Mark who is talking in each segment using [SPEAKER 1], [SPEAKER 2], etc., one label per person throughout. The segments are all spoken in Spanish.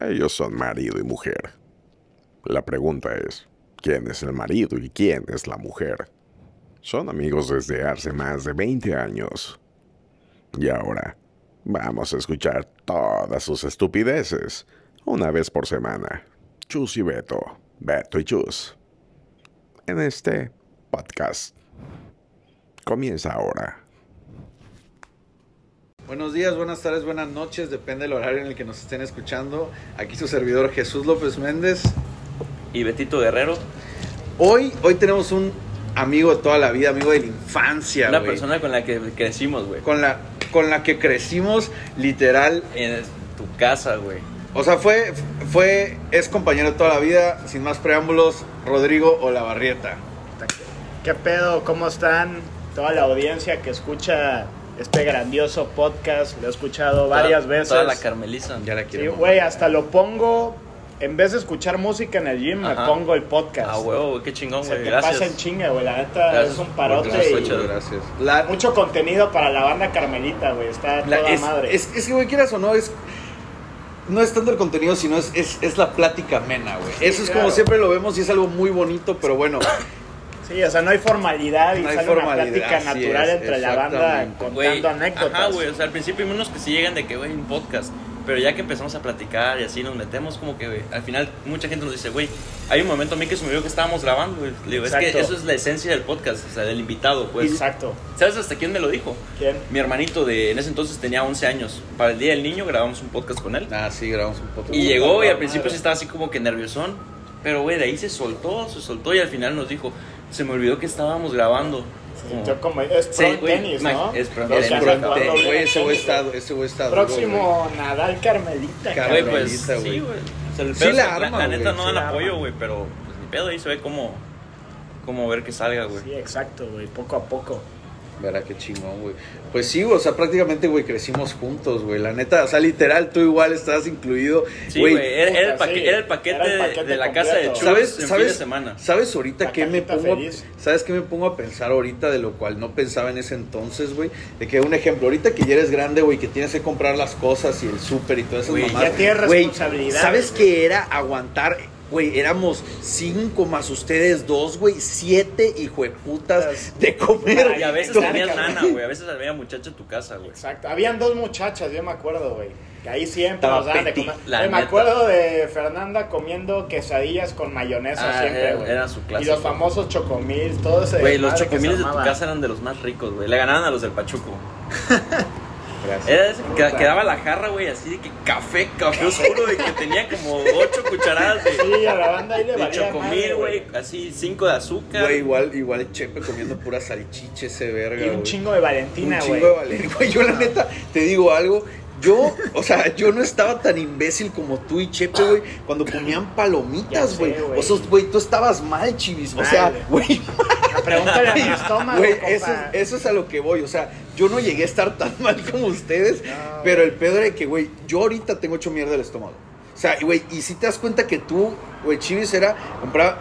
[SPEAKER 1] Ellos son marido y mujer. La pregunta es, ¿quién es el marido y quién es la mujer? Son amigos desde hace más de 20 años. Y ahora, vamos a escuchar todas sus estupideces, una vez por semana. Chus y Beto, Beto y Chus. En este podcast. Comienza ahora.
[SPEAKER 2] Buenos días, buenas tardes, buenas noches, depende del horario en el que nos estén escuchando. Aquí su servidor Jesús López Méndez.
[SPEAKER 3] y Betito Guerrero,
[SPEAKER 2] Hoy, hoy tenemos un amigo de toda la vida, amigo de la infancia,
[SPEAKER 3] una
[SPEAKER 2] güey.
[SPEAKER 3] persona con la que crecimos, güey.
[SPEAKER 2] con la con la que crecimos literal.
[SPEAKER 3] En tu casa, güey.
[SPEAKER 2] O sea, fue fue es compañero de toda la vida, sin más preámbulos, Rodrigo Olavarrieta.
[SPEAKER 4] ¿Qué pedo? ¿Cómo están? Toda la audiencia que escucha este grandioso podcast, lo he escuchado varias
[SPEAKER 3] Toda-
[SPEAKER 4] veces.
[SPEAKER 3] Toda la Carmeliza.
[SPEAKER 2] Ya la
[SPEAKER 4] Sí,
[SPEAKER 2] quiero.
[SPEAKER 4] güey, hasta lo pongo, en vez de escuchar música en el gym,
[SPEAKER 3] Ajá.
[SPEAKER 4] me pongo el podcast.
[SPEAKER 3] Ah, huevo, güey, qué chingón,
[SPEAKER 4] Se
[SPEAKER 3] güey.
[SPEAKER 4] te
[SPEAKER 3] Gracias.
[SPEAKER 4] pasa en chinga, güey, la neta
[SPEAKER 3] Gracias
[SPEAKER 4] es un
[SPEAKER 3] por
[SPEAKER 4] parote
[SPEAKER 3] tus
[SPEAKER 4] y
[SPEAKER 3] escuchas.
[SPEAKER 2] gracias. La,
[SPEAKER 4] mucho contenido para la banda Carmelita, güey, está
[SPEAKER 2] la-
[SPEAKER 4] toda
[SPEAKER 2] es,
[SPEAKER 4] madre.
[SPEAKER 2] es, es que güey quieras o no es no es tanto el contenido, sino es, es, es la plática amena, güey. Eso es como
[SPEAKER 4] claro.
[SPEAKER 2] siempre lo vemos y es algo muy bonito, pero bueno,
[SPEAKER 4] Sí, o sea, no hay formalidad y
[SPEAKER 2] No hay
[SPEAKER 4] sale
[SPEAKER 2] formalidad,
[SPEAKER 4] una plática
[SPEAKER 2] así
[SPEAKER 4] natural
[SPEAKER 2] es,
[SPEAKER 4] entre la banda
[SPEAKER 2] exactamente.
[SPEAKER 4] contando
[SPEAKER 3] Güey,
[SPEAKER 4] anécdotas.
[SPEAKER 3] Ajá, güey. O sea, al principio hay unos que sí llegan de que, güey, un podcast. Pero ya que empezamos a platicar y así nos metemos, como que, güey, al final mucha gente nos dice, güey, hay un momento a mí que se me olvidó que estábamos grabando, güey. Le digo, es que
[SPEAKER 4] Exacto.
[SPEAKER 3] eso es la esencia del podcast, o sea, del invitado, pues.
[SPEAKER 4] Exacto.
[SPEAKER 3] ¿Sabes hasta quién me lo dijo?
[SPEAKER 4] ¿Quién?
[SPEAKER 3] Mi hermanito de, en ese entonces tenía 11 años. Para el Día del Niño grabamos un podcast con él.
[SPEAKER 2] Ah, sí, grabamos un podcast.
[SPEAKER 3] Y llegó y al
[SPEAKER 4] madre.
[SPEAKER 3] principio sí estaba así como que nerviosón. Pero, güey, de ahí se soltó, se soltó y al final nos dijo, se me olvidó que estábamos grabando.
[SPEAKER 4] Se
[SPEAKER 3] Como-
[SPEAKER 4] sintió Mm. como. Es
[SPEAKER 3] Sí,
[SPEAKER 4] pro
[SPEAKER 3] güey,
[SPEAKER 4] tenis,
[SPEAKER 3] ma-
[SPEAKER 4] ¿no?
[SPEAKER 3] es pro-
[SPEAKER 4] Los
[SPEAKER 3] es
[SPEAKER 4] que
[SPEAKER 3] pro
[SPEAKER 4] hacen
[SPEAKER 3] tenis.
[SPEAKER 4] cuando
[SPEAKER 2] Güey, ese güey
[SPEAKER 4] vienen
[SPEAKER 2] está, ese güey está duro, güey.
[SPEAKER 4] Próximo Nadal Carmelita,
[SPEAKER 2] Car-
[SPEAKER 3] Güey,
[SPEAKER 4] cabrón.
[SPEAKER 3] pues, sí,
[SPEAKER 2] Carmelita, güey.
[SPEAKER 3] güey. O sea, el
[SPEAKER 2] Sí
[SPEAKER 3] pedo es
[SPEAKER 2] la
[SPEAKER 3] que
[SPEAKER 2] arma,
[SPEAKER 3] la neta
[SPEAKER 2] güey,
[SPEAKER 3] no
[SPEAKER 2] sí
[SPEAKER 3] dan
[SPEAKER 4] la
[SPEAKER 3] apoyo,
[SPEAKER 4] arma.
[SPEAKER 3] güey, pero pues, ni pedo, ahí se ve cómo, cómo ver que salga, güey.
[SPEAKER 4] Sí, exacto, güey, poco a poco.
[SPEAKER 2] Verá qué chingón, güey. Pues sí, güey, o sea, prácticamente, güey, crecimos juntos, güey. La neta, o sea, literal, tú igual estás incluido.
[SPEAKER 3] Sí, güey, era, era el
[SPEAKER 4] puta,
[SPEAKER 3] paque-
[SPEAKER 4] sí.
[SPEAKER 3] era el paquete,
[SPEAKER 4] Era el
[SPEAKER 3] de-
[SPEAKER 4] paquete
[SPEAKER 3] de la
[SPEAKER 4] completo.
[SPEAKER 3] casa de Chus
[SPEAKER 2] ¿Sabes,
[SPEAKER 3] en
[SPEAKER 2] sabes,
[SPEAKER 3] fin de semana.
[SPEAKER 2] ¿Sabes ahorita
[SPEAKER 4] La
[SPEAKER 2] qué me
[SPEAKER 4] carnita
[SPEAKER 2] pongo?
[SPEAKER 4] feliz.
[SPEAKER 2] ¿Sabes qué me pongo a pensar ahorita de lo cual no pensaba en ese entonces, güey? De que un ejemplo, ahorita que ya eres grande, güey, que tienes que comprar las cosas y el súper y todas esas
[SPEAKER 3] Güey,
[SPEAKER 2] mamadas.
[SPEAKER 4] ya tienes
[SPEAKER 2] güey,
[SPEAKER 4] responsabilidades,
[SPEAKER 2] ¿Sabes
[SPEAKER 4] güey?
[SPEAKER 2] qué era aguantar? Güey, éramos cinco más ustedes dos, güey, siete hijueputas de comer.
[SPEAKER 3] Y a veces
[SPEAKER 4] Exacto.
[SPEAKER 3] tenías lana, güey, a veces había muchacha en tu casa, güey.
[SPEAKER 4] Exacto. Habían dos muchachas, yo me acuerdo, güey. Que ahí siempre
[SPEAKER 3] Estaba
[SPEAKER 4] nos daban de
[SPEAKER 3] petit,
[SPEAKER 4] comer.
[SPEAKER 3] la
[SPEAKER 4] Güey, me
[SPEAKER 3] neta.
[SPEAKER 4] acuerdo de Fernanda comiendo quesadillas con mayonesa
[SPEAKER 3] Ah,
[SPEAKER 4] siempre,
[SPEAKER 3] era-
[SPEAKER 4] güey.
[SPEAKER 3] era su
[SPEAKER 4] Y
[SPEAKER 3] clásico.
[SPEAKER 4] los famosos chocomil, todo ese.
[SPEAKER 3] Güey, los
[SPEAKER 4] desmadre que
[SPEAKER 3] chocomiles
[SPEAKER 4] se
[SPEAKER 3] de tu
[SPEAKER 4] pues, armaba.
[SPEAKER 3] casa eran de los más ricos, güey. Le ganaban a los del Pachuco.
[SPEAKER 2] Gracias.
[SPEAKER 3] Era ese que quedaba la jarra, güey, así de que café, café oscuro, de que tenía como ocho cucharadas de,
[SPEAKER 4] Sí, a la banda ahí le
[SPEAKER 3] de
[SPEAKER 4] valía madre,
[SPEAKER 3] chocomil, güey, así cinco de azúcar.
[SPEAKER 2] Güey, igual, igual Chepe comiendo pura salchicha ese verga,
[SPEAKER 4] Y un
[SPEAKER 2] güey.
[SPEAKER 4] chingo de Valentina,
[SPEAKER 2] un
[SPEAKER 4] güey.
[SPEAKER 2] chingo de Valeria, güey. Yo la neta, te digo algo. Yo, o sea, yo no estaba tan imbécil como tú y Chepe, güey, cuando comían
[SPEAKER 4] Ya
[SPEAKER 2] palomitas,
[SPEAKER 4] sé,
[SPEAKER 2] güey.
[SPEAKER 4] güey.
[SPEAKER 2] O sea, güey, tú estabas mal, chivis. O sea,
[SPEAKER 4] Mal.
[SPEAKER 2] güey,
[SPEAKER 4] Pregúntale a mi estómago,
[SPEAKER 2] güey,
[SPEAKER 4] compa.
[SPEAKER 2] eso, es- eso es a lo que voy. O sea, yo no llegué a estar tan mal como ustedes, pero el pedo era que, güey, yo ahorita tengo hecho mierda el estómago. O sea, y, güey, y si te das cuenta que tú, güey, chivis era, compraba,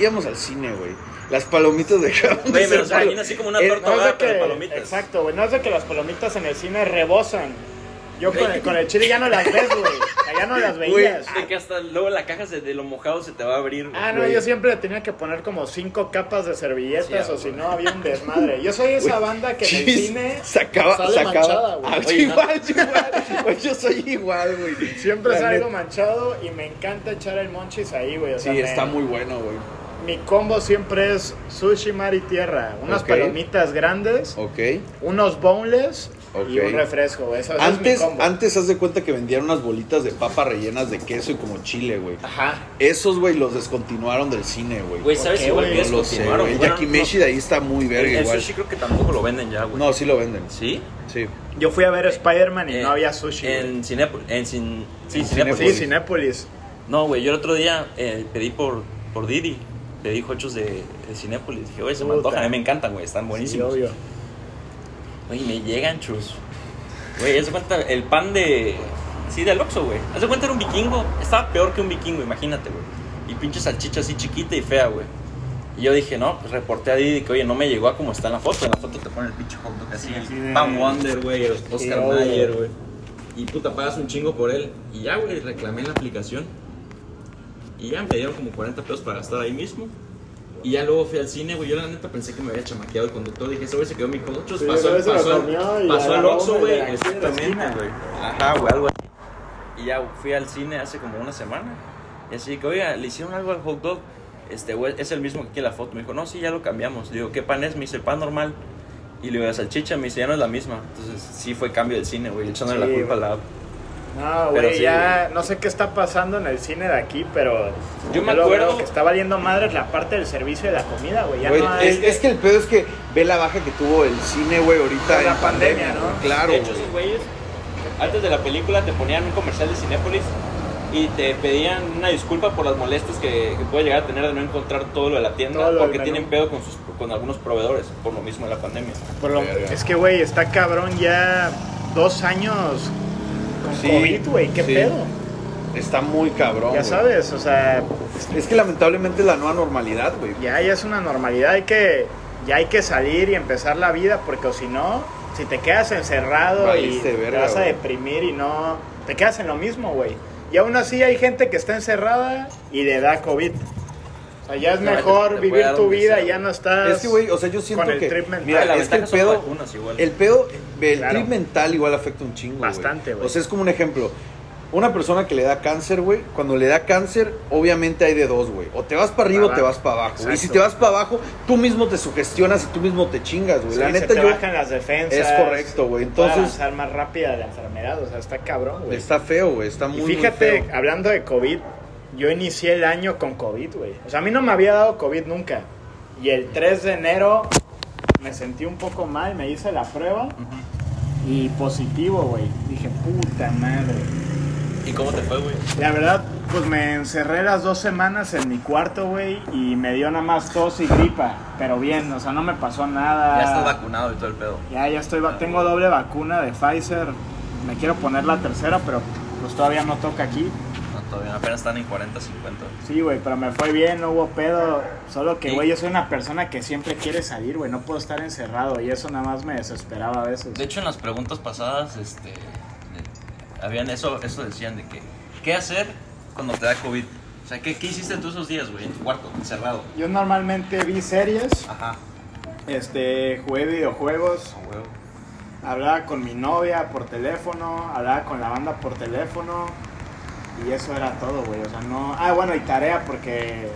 [SPEAKER 2] íbamos al cine, güey. Las palomitas dejaban de
[SPEAKER 3] Güey, me
[SPEAKER 2] ser
[SPEAKER 3] los imagino
[SPEAKER 2] palo-
[SPEAKER 3] así como una
[SPEAKER 2] Eh,
[SPEAKER 3] torta
[SPEAKER 4] No es de
[SPEAKER 3] ahogada, pero de
[SPEAKER 4] que-
[SPEAKER 3] palomitas.
[SPEAKER 4] Exacto, güey. No es de que las palomitas en el cine rebosan. Yo con el, con el chile ya no las ves, güey. Ya no las
[SPEAKER 2] Güey,
[SPEAKER 4] veías.
[SPEAKER 3] De que hasta luego la caja se- de lo mojado se te va a abrir, güey.
[SPEAKER 4] Ah, no,
[SPEAKER 2] güey.
[SPEAKER 4] yo siempre tenía que poner como cinco capas de servilletas
[SPEAKER 3] Sí,
[SPEAKER 4] o si no había un desmadre. Yo soy esa banda que en el
[SPEAKER 2] Chis,
[SPEAKER 4] cine
[SPEAKER 2] sacaba,
[SPEAKER 4] sale
[SPEAKER 2] sacaba.
[SPEAKER 4] manchada, güey.
[SPEAKER 2] Ah, yo
[SPEAKER 3] Oye, no.
[SPEAKER 2] igual, yo igual. Güey, yo soy igual, güey.
[SPEAKER 4] siempre
[SPEAKER 2] La
[SPEAKER 4] salgo
[SPEAKER 2] neta.
[SPEAKER 4] manchado y me encanta echar el monchis ahí, güey. O
[SPEAKER 2] Sí,
[SPEAKER 4] sea, me-
[SPEAKER 2] está muy bueno, güey.
[SPEAKER 4] Mi combo siempre es sushi, mar y tierra. Unas
[SPEAKER 2] Ok.
[SPEAKER 4] palomitas grandes,
[SPEAKER 2] Ok.
[SPEAKER 4] unos boneless y
[SPEAKER 2] Ok.
[SPEAKER 4] un refresco. Eso, eso es
[SPEAKER 2] Antes,
[SPEAKER 4] mi combo.
[SPEAKER 2] antes haz de cuenta que vendían unas bolitas de papa rellenas de queso y como chile, güey.
[SPEAKER 4] Ajá.
[SPEAKER 2] Esos, güey, los descontinuaron del cine, güey.
[SPEAKER 3] Güey, ¿sabes
[SPEAKER 4] Ok,
[SPEAKER 3] igual
[SPEAKER 4] güey,
[SPEAKER 3] que
[SPEAKER 2] no lo sé, güey.
[SPEAKER 3] descontinuaron?
[SPEAKER 2] El
[SPEAKER 3] Bueno,
[SPEAKER 2] yakimeshi
[SPEAKER 3] no,
[SPEAKER 2] de ahí está muy
[SPEAKER 3] el-
[SPEAKER 2] verga
[SPEAKER 3] El
[SPEAKER 2] igual.
[SPEAKER 3] sushi creo que tampoco lo venden ya, güey.
[SPEAKER 2] No, sí lo venden.
[SPEAKER 3] ¿Sí?
[SPEAKER 2] Sí.
[SPEAKER 4] Yo fui a ver Spider-Man y
[SPEAKER 3] Eh,
[SPEAKER 4] no había sushi. güey.
[SPEAKER 3] En Cinépolis. En Cin- sí,
[SPEAKER 2] En
[SPEAKER 3] Cinépolis.
[SPEAKER 4] Sí, Cinépolis.
[SPEAKER 3] No, güey, yo el otro día eh, pedí por, por Didi. Pedí hochos de, de Cinépolis. Dije, güey, se me
[SPEAKER 4] Puta.
[SPEAKER 3] antojan, a mí me encantan, güey, están buenísimos.
[SPEAKER 4] Sí, obvio.
[SPEAKER 3] Güey, me llegan chus. Güey, haz de cuenta, el pan de. Sí, del Oxxo, güey. Haz de cuenta, era un vikingo. Estaba peor que un vikingo, imagínate, güey. Y pinche salchicha así chiquita y fea, güey. Y yo dije, no, pues reporté a Didi que, oye, no me llegó a como está en la foto. En la foto te pone el pinche hot dog así.
[SPEAKER 4] Sí,
[SPEAKER 3] el
[SPEAKER 4] así de-
[SPEAKER 3] Pan Wonder, güey, el
[SPEAKER 4] Sí,
[SPEAKER 3] Oscar
[SPEAKER 4] obvio.
[SPEAKER 3] Mayer, güey. Y puta, pagas un chingo por él. Y ya, güey, reclamé en la aplicación. Y ya me dieron como 40 pesos para gastar ahí mismo. Y ya luego fui al cine, güey. Yo la neta pensé que me había chamaqueado el conductor. Dije, ese güey se quedó en mi coche.
[SPEAKER 4] Sí,
[SPEAKER 3] pasó
[SPEAKER 4] ese lo
[SPEAKER 3] pasó al-
[SPEAKER 4] comió y
[SPEAKER 3] pasó al
[SPEAKER 4] agarró,
[SPEAKER 3] Oxxo,
[SPEAKER 4] güey,
[SPEAKER 3] güey.
[SPEAKER 4] de la esquina, de la
[SPEAKER 3] Exactamente, güey. Ajá, güey, algo así. Y ya fui al cine hace como una semana. Y así que, oiga, le hicieron algo al hot dog. Este, güey, es el mismo que aquí en la foto. Me dijo, no, sí, ya lo cambiamos. Digo, ¿qué pan es? Me dice, el pan normal. Y le digo, la salchicha, me dice, ya no es la misma. Entonces, sí fue cambio del cine, güey. Echándole
[SPEAKER 4] Sí,
[SPEAKER 3] la culpa a la app.
[SPEAKER 4] No,
[SPEAKER 3] Pero
[SPEAKER 4] güey,
[SPEAKER 3] sí,
[SPEAKER 4] ya no sé qué está pasando en el cine de aquí, pero
[SPEAKER 3] Yo me
[SPEAKER 4] lo
[SPEAKER 3] acuerdo-
[SPEAKER 4] veo que está valiendo madres la parte del servicio y la comida, güey. Ya
[SPEAKER 2] Güey,
[SPEAKER 4] no hay...
[SPEAKER 2] es, es que el pedo es que ve la baja que tuvo el cine, güey, ahorita.
[SPEAKER 4] Con la
[SPEAKER 2] en
[SPEAKER 4] pandemia, ¿no?
[SPEAKER 2] güey, Claro,
[SPEAKER 3] De hecho,
[SPEAKER 2] güey.
[SPEAKER 3] esos güeyes, antes de la película te ponían un comercial de Cinépolis y te pedían una disculpa por las molestias que, que puede llegar a tener de no encontrar todo lo de la
[SPEAKER 4] Todo
[SPEAKER 3] tienda
[SPEAKER 4] lo del
[SPEAKER 3] porque
[SPEAKER 4] menú.
[SPEAKER 3] tienen pedo con, sus, con algunos proveedores, por lo mismo de la pandemia.
[SPEAKER 4] Por lo-
[SPEAKER 2] Verga.
[SPEAKER 4] es que, güey, está cabrón ya dos años con
[SPEAKER 2] Sí,
[SPEAKER 4] COVID, güey. ¿Qué
[SPEAKER 2] sí.
[SPEAKER 4] pedo?
[SPEAKER 2] Está muy cabrón.
[SPEAKER 4] ya
[SPEAKER 2] güey.
[SPEAKER 4] sabes, o sea,
[SPEAKER 2] Es que lamentablemente es la nueva normalidad, güey.
[SPEAKER 4] ya, ya es una normalidad. Hay que, ya hay que salir y empezar la vida porque o si no, si te quedas encerrado y
[SPEAKER 2] Valiste
[SPEAKER 4] te
[SPEAKER 2] verga,
[SPEAKER 4] vas a
[SPEAKER 2] güey.
[SPEAKER 4] deprimir y no... Te quedas en lo mismo, güey. Y aún así hay gente que está encerrada y le da COVID. O sea, ya es
[SPEAKER 3] No, te-
[SPEAKER 4] mejor
[SPEAKER 3] te puede
[SPEAKER 4] vivir
[SPEAKER 3] dar
[SPEAKER 4] tu
[SPEAKER 3] un
[SPEAKER 4] vida,
[SPEAKER 3] deseo.
[SPEAKER 4] ya no estás...
[SPEAKER 2] Es que, güey, o sea, yo siento
[SPEAKER 4] Con el
[SPEAKER 2] que.
[SPEAKER 4] trip mental.
[SPEAKER 2] Mira,
[SPEAKER 3] Ah, la
[SPEAKER 2] es que el
[SPEAKER 3] ventaja son
[SPEAKER 2] pedo.
[SPEAKER 3] vacunas igual.
[SPEAKER 2] El pedo. El
[SPEAKER 4] Claro.
[SPEAKER 2] trip mental igual afecta un chingo. güey.
[SPEAKER 4] Bastante, güey.
[SPEAKER 2] O sea, es como un ejemplo. Una persona que le da cáncer, güey, cuando le da cáncer, obviamente hay de dos, güey. O te vas para arriba
[SPEAKER 4] Para
[SPEAKER 2] o te
[SPEAKER 4] abajo.
[SPEAKER 2] vas para abajo. Y si
[SPEAKER 4] Exacto.
[SPEAKER 2] te vas para abajo, tú mismo te sugestionas y tú mismo te chingas, güey.
[SPEAKER 4] Sí,
[SPEAKER 2] la
[SPEAKER 4] se
[SPEAKER 2] neta,
[SPEAKER 4] te
[SPEAKER 2] yo.
[SPEAKER 4] bajan las defensas.
[SPEAKER 2] Es correcto, güey.
[SPEAKER 4] se puede
[SPEAKER 2] Entonces-
[SPEAKER 4] avanzar más rápida la enfermedad, o sea, está cabrón, güey.
[SPEAKER 2] Está feo, güey. Está muy.
[SPEAKER 4] Y
[SPEAKER 2] muy
[SPEAKER 4] fíjate,
[SPEAKER 2] feo.
[SPEAKER 4] hablando de COVID, yo inicié el año con COVID, güey. O sea, a mí no me había dado COVID nunca. Y el 3 de enero me sentí un poco mal, me hice la prueba y positivo, güey. Dije, puta madre.
[SPEAKER 3] ¿Y cómo te fue, güey?
[SPEAKER 4] La verdad, pues me encerré las dos semanas en mi cuarto, güey, y me dio nada más tos y gripa. Pero bien, o sea, no me pasó nada.
[SPEAKER 2] Ah.
[SPEAKER 3] Ya estás vacunado y todo el pedo.
[SPEAKER 4] Ya, ya estoy, va- tengo doble vacuna de Pfizer. Me quiero poner la tercera, pero pues todavía no toca aquí.
[SPEAKER 3] No, todavía apenas están en 40, 50.
[SPEAKER 4] Sí, güey, pero me fue bien, no hubo pedo. Solo que,
[SPEAKER 3] Y-
[SPEAKER 4] güey, yo soy una persona que siempre quiere salir, güey. No puedo estar encerrado y eso nada más me desesperaba a veces.
[SPEAKER 3] De hecho, en las preguntas pasadas, este, de- habían eso, eso decían de que, ¿qué hacer cuando te da COVID? O sea, ¿qué, qué hiciste tú esos días, güey, en tu cuarto, encerrado?
[SPEAKER 4] Yo normalmente vi series,
[SPEAKER 3] Ajá,
[SPEAKER 4] este, jugué videojuegos,
[SPEAKER 3] a huevo.
[SPEAKER 4] hablaba con mi novia por teléfono, hablaba con la banda por teléfono y eso era todo, güey. O sea, no... Ah, bueno, y tarea porque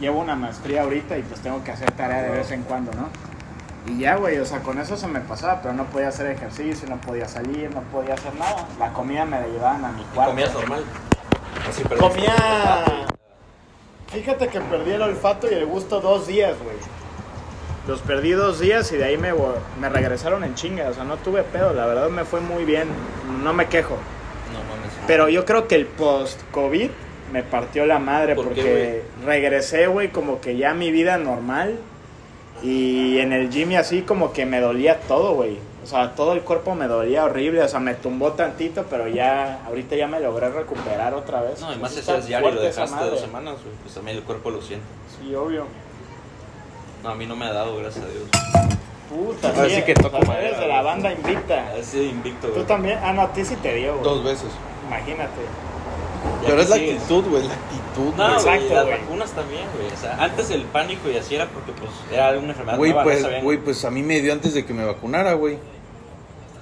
[SPEAKER 4] llevo una maestría ahorita y pues tengo que hacer tarea de vez en cuando, ¿no? Y ya, güey, o sea, con eso se me pasaba, pero no podía hacer ejercicio, no podía salir, no podía hacer nada. La comida me la llevaban a mi
[SPEAKER 3] ¿Y
[SPEAKER 4] cuarto.
[SPEAKER 3] comías normal? Ah, Así, pero-
[SPEAKER 4] Comía... Ah. Fíjate que perdí el olfato y el gusto dos días, güey. Los perdí dos días y de ahí me, vo- me regresaron en chinga. O sea, no tuve pedo. La verdad me fue muy bien. No me quejo.
[SPEAKER 3] No mames.
[SPEAKER 4] Pero yo creo que el post-COVID me partió la madre
[SPEAKER 3] ¿Por
[SPEAKER 4] porque
[SPEAKER 3] qué,
[SPEAKER 4] regresé, güey, como que ya a mi vida normal. Y en el gym y así como que me dolía todo, güey. O sea, todo el cuerpo me dolía horrible. O sea, me tumbó tantito, pero ya, ahorita ya me logré recuperar otra vez.
[SPEAKER 3] No, además
[SPEAKER 4] Pues
[SPEAKER 3] ese
[SPEAKER 4] está
[SPEAKER 3] es diario, lo
[SPEAKER 4] fuerte esa
[SPEAKER 3] dejaste dos
[SPEAKER 4] madre.
[SPEAKER 3] semanas, güey. Pues también el cuerpo lo siente.
[SPEAKER 4] Sí, obvio.
[SPEAKER 3] No, a mí no me ha dado, gracias a Dios.
[SPEAKER 4] Puta,
[SPEAKER 2] Ahora sí que toco
[SPEAKER 4] o sea,
[SPEAKER 2] madera,
[SPEAKER 4] eres de
[SPEAKER 3] güey.
[SPEAKER 4] la banda invicta.
[SPEAKER 3] Ha sido Ah, invicto,
[SPEAKER 4] Tú
[SPEAKER 3] güey.
[SPEAKER 4] también. Ah, no, a ti sí te dio, güey.
[SPEAKER 2] Dos veces.
[SPEAKER 4] Imagínate.
[SPEAKER 3] Y
[SPEAKER 2] Pero
[SPEAKER 3] aquí
[SPEAKER 2] es la
[SPEAKER 3] sigues.
[SPEAKER 2] actitud, güey. La actitud,
[SPEAKER 3] No,
[SPEAKER 2] güey.
[SPEAKER 3] güey,
[SPEAKER 4] Exacto,
[SPEAKER 3] las
[SPEAKER 4] güey.
[SPEAKER 3] vacunas también, güey. O sea, antes el pánico y así era porque, pues, era una enfermedad
[SPEAKER 2] Güey,
[SPEAKER 3] nueva, no
[SPEAKER 2] pues,
[SPEAKER 3] sabían-
[SPEAKER 2] güey, pues a mí me dio antes de que me vacunara, güey.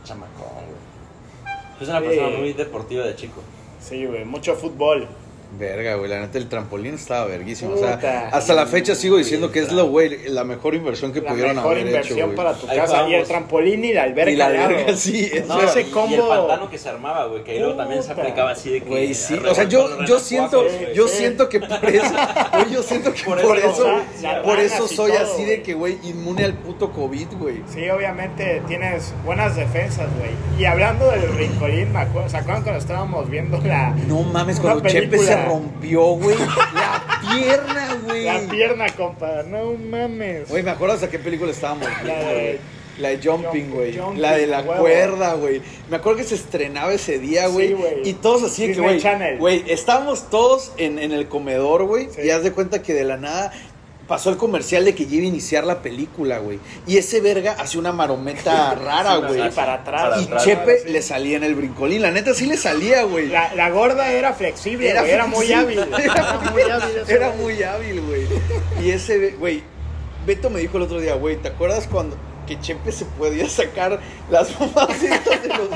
[SPEAKER 3] Chamacón, güey. Es una
[SPEAKER 4] Sí.
[SPEAKER 3] persona muy deportiva de chico.
[SPEAKER 4] Sí, güey. Mucho fútbol.
[SPEAKER 2] Verga, güey, la neta el trampolín estaba verguísimo. O sea,
[SPEAKER 4] Puta.
[SPEAKER 2] hasta la fecha sigo diciendo que es lo, güey, la mejor inversión que
[SPEAKER 4] la
[SPEAKER 2] pudieron
[SPEAKER 4] mejor
[SPEAKER 2] haber
[SPEAKER 4] inversión
[SPEAKER 2] hecho, güey.
[SPEAKER 4] para tu
[SPEAKER 3] Ahí
[SPEAKER 4] casa. Y el
[SPEAKER 3] vamos.
[SPEAKER 4] trampolín y la alberca.
[SPEAKER 2] Y la
[SPEAKER 4] al lado.
[SPEAKER 2] verga, sí. es-
[SPEAKER 4] No, ese
[SPEAKER 3] y- y, el
[SPEAKER 4] combo-
[SPEAKER 3] pantano que se armaba, güey, que ahí luego también se
[SPEAKER 4] Puta.
[SPEAKER 3] aplicaba así de que...
[SPEAKER 2] Güey, sí.
[SPEAKER 3] arregla-
[SPEAKER 2] O sea, yo, yo
[SPEAKER 3] arregla
[SPEAKER 2] siento,
[SPEAKER 3] cuajas, güey.
[SPEAKER 2] yo
[SPEAKER 4] sí.
[SPEAKER 2] siento que por eso, güey, yo siento que
[SPEAKER 3] Por
[SPEAKER 2] por,
[SPEAKER 3] eso no
[SPEAKER 2] eso,
[SPEAKER 4] vas, ya
[SPEAKER 2] por
[SPEAKER 4] ganas
[SPEAKER 2] eso
[SPEAKER 4] y
[SPEAKER 2] soy
[SPEAKER 4] todo,
[SPEAKER 2] así
[SPEAKER 4] güey.
[SPEAKER 2] de que, güey, inmune al puto COVID, güey.
[SPEAKER 4] Sí, obviamente tienes buenas defensas, güey. Y hablando del rincolín, me acuerdo, ¿se acuerdan cuando estábamos viendo la,
[SPEAKER 2] No mames,
[SPEAKER 4] Una
[SPEAKER 2] cuando Chepe se
[SPEAKER 4] película.
[SPEAKER 2] rompió, güey, la pierna, güey.
[SPEAKER 4] la pierna, compa? No mames.
[SPEAKER 2] Güey, me acuerdo hasta qué película estábamos.
[SPEAKER 4] La
[SPEAKER 2] güey.
[SPEAKER 4] de-
[SPEAKER 2] La de Jumping,
[SPEAKER 4] Jump-
[SPEAKER 2] güey.
[SPEAKER 4] Jumping,
[SPEAKER 2] La de la
[SPEAKER 4] huevo.
[SPEAKER 2] cuerda, güey. Me acuerdo que se estrenaba ese día,
[SPEAKER 4] Sí,
[SPEAKER 2] güey.
[SPEAKER 4] güey.
[SPEAKER 2] y todos así de que,
[SPEAKER 4] Disney
[SPEAKER 2] güey.
[SPEAKER 4] Channel.
[SPEAKER 2] Güey, estábamos todos en, en el comedor, güey.
[SPEAKER 4] Sí.
[SPEAKER 2] Y haz de cuenta que de la nada pasó el comercial de que ya iba a iniciar la película, güey. Y ese verga hacía una marometa rara,
[SPEAKER 4] Sí,
[SPEAKER 2] güey.
[SPEAKER 4] sí, para atrás.
[SPEAKER 2] y
[SPEAKER 3] atrás,
[SPEAKER 2] Chepe
[SPEAKER 4] sí.
[SPEAKER 2] le salía en el brincolín. La neta sí le salía, güey.
[SPEAKER 4] La, la gorda era flexible, güey, era, muy hábil. Era muy hábil. esa
[SPEAKER 2] Era
[SPEAKER 4] güey.
[SPEAKER 2] muy hábil, güey. Y ese, ve- güey, Beto me dijo el otro día, güey, ¿te acuerdas cuando que Chepe se podía sacar las bombas estas de los...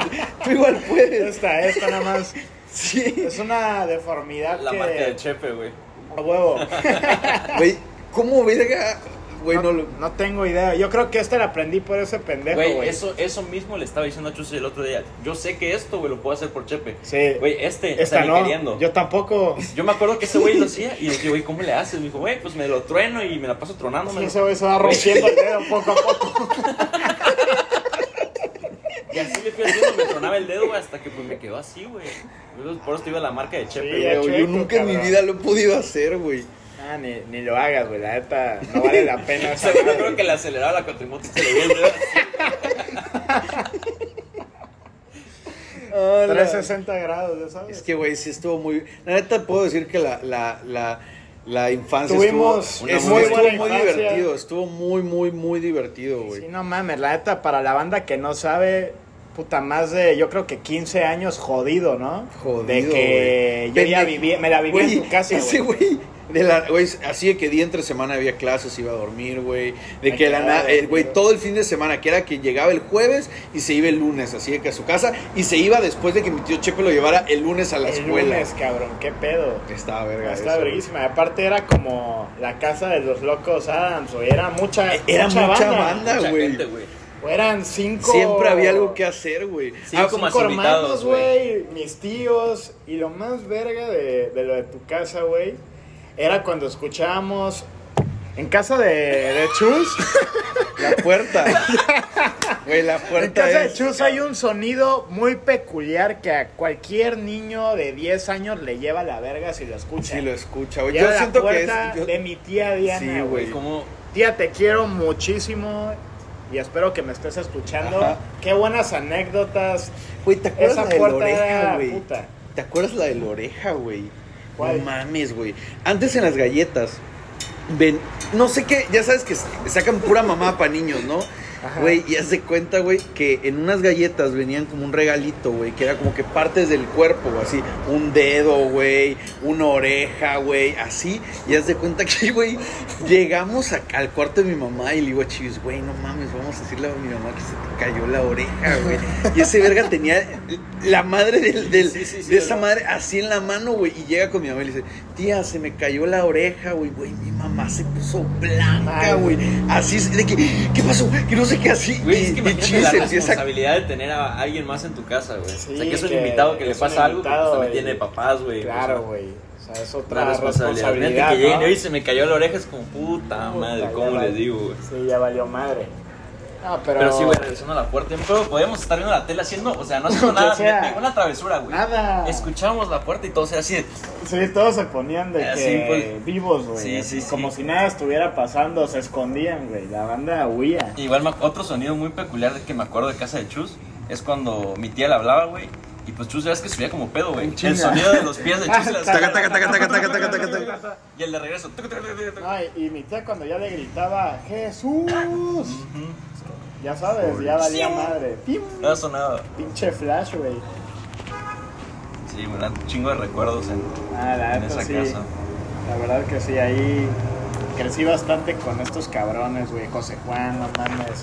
[SPEAKER 2] Tú igual puedes.
[SPEAKER 4] Esta, esta nada más.
[SPEAKER 2] Sí.
[SPEAKER 4] Es una deformidad
[SPEAKER 3] La
[SPEAKER 4] que...
[SPEAKER 3] marca de Chepe, güey.
[SPEAKER 4] A huevo.
[SPEAKER 2] Güey, ¿cómo verga? Güey,
[SPEAKER 4] no,
[SPEAKER 2] no lo...
[SPEAKER 4] no tengo idea. Yo creo que esta la aprendí por ese pendejo,
[SPEAKER 3] Güey,
[SPEAKER 4] güey.
[SPEAKER 3] eso, eso mismo le estaba diciendo a Chus el otro día. Yo sé que esto, güey, lo puedo hacer por Chepe.
[SPEAKER 4] Sí.
[SPEAKER 3] Güey, este
[SPEAKER 4] esta
[SPEAKER 3] está
[SPEAKER 4] no.
[SPEAKER 3] queriendo.
[SPEAKER 4] Yo tampoco.
[SPEAKER 3] Yo me acuerdo que ese güey lo hacía y le dije, güey, ¿cómo le haces? Me dijo, güey, pues me lo trueno y me la paso tronándome.
[SPEAKER 4] Ese güey se va rompiendo el dedo poco a poco.
[SPEAKER 3] Y así le fui haciendo, me tronaba el dedo, güey, hasta que pues me quedó así, güey. Por eso te iba la marca de Chepe,
[SPEAKER 4] Sí,
[SPEAKER 3] güey.
[SPEAKER 4] ya
[SPEAKER 2] Güey, yo
[SPEAKER 4] chueco,
[SPEAKER 2] nunca en mi
[SPEAKER 4] cabrón.
[SPEAKER 2] vida lo he podido hacer, güey.
[SPEAKER 4] Ah, ni, ni lo hagas, güey. La neta, no vale la pena. esa
[SPEAKER 3] Seguro
[SPEAKER 4] madre.
[SPEAKER 3] creo que le aceleraba la cuatrimoto y se le veía el dedo así.
[SPEAKER 4] 360 grados, ya sabes.
[SPEAKER 2] Es que, güey, sí estuvo muy... La neta puedo decir que la, la, la, la infancia
[SPEAKER 4] Tuvimos
[SPEAKER 2] estuvo,
[SPEAKER 4] una
[SPEAKER 2] estuvo-
[SPEAKER 4] muy
[SPEAKER 2] estuvo
[SPEAKER 4] buena
[SPEAKER 2] muy
[SPEAKER 4] infancia.
[SPEAKER 2] divertido. Estuvo muy, muy, muy divertido, güey.
[SPEAKER 4] Sí, no mames, la neta, para la banda que no sabe, puta, más de, yo creo que 15 años jodido, ¿no?
[SPEAKER 2] Jodido,
[SPEAKER 4] De que
[SPEAKER 2] güey.
[SPEAKER 4] yo ya
[SPEAKER 2] Pendejo.
[SPEAKER 4] vivía, me la viví
[SPEAKER 2] Güey,
[SPEAKER 4] en tu casa,
[SPEAKER 2] Ese
[SPEAKER 4] güey.
[SPEAKER 2] güey, de la- güey, así de que día entre semana había clases, iba a dormir, güey. De
[SPEAKER 4] Me
[SPEAKER 2] que la
[SPEAKER 4] quedaba
[SPEAKER 2] nada, eh, güey,
[SPEAKER 4] dormido.
[SPEAKER 2] todo el fin de semana, que era que llegaba el jueves y se iba el lunes, así de que a su casa, y se iba después de que mi tío Chepe lo llevara el lunes a la
[SPEAKER 4] El
[SPEAKER 2] escuela.
[SPEAKER 4] lunes, cabrón, qué pedo.
[SPEAKER 2] Estaba verga.
[SPEAKER 4] Está
[SPEAKER 2] eso, güey.
[SPEAKER 4] verguísima. Y Aparte era como la casa de los locos Adams, güey. Era mucha,
[SPEAKER 2] Era mucha, banda,
[SPEAKER 3] Mucha
[SPEAKER 2] güey.
[SPEAKER 3] gente, güey.
[SPEAKER 4] O Eran cinco.
[SPEAKER 2] Siempre había algo que hacer, güey.
[SPEAKER 3] Sí,
[SPEAKER 4] Cinco,
[SPEAKER 2] Ah,
[SPEAKER 3] como
[SPEAKER 4] cinco hermanos,
[SPEAKER 3] invitados,
[SPEAKER 4] güey. Mis tíos. Y lo más verga de, de lo de tu casa, güey. Era cuando escuchábamos. En casa de, de Chus.
[SPEAKER 2] la puerta. Güey, la
[SPEAKER 4] en
[SPEAKER 2] puerta
[SPEAKER 4] casa de
[SPEAKER 2] es...
[SPEAKER 4] Chus hay un sonido muy peculiar que a cualquier niño de 10 años le lleva la verga si lo escucha.
[SPEAKER 2] Sí, lo escucha, güey.
[SPEAKER 4] Llega
[SPEAKER 2] Yo
[SPEAKER 4] a la
[SPEAKER 2] siento que es...
[SPEAKER 4] puerta
[SPEAKER 2] yo-
[SPEAKER 4] de mi tía Diana,
[SPEAKER 2] Sí, güey.
[SPEAKER 4] güey.
[SPEAKER 3] Güey, como
[SPEAKER 4] Tía, te quiero muchísimo y espero que me estés escuchando.
[SPEAKER 2] Ajá.
[SPEAKER 4] Qué buenas anécdotas.
[SPEAKER 2] Güey, ¿te acuerdas
[SPEAKER 4] Esa
[SPEAKER 2] la de la
[SPEAKER 4] puerta
[SPEAKER 2] oreja,
[SPEAKER 4] era
[SPEAKER 2] güey?
[SPEAKER 4] puta.
[SPEAKER 2] ¿Te acuerdas la de la oreja, güey?
[SPEAKER 4] ¿Cuál?
[SPEAKER 2] No mames, güey. Antes en las galletas, ven, no sé qué, ya sabes que sacan pura mamá para niños, ¿no?
[SPEAKER 4] Ajá.
[SPEAKER 2] Güey, y haz de cuenta, güey, que en unas galletas venían como un regalito, güey, que era como que partes del cuerpo, güey, así, un dedo, güey, una oreja, güey, así. Y haz de cuenta que, güey, llegamos a- al cuarto de mi mamá y le digo a Chivis, güey, no mames, vamos a decirle a mi mamá que se te cayó la oreja, güey. Y ese verga tenía la madre del, del-
[SPEAKER 3] Sí, sí, sí,
[SPEAKER 2] de esa
[SPEAKER 3] ¿verdad?
[SPEAKER 2] madre así en la mano, güey, y llega con mi mamá y le dice, tía, se me cayó la oreja, güey, güey, mi mamá se puso blanca,
[SPEAKER 4] Ay,
[SPEAKER 2] güey. Así es, de que, ¿qué pasó? Que no sé qué así.
[SPEAKER 3] Güey, es que
[SPEAKER 2] y- y
[SPEAKER 3] imagínate
[SPEAKER 2] Chivis
[SPEAKER 3] la
[SPEAKER 2] empieza a-
[SPEAKER 3] responsabilidad de tener a alguien más en tu casa, güey.
[SPEAKER 4] Sí,
[SPEAKER 3] o sea, que es un
[SPEAKER 4] que
[SPEAKER 3] invitado que le
[SPEAKER 4] es un
[SPEAKER 3] pasa algo,
[SPEAKER 4] invitado,
[SPEAKER 3] pues también
[SPEAKER 4] güey.
[SPEAKER 3] tiene papás, güey. o
[SPEAKER 4] Claro,
[SPEAKER 3] sea,
[SPEAKER 4] güey. O sea, es otra
[SPEAKER 3] pues, Una responsabilidad.
[SPEAKER 4] responsabilidad.
[SPEAKER 3] Imagínate que lleguen
[SPEAKER 4] ¿no?
[SPEAKER 3] y "Oye, se me cayó la oreja, es como puta
[SPEAKER 4] Puta,
[SPEAKER 3] madre,
[SPEAKER 4] ya
[SPEAKER 3] ¿cómo
[SPEAKER 4] valió-
[SPEAKER 3] les digo, güey?
[SPEAKER 4] Sí, ya valió madre. Ah, pero.
[SPEAKER 3] Pero, sí, güey, regresando a la puerta, pero podíamos estar viendo la tele haciendo, o sea, no haciendo
[SPEAKER 4] Lo que
[SPEAKER 3] nada,
[SPEAKER 4] sea.
[SPEAKER 3] ni- ninguna travesura, güey.
[SPEAKER 4] Nada.
[SPEAKER 3] Escuchábamos la puerta y todo, o sea, así de-
[SPEAKER 4] Sí, todos se ponían de
[SPEAKER 3] Así,
[SPEAKER 4] que
[SPEAKER 3] pues.
[SPEAKER 4] vivos, güey.
[SPEAKER 3] Sí, sí, sí.
[SPEAKER 4] Como si nada estuviera pasando, se escondían, güey. La banda huía.
[SPEAKER 3] Igual me ac- otro sonido muy peculiar de que me acuerdo de casa de Chus es cuando mi tía le hablaba, güey. Y pues Chus, ya ves que subía como pedo, güey. El sonido de los pies de Chus. y las-
[SPEAKER 5] Taca, taca, taca, taca, taca, taca, taca, taca.
[SPEAKER 3] Y el de regreso. tuc, tuc, tuc, tuc, tuc.
[SPEAKER 4] Ay, y mi tía cuando ya le gritaba, Jesús. Ya sabes, ya valía madre. ¡Pim!
[SPEAKER 3] No ha sonado.
[SPEAKER 4] Pinche flash, güey.
[SPEAKER 3] Sí, bueno, un chingo de recuerdos en,
[SPEAKER 4] Ah, la
[SPEAKER 3] en
[SPEAKER 4] neta,
[SPEAKER 3] esa
[SPEAKER 4] sí.
[SPEAKER 3] casa.
[SPEAKER 4] La verdad que sí, ahí crecí bastante con estos cabrones, güey. José Juan, no mames.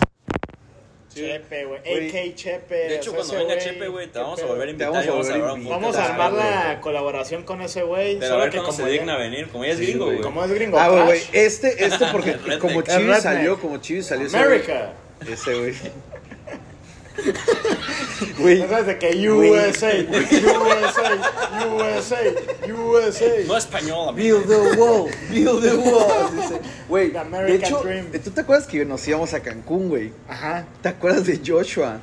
[SPEAKER 4] Chepe, güey.
[SPEAKER 2] Güey.
[SPEAKER 4] AK Chepe.
[SPEAKER 3] De
[SPEAKER 4] o
[SPEAKER 3] hecho,
[SPEAKER 4] sea,
[SPEAKER 3] cuando
[SPEAKER 4] ese
[SPEAKER 3] venga Chepe, güey, te
[SPEAKER 4] qué
[SPEAKER 3] vamos a
[SPEAKER 4] pedo.
[SPEAKER 3] volver a
[SPEAKER 2] Te
[SPEAKER 3] invitar.
[SPEAKER 2] vamos
[SPEAKER 3] y
[SPEAKER 2] a volver a
[SPEAKER 3] un
[SPEAKER 2] invitar.
[SPEAKER 4] Vamos
[SPEAKER 3] podcast,
[SPEAKER 4] a armar
[SPEAKER 3] güey.
[SPEAKER 4] la colaboración con ese güey.
[SPEAKER 3] Pero a
[SPEAKER 4] solo
[SPEAKER 3] ver
[SPEAKER 4] que
[SPEAKER 3] cuando se
[SPEAKER 4] como ya-
[SPEAKER 3] digna venir. Como ella es
[SPEAKER 2] Sí,
[SPEAKER 3] gringo,
[SPEAKER 2] güey.
[SPEAKER 3] güey.
[SPEAKER 4] Como es gringo.
[SPEAKER 2] Ah, güey,
[SPEAKER 4] trash.
[SPEAKER 2] güey, este, este porque
[SPEAKER 3] El redneck.
[SPEAKER 2] como
[SPEAKER 3] El
[SPEAKER 2] Chivis
[SPEAKER 4] redneck.
[SPEAKER 2] salió, como Chivis salió. ese güey.
[SPEAKER 4] America.
[SPEAKER 2] Ese güey. Güey,
[SPEAKER 4] Esa es de que
[SPEAKER 2] Güey.
[SPEAKER 4] USA, USA, USA,
[SPEAKER 3] No
[SPEAKER 4] USA.
[SPEAKER 3] español, amigo.
[SPEAKER 2] Build the wall, build the wall. dice. Güey,
[SPEAKER 4] The
[SPEAKER 2] de
[SPEAKER 4] American
[SPEAKER 2] hecho,
[SPEAKER 4] Dream.
[SPEAKER 2] ¿tú te acuerdas que nos íbamos a Cancún, güey?
[SPEAKER 4] Ajá.
[SPEAKER 2] ¿Te acuerdas de Joshua?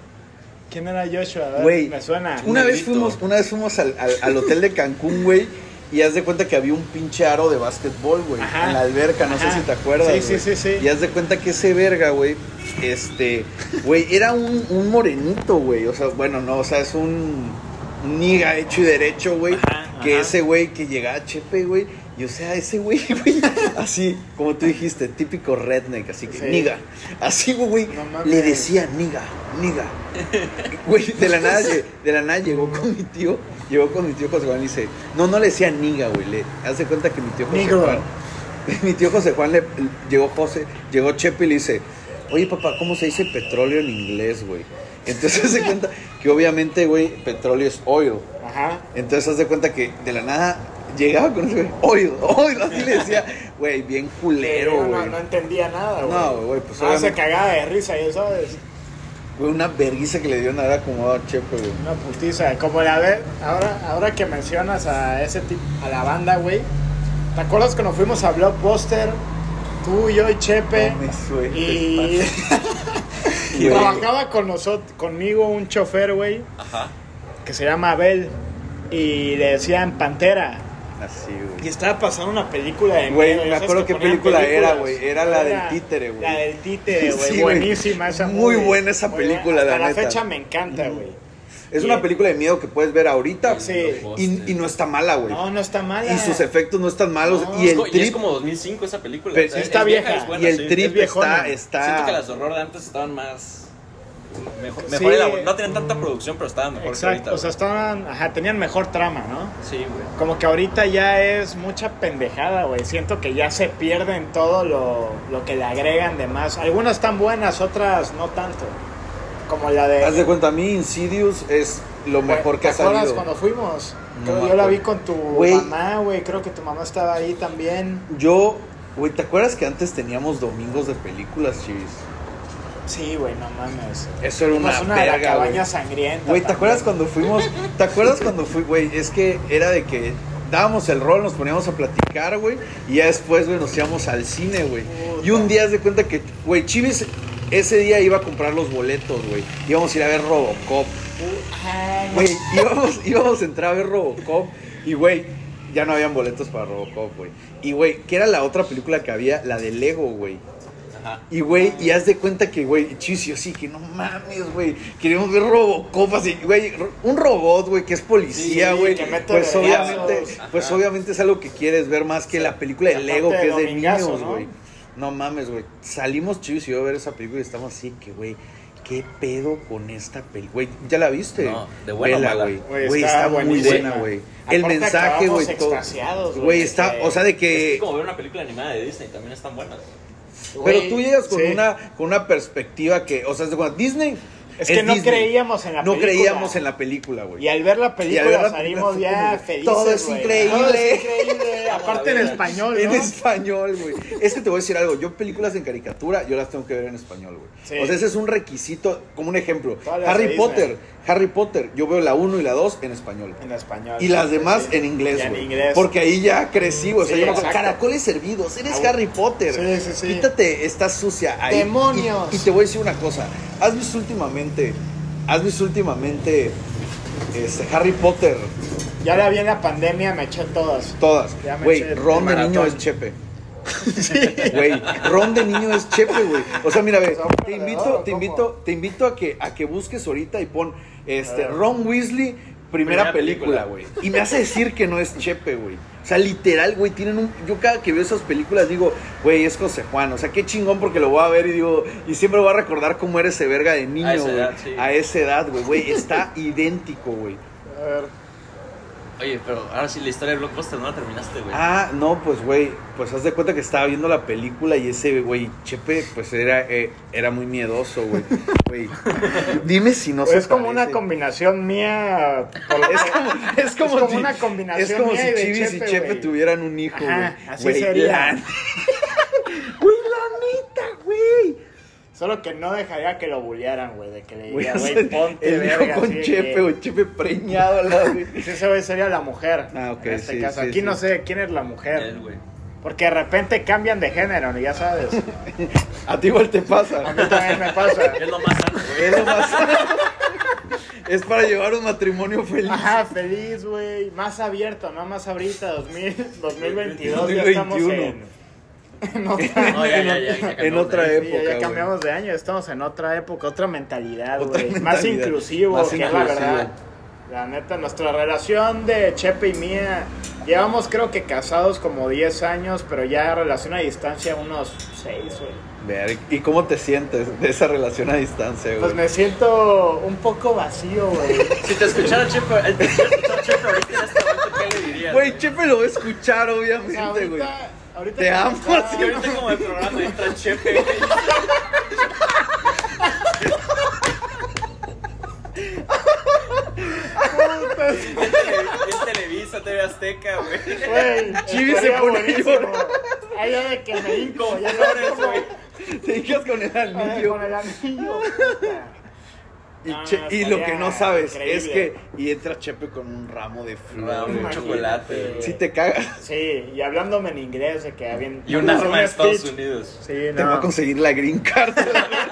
[SPEAKER 4] ¿Quién era Joshua? A ver,
[SPEAKER 2] Güey,
[SPEAKER 4] me suena.
[SPEAKER 2] Una vez
[SPEAKER 3] negrito.
[SPEAKER 2] fuimos, una vez fuimos al, al- al hotel de Cancún, güey, y haz de cuenta que había un pinche aro de básquetbol, güey,
[SPEAKER 4] Ajá.
[SPEAKER 2] en la alberca, no
[SPEAKER 4] Ajá.
[SPEAKER 2] sé si te acuerdas.
[SPEAKER 4] Sí, sí,
[SPEAKER 2] güey.
[SPEAKER 4] sí, sí.
[SPEAKER 2] Y haz de cuenta que ese verga, güey, este, güey, era un, un morenito, güey, o sea, bueno, no, o sea, es un niga hecho y derecho, güey,
[SPEAKER 3] Ajá,
[SPEAKER 2] que
[SPEAKER 3] ajá.
[SPEAKER 2] ese güey que llegaba a Chepe, güey, y o sea, ese güey, güey, así, como tú dijiste, típico redneck, así que
[SPEAKER 4] Sí.
[SPEAKER 2] niga, así, güey,
[SPEAKER 4] No mames.
[SPEAKER 2] le decía niga, niga, güey, de la nada, lle- de la nada llegó con mi tío, llegó con mi tío José Juan y dice, no, no le decía niga, güey, le hace cuenta que mi tío José
[SPEAKER 4] Niga.
[SPEAKER 2] Juan, mi tío José Juan le, llegó José, llegó Chepe y le dice, oye papá, ¿cómo se dice petróleo en inglés, güey? Entonces se cuenta que obviamente, güey, petróleo es oil.
[SPEAKER 4] Ajá.
[SPEAKER 2] Entonces haz de cuenta que de la nada llegaba con ese güey, oil, oil, así le decía, güey, bien
[SPEAKER 4] Yo
[SPEAKER 2] culero,
[SPEAKER 4] no,
[SPEAKER 2] güey.
[SPEAKER 4] no entendía nada, güey.
[SPEAKER 2] No, güey, pues,
[SPEAKER 4] Ah, se
[SPEAKER 2] obviamente.
[SPEAKER 4] cagaba de risa, ya sabes.
[SPEAKER 2] Güey, una vergüenza que le dio nada acomodado a Chepe, güey.
[SPEAKER 4] Una putiza. Como la vez, ahora, ahora que mencionas a ese tipo, a la banda, güey. ¿Te acuerdas cuando fuimos a Blockbuster? Tú, yo y Chepe.
[SPEAKER 2] No me sueltes,
[SPEAKER 4] y
[SPEAKER 2] Güey.
[SPEAKER 4] trabajaba con nosotros, conmigo un chofer, güey,
[SPEAKER 3] Ajá.
[SPEAKER 4] que se llama Abel. Y le decían Pantera.
[SPEAKER 2] Así,
[SPEAKER 4] Y
[SPEAKER 2] güey.
[SPEAKER 4] estaba pasando una película de
[SPEAKER 2] Güey,
[SPEAKER 4] miedo,
[SPEAKER 2] me
[SPEAKER 4] ya sabes
[SPEAKER 2] acuerdo
[SPEAKER 4] que
[SPEAKER 2] qué
[SPEAKER 4] ponían
[SPEAKER 2] película
[SPEAKER 4] películas.
[SPEAKER 2] era, güey, era la del títere, güey.
[SPEAKER 4] La del títere, güey.
[SPEAKER 2] Sí, güey.
[SPEAKER 4] Buenísima esa
[SPEAKER 2] Muy
[SPEAKER 4] movie.
[SPEAKER 2] buena esa
[SPEAKER 4] Muy buena.
[SPEAKER 2] película, la
[SPEAKER 4] Hasta la
[SPEAKER 2] neta.
[SPEAKER 4] fecha me encanta, güey.
[SPEAKER 2] Es una película de miedo que puedes ver ahorita
[SPEAKER 4] Sí.
[SPEAKER 2] y, y no está mala, güey.
[SPEAKER 4] No, no está mala.
[SPEAKER 2] Y sus efectos no están malos.
[SPEAKER 4] No,
[SPEAKER 2] y
[SPEAKER 3] Es
[SPEAKER 2] el
[SPEAKER 3] co- y es
[SPEAKER 2] trip,
[SPEAKER 3] como 2005 esa película.
[SPEAKER 2] Pero
[SPEAKER 3] o
[SPEAKER 2] sí
[SPEAKER 3] sea,
[SPEAKER 4] está
[SPEAKER 3] es
[SPEAKER 4] vieja.
[SPEAKER 3] es buena,
[SPEAKER 2] y el
[SPEAKER 3] sí.
[SPEAKER 2] trip
[SPEAKER 4] viejona.
[SPEAKER 2] está, está.
[SPEAKER 3] Siento que las de horror de antes estaban más. Mejor,
[SPEAKER 4] Sí.
[SPEAKER 3] mejor elabor- No tenían tanta producción, pero estaban mejor que ahorita.
[SPEAKER 4] Exacto, o sea, estaban, ajá, tenían mejor trama, ¿no?
[SPEAKER 3] güey. Sí, güey.
[SPEAKER 4] Como que ahorita ya es mucha pendejada, güey. Siento que ya se pierden todo lo, lo que le agregan de más. Algunas tan buenas, otras no tanto. Como la de...
[SPEAKER 2] Haz de cuenta, a mí Insidious es lo
[SPEAKER 4] Güey,
[SPEAKER 2] mejor que
[SPEAKER 4] ¿Te
[SPEAKER 2] ha
[SPEAKER 4] acuerdas
[SPEAKER 2] salido.
[SPEAKER 4] cuando fuimos?
[SPEAKER 2] No
[SPEAKER 4] Creo-
[SPEAKER 2] me
[SPEAKER 4] yo la
[SPEAKER 2] acuerdo.
[SPEAKER 4] vi con tu
[SPEAKER 2] Güey.
[SPEAKER 4] mamá, güey. Creo que tu mamá estaba ahí también.
[SPEAKER 2] Yo, güey, ¿te acuerdas que antes teníamos domingos de películas, chivis?
[SPEAKER 4] Sí, güey, no mames.
[SPEAKER 2] Eso era una,
[SPEAKER 4] Fuimos una de la
[SPEAKER 2] verga,
[SPEAKER 4] cabaña
[SPEAKER 2] güey.
[SPEAKER 4] sangrienta.
[SPEAKER 2] Güey, ¿te
[SPEAKER 4] también.
[SPEAKER 2] acuerdas cuando fuimos? ¿Te acuerdas cuando fui, güey? Es que era de que dábamos el rol, nos poníamos a platicar, güey, y ya después, güey, nos íbamos al cine, güey. Y un día haz de cuenta que, güey, Chivis ese día iba a comprar los boletos, güey. Íbamos a ir a ver Robocop.
[SPEAKER 4] Ay,
[SPEAKER 2] Güey, íbamos, íbamos a entrar a ver Robocop y, güey, ya no habían boletos para Robocop, güey. Y, güey, que era la otra película que había, la de Lego, güey.
[SPEAKER 3] Ajá.
[SPEAKER 2] Y, güey, y haz de cuenta que, güey, chisio, así que no mames, güey. Queremos ver Robocop, así, güey, ro- un robot, güey, que es policía,
[SPEAKER 4] Sí,
[SPEAKER 2] güey.
[SPEAKER 4] que mete
[SPEAKER 2] pues
[SPEAKER 4] vergazos.
[SPEAKER 2] obviamente,
[SPEAKER 3] Ajá.
[SPEAKER 2] pues obviamente es algo que quieres ver más que la película de
[SPEAKER 4] Aparte
[SPEAKER 2] Lego,
[SPEAKER 4] de
[SPEAKER 2] que es de
[SPEAKER 4] domingazo,
[SPEAKER 2] niños,
[SPEAKER 4] ¿no?
[SPEAKER 2] güey. No mames, güey. Salimos Chivis y yo a ver esa película y estamos así que, güey, ¿qué pedo con esta película? Güey, ¿ya la viste?
[SPEAKER 3] No, de buena o
[SPEAKER 2] Vela,
[SPEAKER 3] mala.
[SPEAKER 2] güey.
[SPEAKER 4] Güey,
[SPEAKER 2] Güey,
[SPEAKER 4] está
[SPEAKER 2] está, muy
[SPEAKER 4] buenísima.
[SPEAKER 2] buena, güey. El
[SPEAKER 4] Aparte
[SPEAKER 2] mensaje,
[SPEAKER 4] acabamos
[SPEAKER 2] güey, todo.
[SPEAKER 4] extasiados, güey,
[SPEAKER 2] Güey, está,
[SPEAKER 4] porque-
[SPEAKER 2] o sea, de
[SPEAKER 3] Es
[SPEAKER 2] que
[SPEAKER 3] que como ver una película animada de Disney también están buenas.
[SPEAKER 2] pero
[SPEAKER 4] güey,
[SPEAKER 2] tú llegas con
[SPEAKER 4] sí.
[SPEAKER 2] una con una perspectiva que, o sea, cuando Disney
[SPEAKER 4] Es que no
[SPEAKER 2] Disney.
[SPEAKER 4] creíamos en la
[SPEAKER 2] No
[SPEAKER 4] película.
[SPEAKER 2] creíamos en la película, güey.
[SPEAKER 4] Y al ver la película
[SPEAKER 2] ver la película
[SPEAKER 4] salimos
[SPEAKER 2] fue
[SPEAKER 4] ya
[SPEAKER 2] como,
[SPEAKER 4] felices.
[SPEAKER 2] todo es
[SPEAKER 4] güey.
[SPEAKER 2] increíble.
[SPEAKER 4] Todo es increíble. Aparte en
[SPEAKER 3] verga.
[SPEAKER 4] español, ¿no?
[SPEAKER 2] En español, güey. Es que te voy a decir algo. Yo películas en caricatura, yo las tengo que ver en español, güey.
[SPEAKER 4] Sí.
[SPEAKER 2] O sea, ese es un requisito, como un ejemplo.
[SPEAKER 4] Todas las de
[SPEAKER 2] Harry
[SPEAKER 4] Disney.
[SPEAKER 2] Potter, Harry Potter, yo veo la 1 y la 2 en español.
[SPEAKER 4] En español.
[SPEAKER 2] Y las
[SPEAKER 4] sí,
[SPEAKER 2] demás
[SPEAKER 4] sí.
[SPEAKER 2] en inglés,
[SPEAKER 4] Y en
[SPEAKER 2] güey.
[SPEAKER 4] inglés.
[SPEAKER 2] Porque ahí ya crecí, güey. O sea,
[SPEAKER 4] Sí,
[SPEAKER 2] yo me acuerdo,
[SPEAKER 4] exacto.
[SPEAKER 2] caracoles servidos, eres
[SPEAKER 4] Ah, güey.
[SPEAKER 2] Harry Potter.
[SPEAKER 4] Sí, sí, sí.
[SPEAKER 2] Quítate, estás sucia ahí.
[SPEAKER 4] ¡Demonios!
[SPEAKER 2] Y, y te voy a decir una cosa. ¿Has visto últimamente, has visto últimamente este, Harry Potter?
[SPEAKER 4] Ya la vi en la pandemia, me eché todas.
[SPEAKER 2] Todas.
[SPEAKER 4] Ya me eché
[SPEAKER 2] Güey,
[SPEAKER 4] el
[SPEAKER 2] Ron de
[SPEAKER 4] maratón.
[SPEAKER 2] niño es Chepe. Güey, Ron de niño es Chepe, güey. O sea, mira, ve,
[SPEAKER 4] ¿Es un
[SPEAKER 2] te
[SPEAKER 4] perdedor
[SPEAKER 2] invito,
[SPEAKER 4] o
[SPEAKER 2] te
[SPEAKER 4] cómo?
[SPEAKER 2] invito, te invito a que a que busques ahorita y pon este
[SPEAKER 4] A ver.
[SPEAKER 2] Ron Weasley primera
[SPEAKER 3] Primera
[SPEAKER 2] película,
[SPEAKER 3] película.
[SPEAKER 2] güey. Y me hace decir que no es Chepe, güey. O sea, literal, güey, tienen un yo cada que veo esas películas digo, güey, es José Juan, o sea, qué chingón porque lo voy a ver y digo, y siempre voy a recordar cómo era ese verga de niño,
[SPEAKER 3] esa
[SPEAKER 2] güey.
[SPEAKER 3] edad, sí.
[SPEAKER 2] A esa edad, güey, güey, está idéntico, güey.
[SPEAKER 4] A ver.
[SPEAKER 3] Oye, pero ahora sí la historia de Blockbuster no la terminaste, güey.
[SPEAKER 2] Ah, no, pues güey, pues haz de cuenta que estaba viendo la película y ese güey, Chepe, pues era, eh, era muy miedoso, güey. Güey, dime si no se
[SPEAKER 4] es como una
[SPEAKER 2] parece.
[SPEAKER 4] combinación mía. por lo
[SPEAKER 2] Es
[SPEAKER 4] que-
[SPEAKER 2] como, es como,
[SPEAKER 4] como
[SPEAKER 2] si-
[SPEAKER 4] una combinación
[SPEAKER 2] Es como
[SPEAKER 4] mía y
[SPEAKER 2] si
[SPEAKER 4] de
[SPEAKER 2] Chivis
[SPEAKER 4] Chepe,
[SPEAKER 2] y Chepe
[SPEAKER 4] güey.
[SPEAKER 2] tuvieran un hijo, güey.
[SPEAKER 4] Ajá, así
[SPEAKER 2] Güey,
[SPEAKER 4] sería.
[SPEAKER 2] la- Güey, la neta, güey.
[SPEAKER 4] Solo que no dejaría que lo bullearan, güey. De que le
[SPEAKER 2] Güey,
[SPEAKER 4] diga,
[SPEAKER 2] o sea,
[SPEAKER 4] güey, ponte
[SPEAKER 2] el hijo
[SPEAKER 4] verga,
[SPEAKER 2] con
[SPEAKER 4] sí,
[SPEAKER 2] Chepe,
[SPEAKER 4] que-
[SPEAKER 2] güey, Chepe preñado al lado, güey.
[SPEAKER 4] Sí, ese güey sería la mujer.
[SPEAKER 2] Ah, ok,
[SPEAKER 4] En este
[SPEAKER 2] sí,
[SPEAKER 4] caso,
[SPEAKER 2] sí,
[SPEAKER 4] aquí
[SPEAKER 2] sí.
[SPEAKER 4] no sé quién es la mujer.
[SPEAKER 3] Él, güey.
[SPEAKER 4] Porque de repente cambian de género, ya sabes.
[SPEAKER 2] A ti igual te
[SPEAKER 4] A
[SPEAKER 2] pasa.
[SPEAKER 4] mí también me pasa.
[SPEAKER 3] Es lo más sano, güey.
[SPEAKER 2] Es lo más- es para llevar un matrimonio feliz.
[SPEAKER 4] Ajá, feliz, güey. Más abierto, ¿no? Más ahorita, 2000, 2022. Ya estamos
[SPEAKER 2] 2021.
[SPEAKER 4] en. en otra,
[SPEAKER 3] No, ya, ya, ya, ya
[SPEAKER 2] En
[SPEAKER 3] cambiamos
[SPEAKER 2] otra
[SPEAKER 3] de-
[SPEAKER 2] época.
[SPEAKER 4] Sí, ya- ya
[SPEAKER 2] güey.
[SPEAKER 4] cambiamos de año, estamos en otra época, otra mentalidad,
[SPEAKER 2] Otra
[SPEAKER 4] güey. Más
[SPEAKER 2] mentalidad,
[SPEAKER 4] inclusivo,
[SPEAKER 2] más
[SPEAKER 4] que es la
[SPEAKER 2] inclusivo.
[SPEAKER 4] verdad. La neta, nuestra relación de Chepe y mía, llevamos creo que casados como 10 años, pero ya relación a distancia unos 6, güey.
[SPEAKER 2] Ver, ¿Y cómo te sientes de esa relación a distancia, güey?
[SPEAKER 4] Pues me siento un poco vacío, güey.
[SPEAKER 3] Si te escuchara Chepe, eh, si te escuchara Chepe ahorita en este momento, ¿qué le dirías?
[SPEAKER 2] Güey, Chepe lo va a escuchar,
[SPEAKER 4] O sea,
[SPEAKER 2] obviamente, güey.
[SPEAKER 4] ahorita, ahorita
[SPEAKER 2] Te
[SPEAKER 4] que
[SPEAKER 2] amo,
[SPEAKER 4] está-
[SPEAKER 2] sí.
[SPEAKER 3] Y ahorita como el programa entra Chepe, güey. En, tele- en Televisa, TV Azteca, güey.
[SPEAKER 4] Güey,
[SPEAKER 2] Chibi
[SPEAKER 4] estaría
[SPEAKER 2] se pone a
[SPEAKER 4] buenísimo.
[SPEAKER 2] llorar.
[SPEAKER 4] Ay, ya de que me hinco, ya
[SPEAKER 3] Colores,
[SPEAKER 4] no
[SPEAKER 3] güey.
[SPEAKER 2] Te dedicas con el
[SPEAKER 4] Ay,
[SPEAKER 2] anillo.
[SPEAKER 4] Con el anillo. puta.
[SPEAKER 2] Y,
[SPEAKER 4] Ah,
[SPEAKER 2] Che- y lo que no
[SPEAKER 4] estaría
[SPEAKER 2] sabes es que.
[SPEAKER 4] increíble.
[SPEAKER 2] Y entra Chepe con un ramo de flores.
[SPEAKER 3] Un
[SPEAKER 4] Imagínate.
[SPEAKER 3] chocolate, güey.
[SPEAKER 2] Si te cagas,
[SPEAKER 4] Sí, y hablándome en inglés de que habían...
[SPEAKER 3] Y un arma de Estados
[SPEAKER 4] speech.
[SPEAKER 3] Unidos.
[SPEAKER 4] Sí,
[SPEAKER 2] te va a
[SPEAKER 4] no.
[SPEAKER 2] conseguir la green card.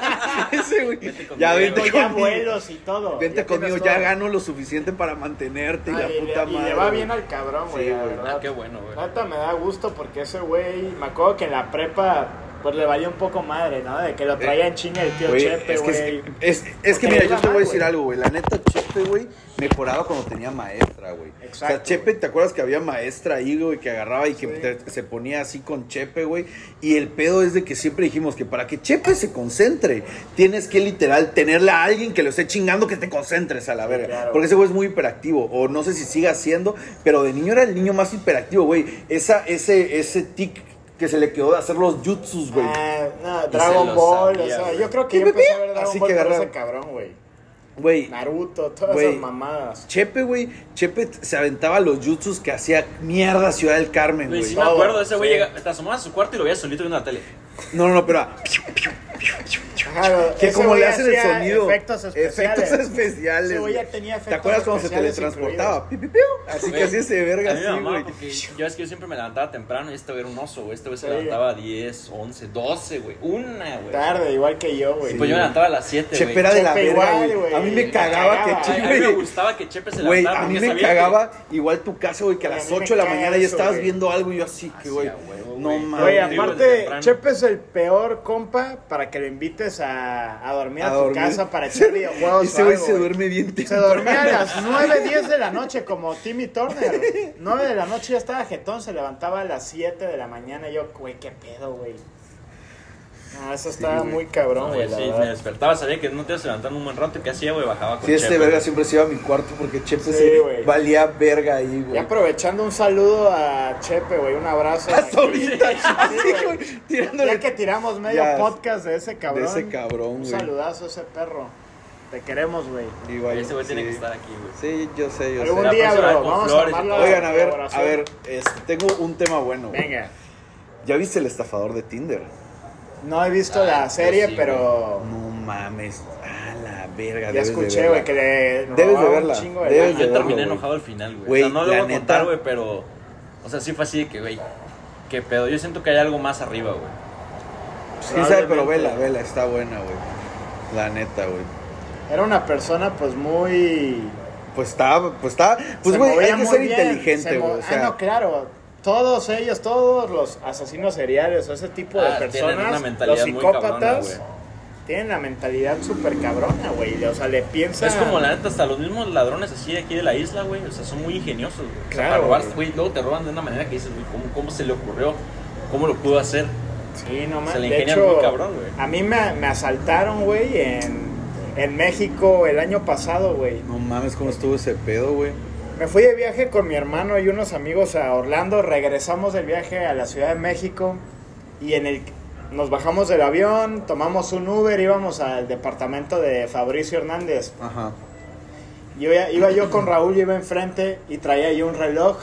[SPEAKER 2] Ese, güey.
[SPEAKER 3] Vete conmigo.
[SPEAKER 2] Ya
[SPEAKER 4] Tengo
[SPEAKER 2] vente
[SPEAKER 4] ya
[SPEAKER 2] conmigo.
[SPEAKER 4] vuelos y todo.
[SPEAKER 2] Vente
[SPEAKER 4] Ya tienes
[SPEAKER 2] conmigo, ya
[SPEAKER 4] todo.
[SPEAKER 2] gano lo suficiente para mantenerte y
[SPEAKER 4] Ah,
[SPEAKER 2] la
[SPEAKER 4] y le-
[SPEAKER 2] puta
[SPEAKER 4] Y
[SPEAKER 2] madre.
[SPEAKER 4] le va
[SPEAKER 2] güey.
[SPEAKER 4] bien al cabrón, güey,
[SPEAKER 2] Sí,
[SPEAKER 4] la
[SPEAKER 2] güey.
[SPEAKER 4] verdad.
[SPEAKER 3] Ah, qué bueno, güey.
[SPEAKER 4] Neta me da gusto porque ese güey, me acuerdo que en la prepa, pues le valía un poco madre, ¿no? De que lo traía en chinga el tío
[SPEAKER 2] Eh, Güey,
[SPEAKER 4] Chepe,
[SPEAKER 2] es que,
[SPEAKER 4] güey.
[SPEAKER 2] es, es- es que
[SPEAKER 4] Porque
[SPEAKER 2] mira,
[SPEAKER 4] le
[SPEAKER 2] yo
[SPEAKER 4] iba
[SPEAKER 2] te voy a
[SPEAKER 4] mal,
[SPEAKER 2] decir
[SPEAKER 4] güey.
[SPEAKER 2] algo, güey. La neta, Chepe, güey, mejoraba cuando tenía maestra, güey. O sea,
[SPEAKER 4] Exacto,
[SPEAKER 2] Chepe, ¿te acuerdas que había maestra ahí, güey, que agarraba y que
[SPEAKER 4] Sí.
[SPEAKER 2] te- se ponía así con Chepe, güey? Y el pedo es de que siempre dijimos que para que Chepe se concentre, tienes que literal tenerle a alguien que lo esté chingando que te concentres a la verga.
[SPEAKER 4] claro,
[SPEAKER 2] Porque ese güey es muy hiperactivo, o no sé si siga siendo, pero de niño era el niño más hiperactivo, güey. Esa, ese, ese tic que se le quedó de hacer los jutsus, güey.
[SPEAKER 4] Ah, no,
[SPEAKER 3] se
[SPEAKER 4] Dragon
[SPEAKER 3] lo
[SPEAKER 4] Ball,
[SPEAKER 3] sabía,
[SPEAKER 4] o sea,
[SPEAKER 3] güey.
[SPEAKER 4] yo creo que
[SPEAKER 2] ¿Qué,
[SPEAKER 4] yo empecé a
[SPEAKER 2] bebé?
[SPEAKER 4] ver Dragon
[SPEAKER 2] Así
[SPEAKER 4] Ball
[SPEAKER 2] que
[SPEAKER 4] por
[SPEAKER 2] agarraba.
[SPEAKER 4] ese cabrón, güey.
[SPEAKER 2] Güey,
[SPEAKER 4] Naruto, todas
[SPEAKER 2] Güey.
[SPEAKER 4] esas mamadas.
[SPEAKER 2] Chepe, güey, Chepe t- se aventaba los jutsus que hacía mierda Ciudad del Carmen,
[SPEAKER 3] Güey, sí
[SPEAKER 2] güey.
[SPEAKER 3] me
[SPEAKER 4] todo,
[SPEAKER 3] acuerdo, ese güey
[SPEAKER 4] sí.
[SPEAKER 3] llega- te asomaba a su cuarto y lo veía solito viendo la tele.
[SPEAKER 2] No, no, no, pero ah,
[SPEAKER 4] Ajá,
[SPEAKER 2] que
[SPEAKER 4] ese
[SPEAKER 2] como
[SPEAKER 4] güey
[SPEAKER 2] le hacen el
[SPEAKER 4] hacía
[SPEAKER 2] sonido.
[SPEAKER 4] Efectos especiales.
[SPEAKER 2] Efectos especiales,
[SPEAKER 4] Ese güey ya
[SPEAKER 2] güey.
[SPEAKER 4] tenía efectos
[SPEAKER 2] ¿Te acuerdas cuando se
[SPEAKER 4] especiales
[SPEAKER 2] teletransportaba? Pi, pi, piu. Así
[SPEAKER 3] Güey,
[SPEAKER 2] que hacía ese verga
[SPEAKER 3] a mí me
[SPEAKER 2] así,
[SPEAKER 3] mamaba
[SPEAKER 2] güey.
[SPEAKER 3] porque yo es que yo siempre me levantaba temprano y este güey era un oso, güey. Este güey se
[SPEAKER 4] Sí.
[SPEAKER 3] levantaba a 10, 11, 12, güey. Una, güey.
[SPEAKER 4] Tarde, igual que yo, güey.
[SPEAKER 3] Pues yo me levantaba a las 7,
[SPEAKER 2] Chepe
[SPEAKER 3] güey.
[SPEAKER 2] era de la
[SPEAKER 4] Chepe
[SPEAKER 2] verga,
[SPEAKER 4] igual,
[SPEAKER 2] güey.
[SPEAKER 4] güey.
[SPEAKER 2] A mí me
[SPEAKER 4] Me
[SPEAKER 2] cagaba que
[SPEAKER 4] cagaba.
[SPEAKER 3] Ay, A mí me
[SPEAKER 2] Chepe...
[SPEAKER 3] gustaba que Chepe se
[SPEAKER 2] Güey,
[SPEAKER 3] levantaba
[SPEAKER 2] a mí
[SPEAKER 3] porque
[SPEAKER 2] me
[SPEAKER 3] sabía que-
[SPEAKER 2] cagaba igual tu caso, güey, que a
[SPEAKER 4] Güey, a
[SPEAKER 2] las
[SPEAKER 4] mí me
[SPEAKER 2] 8 de la
[SPEAKER 4] caga
[SPEAKER 2] mañana ya
[SPEAKER 4] eso,
[SPEAKER 2] estabas
[SPEAKER 4] güey.
[SPEAKER 2] viendo algo y yo así, que, güey.
[SPEAKER 3] Así, a huevo,
[SPEAKER 2] No
[SPEAKER 3] güey.
[SPEAKER 4] Güey,
[SPEAKER 2] mames.
[SPEAKER 3] Digo, desde
[SPEAKER 4] aparte,
[SPEAKER 3] temprano.
[SPEAKER 4] Chepe es el peor compa para que lo invites a, a dormir a,
[SPEAKER 2] A
[SPEAKER 4] tu
[SPEAKER 2] dormir.
[SPEAKER 4] casa para echar videojuegos.
[SPEAKER 2] Ese
[SPEAKER 4] o
[SPEAKER 2] güey
[SPEAKER 4] algo,
[SPEAKER 2] se
[SPEAKER 4] güey.
[SPEAKER 2] duerme bien
[SPEAKER 4] Se
[SPEAKER 2] temprano.
[SPEAKER 4] dormía a las 9, 10 de la noche, como Timmy Turner. 9 de la noche ya estaba jetón, se levantaba a las 7 de la mañana. y Yo, güey, qué pedo, güey. Ah, eso estaba
[SPEAKER 2] güey.
[SPEAKER 4] muy cabrón,
[SPEAKER 3] No,
[SPEAKER 4] güey.
[SPEAKER 3] güey,
[SPEAKER 4] la
[SPEAKER 3] sí,
[SPEAKER 4] verdad.
[SPEAKER 3] me despertaba, sabía que no te ibas a levantar en un buen rato y que hacía, güey, bajaba con
[SPEAKER 2] Sí, este
[SPEAKER 3] Chepe.
[SPEAKER 2] verga siempre se iba a mi cuarto porque Chepe
[SPEAKER 4] Sí,
[SPEAKER 2] se
[SPEAKER 4] güey.
[SPEAKER 2] valía verga ahí,
[SPEAKER 4] y
[SPEAKER 2] güey.
[SPEAKER 4] aprovechando un saludo a Chepe, güey, un abrazo.
[SPEAKER 2] Hasta ahorita,
[SPEAKER 4] Sí,
[SPEAKER 2] así,
[SPEAKER 4] güey.
[SPEAKER 2] güey,
[SPEAKER 4] Ya
[SPEAKER 2] tirándole
[SPEAKER 4] que tiramos medio
[SPEAKER 2] Ya,
[SPEAKER 4] podcast de ese cabrón.
[SPEAKER 2] de ese cabrón,
[SPEAKER 4] Un
[SPEAKER 2] güey.
[SPEAKER 4] saludazo a ese perro. Te queremos, güey.
[SPEAKER 2] Y
[SPEAKER 3] Güey,
[SPEAKER 2] vaya,
[SPEAKER 3] Ese güey tiene
[SPEAKER 2] sí.
[SPEAKER 3] que estar aquí, güey.
[SPEAKER 2] Sí, yo sé, yo
[SPEAKER 4] Algún
[SPEAKER 2] sé.
[SPEAKER 3] La
[SPEAKER 4] día,
[SPEAKER 3] próxima
[SPEAKER 4] bro,
[SPEAKER 3] con
[SPEAKER 4] vamos
[SPEAKER 3] flores y
[SPEAKER 4] a armar la
[SPEAKER 3] todo.
[SPEAKER 2] Oigan, a ver, a
[SPEAKER 4] colaboración.
[SPEAKER 2] ver, este, tengo un tema bueno. güey.
[SPEAKER 4] Venga.
[SPEAKER 2] ¿Ya viste el estafador de Tinder?
[SPEAKER 4] No he visto
[SPEAKER 3] Ah,
[SPEAKER 4] la
[SPEAKER 3] yo
[SPEAKER 4] serie,
[SPEAKER 3] sí,
[SPEAKER 4] pero
[SPEAKER 2] No mames, a la verga.
[SPEAKER 4] ya
[SPEAKER 2] debes de
[SPEAKER 4] escuché,
[SPEAKER 2] verla.
[SPEAKER 4] güey, que le
[SPEAKER 2] Debes de
[SPEAKER 4] robaba un
[SPEAKER 2] verla,
[SPEAKER 4] chingo de
[SPEAKER 2] debes
[SPEAKER 4] lana.
[SPEAKER 2] de
[SPEAKER 3] Yo terminé
[SPEAKER 2] verlo, güey.
[SPEAKER 3] enojado al final, güey.
[SPEAKER 2] Güey,
[SPEAKER 3] O sea, no
[SPEAKER 2] la
[SPEAKER 3] lo voy a
[SPEAKER 2] neta.
[SPEAKER 3] contar, güey, pero. O sea, sí fue así de que, güey. Qué pedo. Yo siento que hay algo más arriba, güey.
[SPEAKER 2] Sí, sabe, pero
[SPEAKER 3] Probablemente.
[SPEAKER 2] vela, vela, está buena, güey. La neta, güey.
[SPEAKER 4] Era una persona, pues, muy...
[SPEAKER 2] Pues está, pues está, pues
[SPEAKER 4] se
[SPEAKER 2] güey, hay
[SPEAKER 4] movía
[SPEAKER 2] que
[SPEAKER 4] muy
[SPEAKER 2] ser
[SPEAKER 4] bien,
[SPEAKER 2] inteligente,
[SPEAKER 4] se mo-
[SPEAKER 2] güey. O sea,
[SPEAKER 4] Ah, no, claro. Todos ellos, todos los asesinos seriales o ese tipo de
[SPEAKER 3] Ah, tienen
[SPEAKER 4] personas,
[SPEAKER 3] una mentalidad
[SPEAKER 4] los
[SPEAKER 3] muy
[SPEAKER 4] psicópatas,
[SPEAKER 3] cabrona,
[SPEAKER 4] tienen la mentalidad súper cabrona, güey. O sea, le piensan...
[SPEAKER 3] Es como la neta, hasta los mismos ladrones así de aquí de la isla, güey. O sea, son muy ingeniosos, güey. O sea,
[SPEAKER 4] Claro,
[SPEAKER 3] para robar,
[SPEAKER 4] güey.
[SPEAKER 3] güey, luego te roban de una manera que dices, güey, ¿cómo, cómo se le ocurrió? ¿Cómo lo pudo hacer?
[SPEAKER 4] Sí, no mames.
[SPEAKER 3] Se le
[SPEAKER 4] De
[SPEAKER 3] ingenian
[SPEAKER 4] hecho,
[SPEAKER 3] muy cabrón, güey.
[SPEAKER 4] a mí me, me asaltaron, güey, en, en México el año pasado, güey.
[SPEAKER 2] no mames, cómo estuvo ese pedo, güey.
[SPEAKER 4] Me fui de viaje con mi hermano y unos amigos a Orlando, regresamos del viaje a la Ciudad de México y en el nos bajamos del avión, tomamos un Uber, íbamos al departamento de Fabricio Hernández.
[SPEAKER 2] Ajá.
[SPEAKER 4] Yo ya- iba yo con Raúl, yo iba enfrente y traía yo un reloj.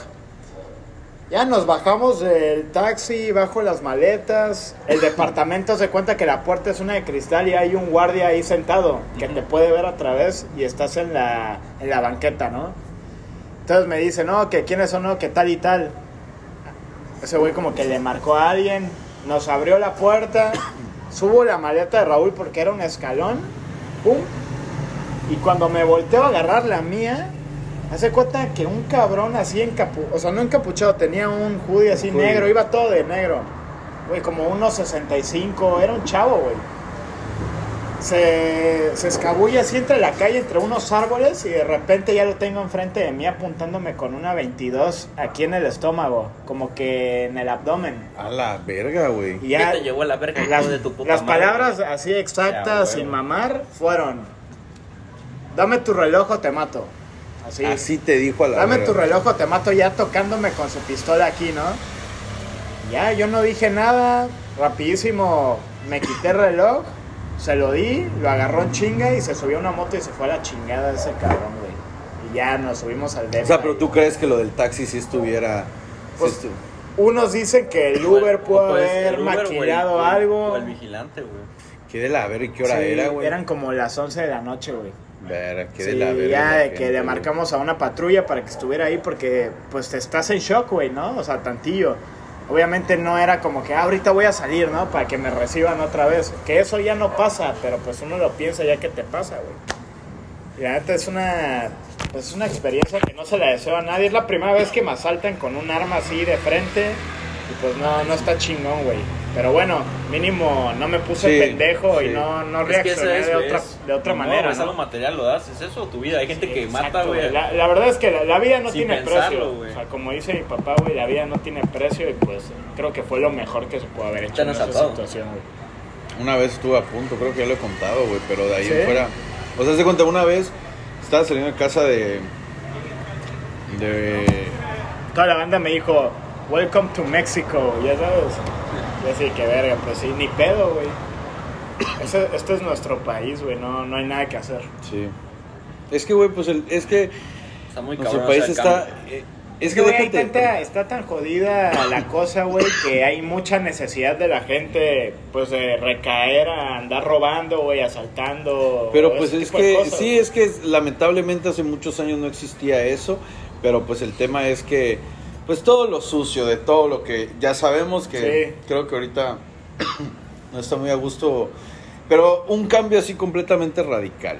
[SPEAKER 4] Ya nos bajamos del taxi, bajo las maletas. El departamento se cuenta que la puerta es una de cristal y hay un guardia ahí sentado que te puede ver a través y estás en la, en la banqueta, ¿no? Entonces me dice, no, que quiénes son, no, que tal y tal. Ese güey como que le marcó a alguien, nos abrió la puerta, subo la maleta de Raúl porque era un escalón, pum, y cuando me volteo a agarrar la mía, hace cuenta que un cabrón así encapuchado, o sea, no encapuchado, tenía un hoodie así
[SPEAKER 2] Hoodie.
[SPEAKER 4] negro, iba todo de negro. Güey, como unos 65, era un chavo, güey. se, se escabulle así entre la calle, entre unos árboles, y de repente ya lo tengo enfrente de mí apuntándome con una 22 aquí en el estómago, como que en el abdomen.
[SPEAKER 2] A la verga, güey.
[SPEAKER 4] Y
[SPEAKER 3] ¿Qué
[SPEAKER 4] ya
[SPEAKER 3] te llevó a la verga
[SPEAKER 4] las,
[SPEAKER 3] hijo de tu puta
[SPEAKER 4] las
[SPEAKER 3] madre?
[SPEAKER 4] palabras así exactas,
[SPEAKER 2] Ya, güey.
[SPEAKER 4] sin mamar, fueron: Dame tu reloj o te mato. Así.
[SPEAKER 2] Así te dijo a la
[SPEAKER 4] Dame
[SPEAKER 2] verga.
[SPEAKER 4] tu reloj o te mato ya tocándome con su pistola aquí, ¿no? Ya, yo no dije nada, rapidísimo me quité el reloj, se lo di, lo agarró en chinga y se subió a una moto y se fue a la chingada ese cabrón, güey. Y ya nos subimos al DEPA.
[SPEAKER 2] O sea, pero
[SPEAKER 4] y-
[SPEAKER 2] tú crees que lo del taxi sí estuviera. sí
[SPEAKER 4] Pues,
[SPEAKER 2] estu-
[SPEAKER 4] Unos dicen que el
[SPEAKER 3] O el-
[SPEAKER 4] Uber
[SPEAKER 3] o
[SPEAKER 4] pudo
[SPEAKER 3] puedes-
[SPEAKER 4] haber
[SPEAKER 3] el Uber, güey,
[SPEAKER 4] maquillado
[SPEAKER 3] o el-
[SPEAKER 4] algo.
[SPEAKER 3] O el vigilante, güey.
[SPEAKER 2] Qué de la verga, ¿qué hora
[SPEAKER 4] Sí,
[SPEAKER 2] era, güey?
[SPEAKER 4] Eran como las 11 de la noche, güey.
[SPEAKER 2] Verga, qué de
[SPEAKER 4] Sí,
[SPEAKER 2] la verga.
[SPEAKER 4] ya
[SPEAKER 2] la
[SPEAKER 4] de que
[SPEAKER 2] gente,
[SPEAKER 4] le
[SPEAKER 2] güey.
[SPEAKER 4] marcamos a una patrulla para que estuviera ahí porque pues te estás en shock, güey, ¿no? O sea, tantillo. Obviamente no era como que ah, ahorita voy a salir, ¿no? Para que me reciban otra vez. Que eso ya no pasa, pero pues uno lo piensa ya que te pasa, güey. Y la neta es una pues, es una experiencia que no se la deseo a nadie. Es la primera vez que me asaltan con un arma así de frente y pues no no está chingón, güey. Pero bueno, mínimo no me puse
[SPEAKER 2] Sí,
[SPEAKER 4] pendejo y
[SPEAKER 2] sí.
[SPEAKER 4] no no
[SPEAKER 3] Es que
[SPEAKER 4] reaccioné
[SPEAKER 3] eso
[SPEAKER 4] de,
[SPEAKER 3] es,
[SPEAKER 4] otra,
[SPEAKER 3] es-
[SPEAKER 4] de otra
[SPEAKER 3] no,
[SPEAKER 4] manera,
[SPEAKER 3] Es
[SPEAKER 4] ¿no?
[SPEAKER 3] algo material, lo das, es eso, tu vida. Hay gente que
[SPEAKER 4] Exacto,
[SPEAKER 3] mata, güey.
[SPEAKER 4] La, la verdad es que la, la vida no
[SPEAKER 3] Sin
[SPEAKER 4] tiene
[SPEAKER 3] pensarlo,
[SPEAKER 4] precio.
[SPEAKER 3] güey.
[SPEAKER 4] O sea, como dice mi papá, güey, la vida no tiene precio y pues creo que fue lo mejor que se pudo haber hecho
[SPEAKER 3] Te
[SPEAKER 4] en
[SPEAKER 3] nos
[SPEAKER 4] esa
[SPEAKER 3] atado.
[SPEAKER 4] situación, güey.
[SPEAKER 2] Una vez estuve a punto, creo que ya lo he contado, güey, pero de ahí
[SPEAKER 4] ¿Sí?
[SPEAKER 2] en fuera. O sea, se cuenta, una vez estaba saliendo de casa de. de.
[SPEAKER 4] Toda la banda me dijo, Welcome to Mexico, ya sabes. Ya sí, que verga, pues sí, ni pedo, güey. Ese- Este, es nuestro país, güey, no, no hay nada que hacer.
[SPEAKER 2] Sí. Es que, güey, pues el, es que
[SPEAKER 3] Está muy cabrón.
[SPEAKER 2] nuestro
[SPEAKER 3] o sea,
[SPEAKER 2] país
[SPEAKER 3] el
[SPEAKER 2] está.
[SPEAKER 3] cambio.
[SPEAKER 2] eh, es que
[SPEAKER 4] güey, hay
[SPEAKER 2] déjate.
[SPEAKER 4] tanta- está tan jodida la cosa, güey, que hay mucha necesidad de la gente, pues, de recaer a andar robando, güey, asaltando.
[SPEAKER 2] Pero
[SPEAKER 4] ese
[SPEAKER 2] pues es
[SPEAKER 4] tipo de
[SPEAKER 2] que
[SPEAKER 4] cosas,
[SPEAKER 2] sí,
[SPEAKER 4] güey.
[SPEAKER 2] es que lamentablemente hace muchos años no existía eso, pero pues el tema es que pues todo lo sucio de todo lo que ya sabemos que
[SPEAKER 4] Sí.
[SPEAKER 2] creo que ahorita no está muy a gusto, pero un cambio así completamente radical.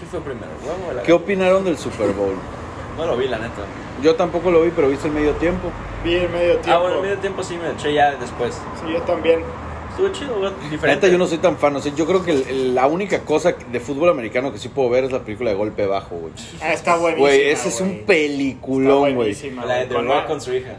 [SPEAKER 3] ¿Qué fue primero, el huevo o la
[SPEAKER 2] ¿Qué opinaron del Super Bowl?
[SPEAKER 3] No lo vi, la neta.
[SPEAKER 2] Yo tampoco lo vi, pero viste el medio tiempo.
[SPEAKER 4] Vi el medio tiempo.
[SPEAKER 3] Ah, bueno, el medio tiempo sí me lo eché ya después.
[SPEAKER 4] Sí, yo también.
[SPEAKER 3] Estuvo chido, güey.
[SPEAKER 2] La
[SPEAKER 3] Diferente.
[SPEAKER 2] neta, yo no soy tan fan, o sea, yo creo que el- el- la única cosa de fútbol americano que sí puedo ver es la película de golpe bajo, güey.
[SPEAKER 4] Ah, está buenísimo.
[SPEAKER 2] Güey, ese es un peliculón, güey.
[SPEAKER 3] La de The Rock con su hija.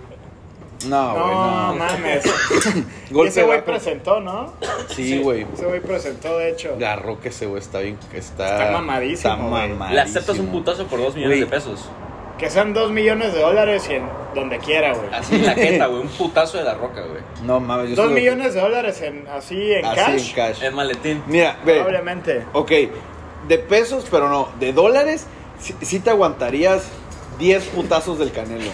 [SPEAKER 2] No, güey,
[SPEAKER 4] No,
[SPEAKER 2] no.
[SPEAKER 4] mames.
[SPEAKER 2] Golpe
[SPEAKER 4] ese güey
[SPEAKER 2] bajo.
[SPEAKER 4] presentó, ¿no?
[SPEAKER 2] Sí, güey.
[SPEAKER 4] Ese güey presentó, de hecho.
[SPEAKER 2] La roca ese güey está bien. Está,
[SPEAKER 4] Está mamadísimo,
[SPEAKER 2] Está
[SPEAKER 4] güey.
[SPEAKER 2] mamadísimo.
[SPEAKER 3] Le aceptas un putazo por 2 millones
[SPEAKER 2] Güey.
[SPEAKER 3] de pesos.
[SPEAKER 4] Que sean dos millones de dólares y en donde quiera, güey.
[SPEAKER 2] Ah,
[SPEAKER 3] Así en la jeta, güey. Un putazo de la roca, güey.
[SPEAKER 2] No mames, yo
[SPEAKER 4] Dos
[SPEAKER 2] estuve-
[SPEAKER 4] millones de dólares en, así en
[SPEAKER 2] Así
[SPEAKER 4] cash.
[SPEAKER 2] en cash.
[SPEAKER 3] El maletín.
[SPEAKER 2] Mira, ve.
[SPEAKER 4] Probablemente.
[SPEAKER 2] Ok, de pesos, pero no. De dólares, sí, sí te aguantarías 10 putazos del canelo.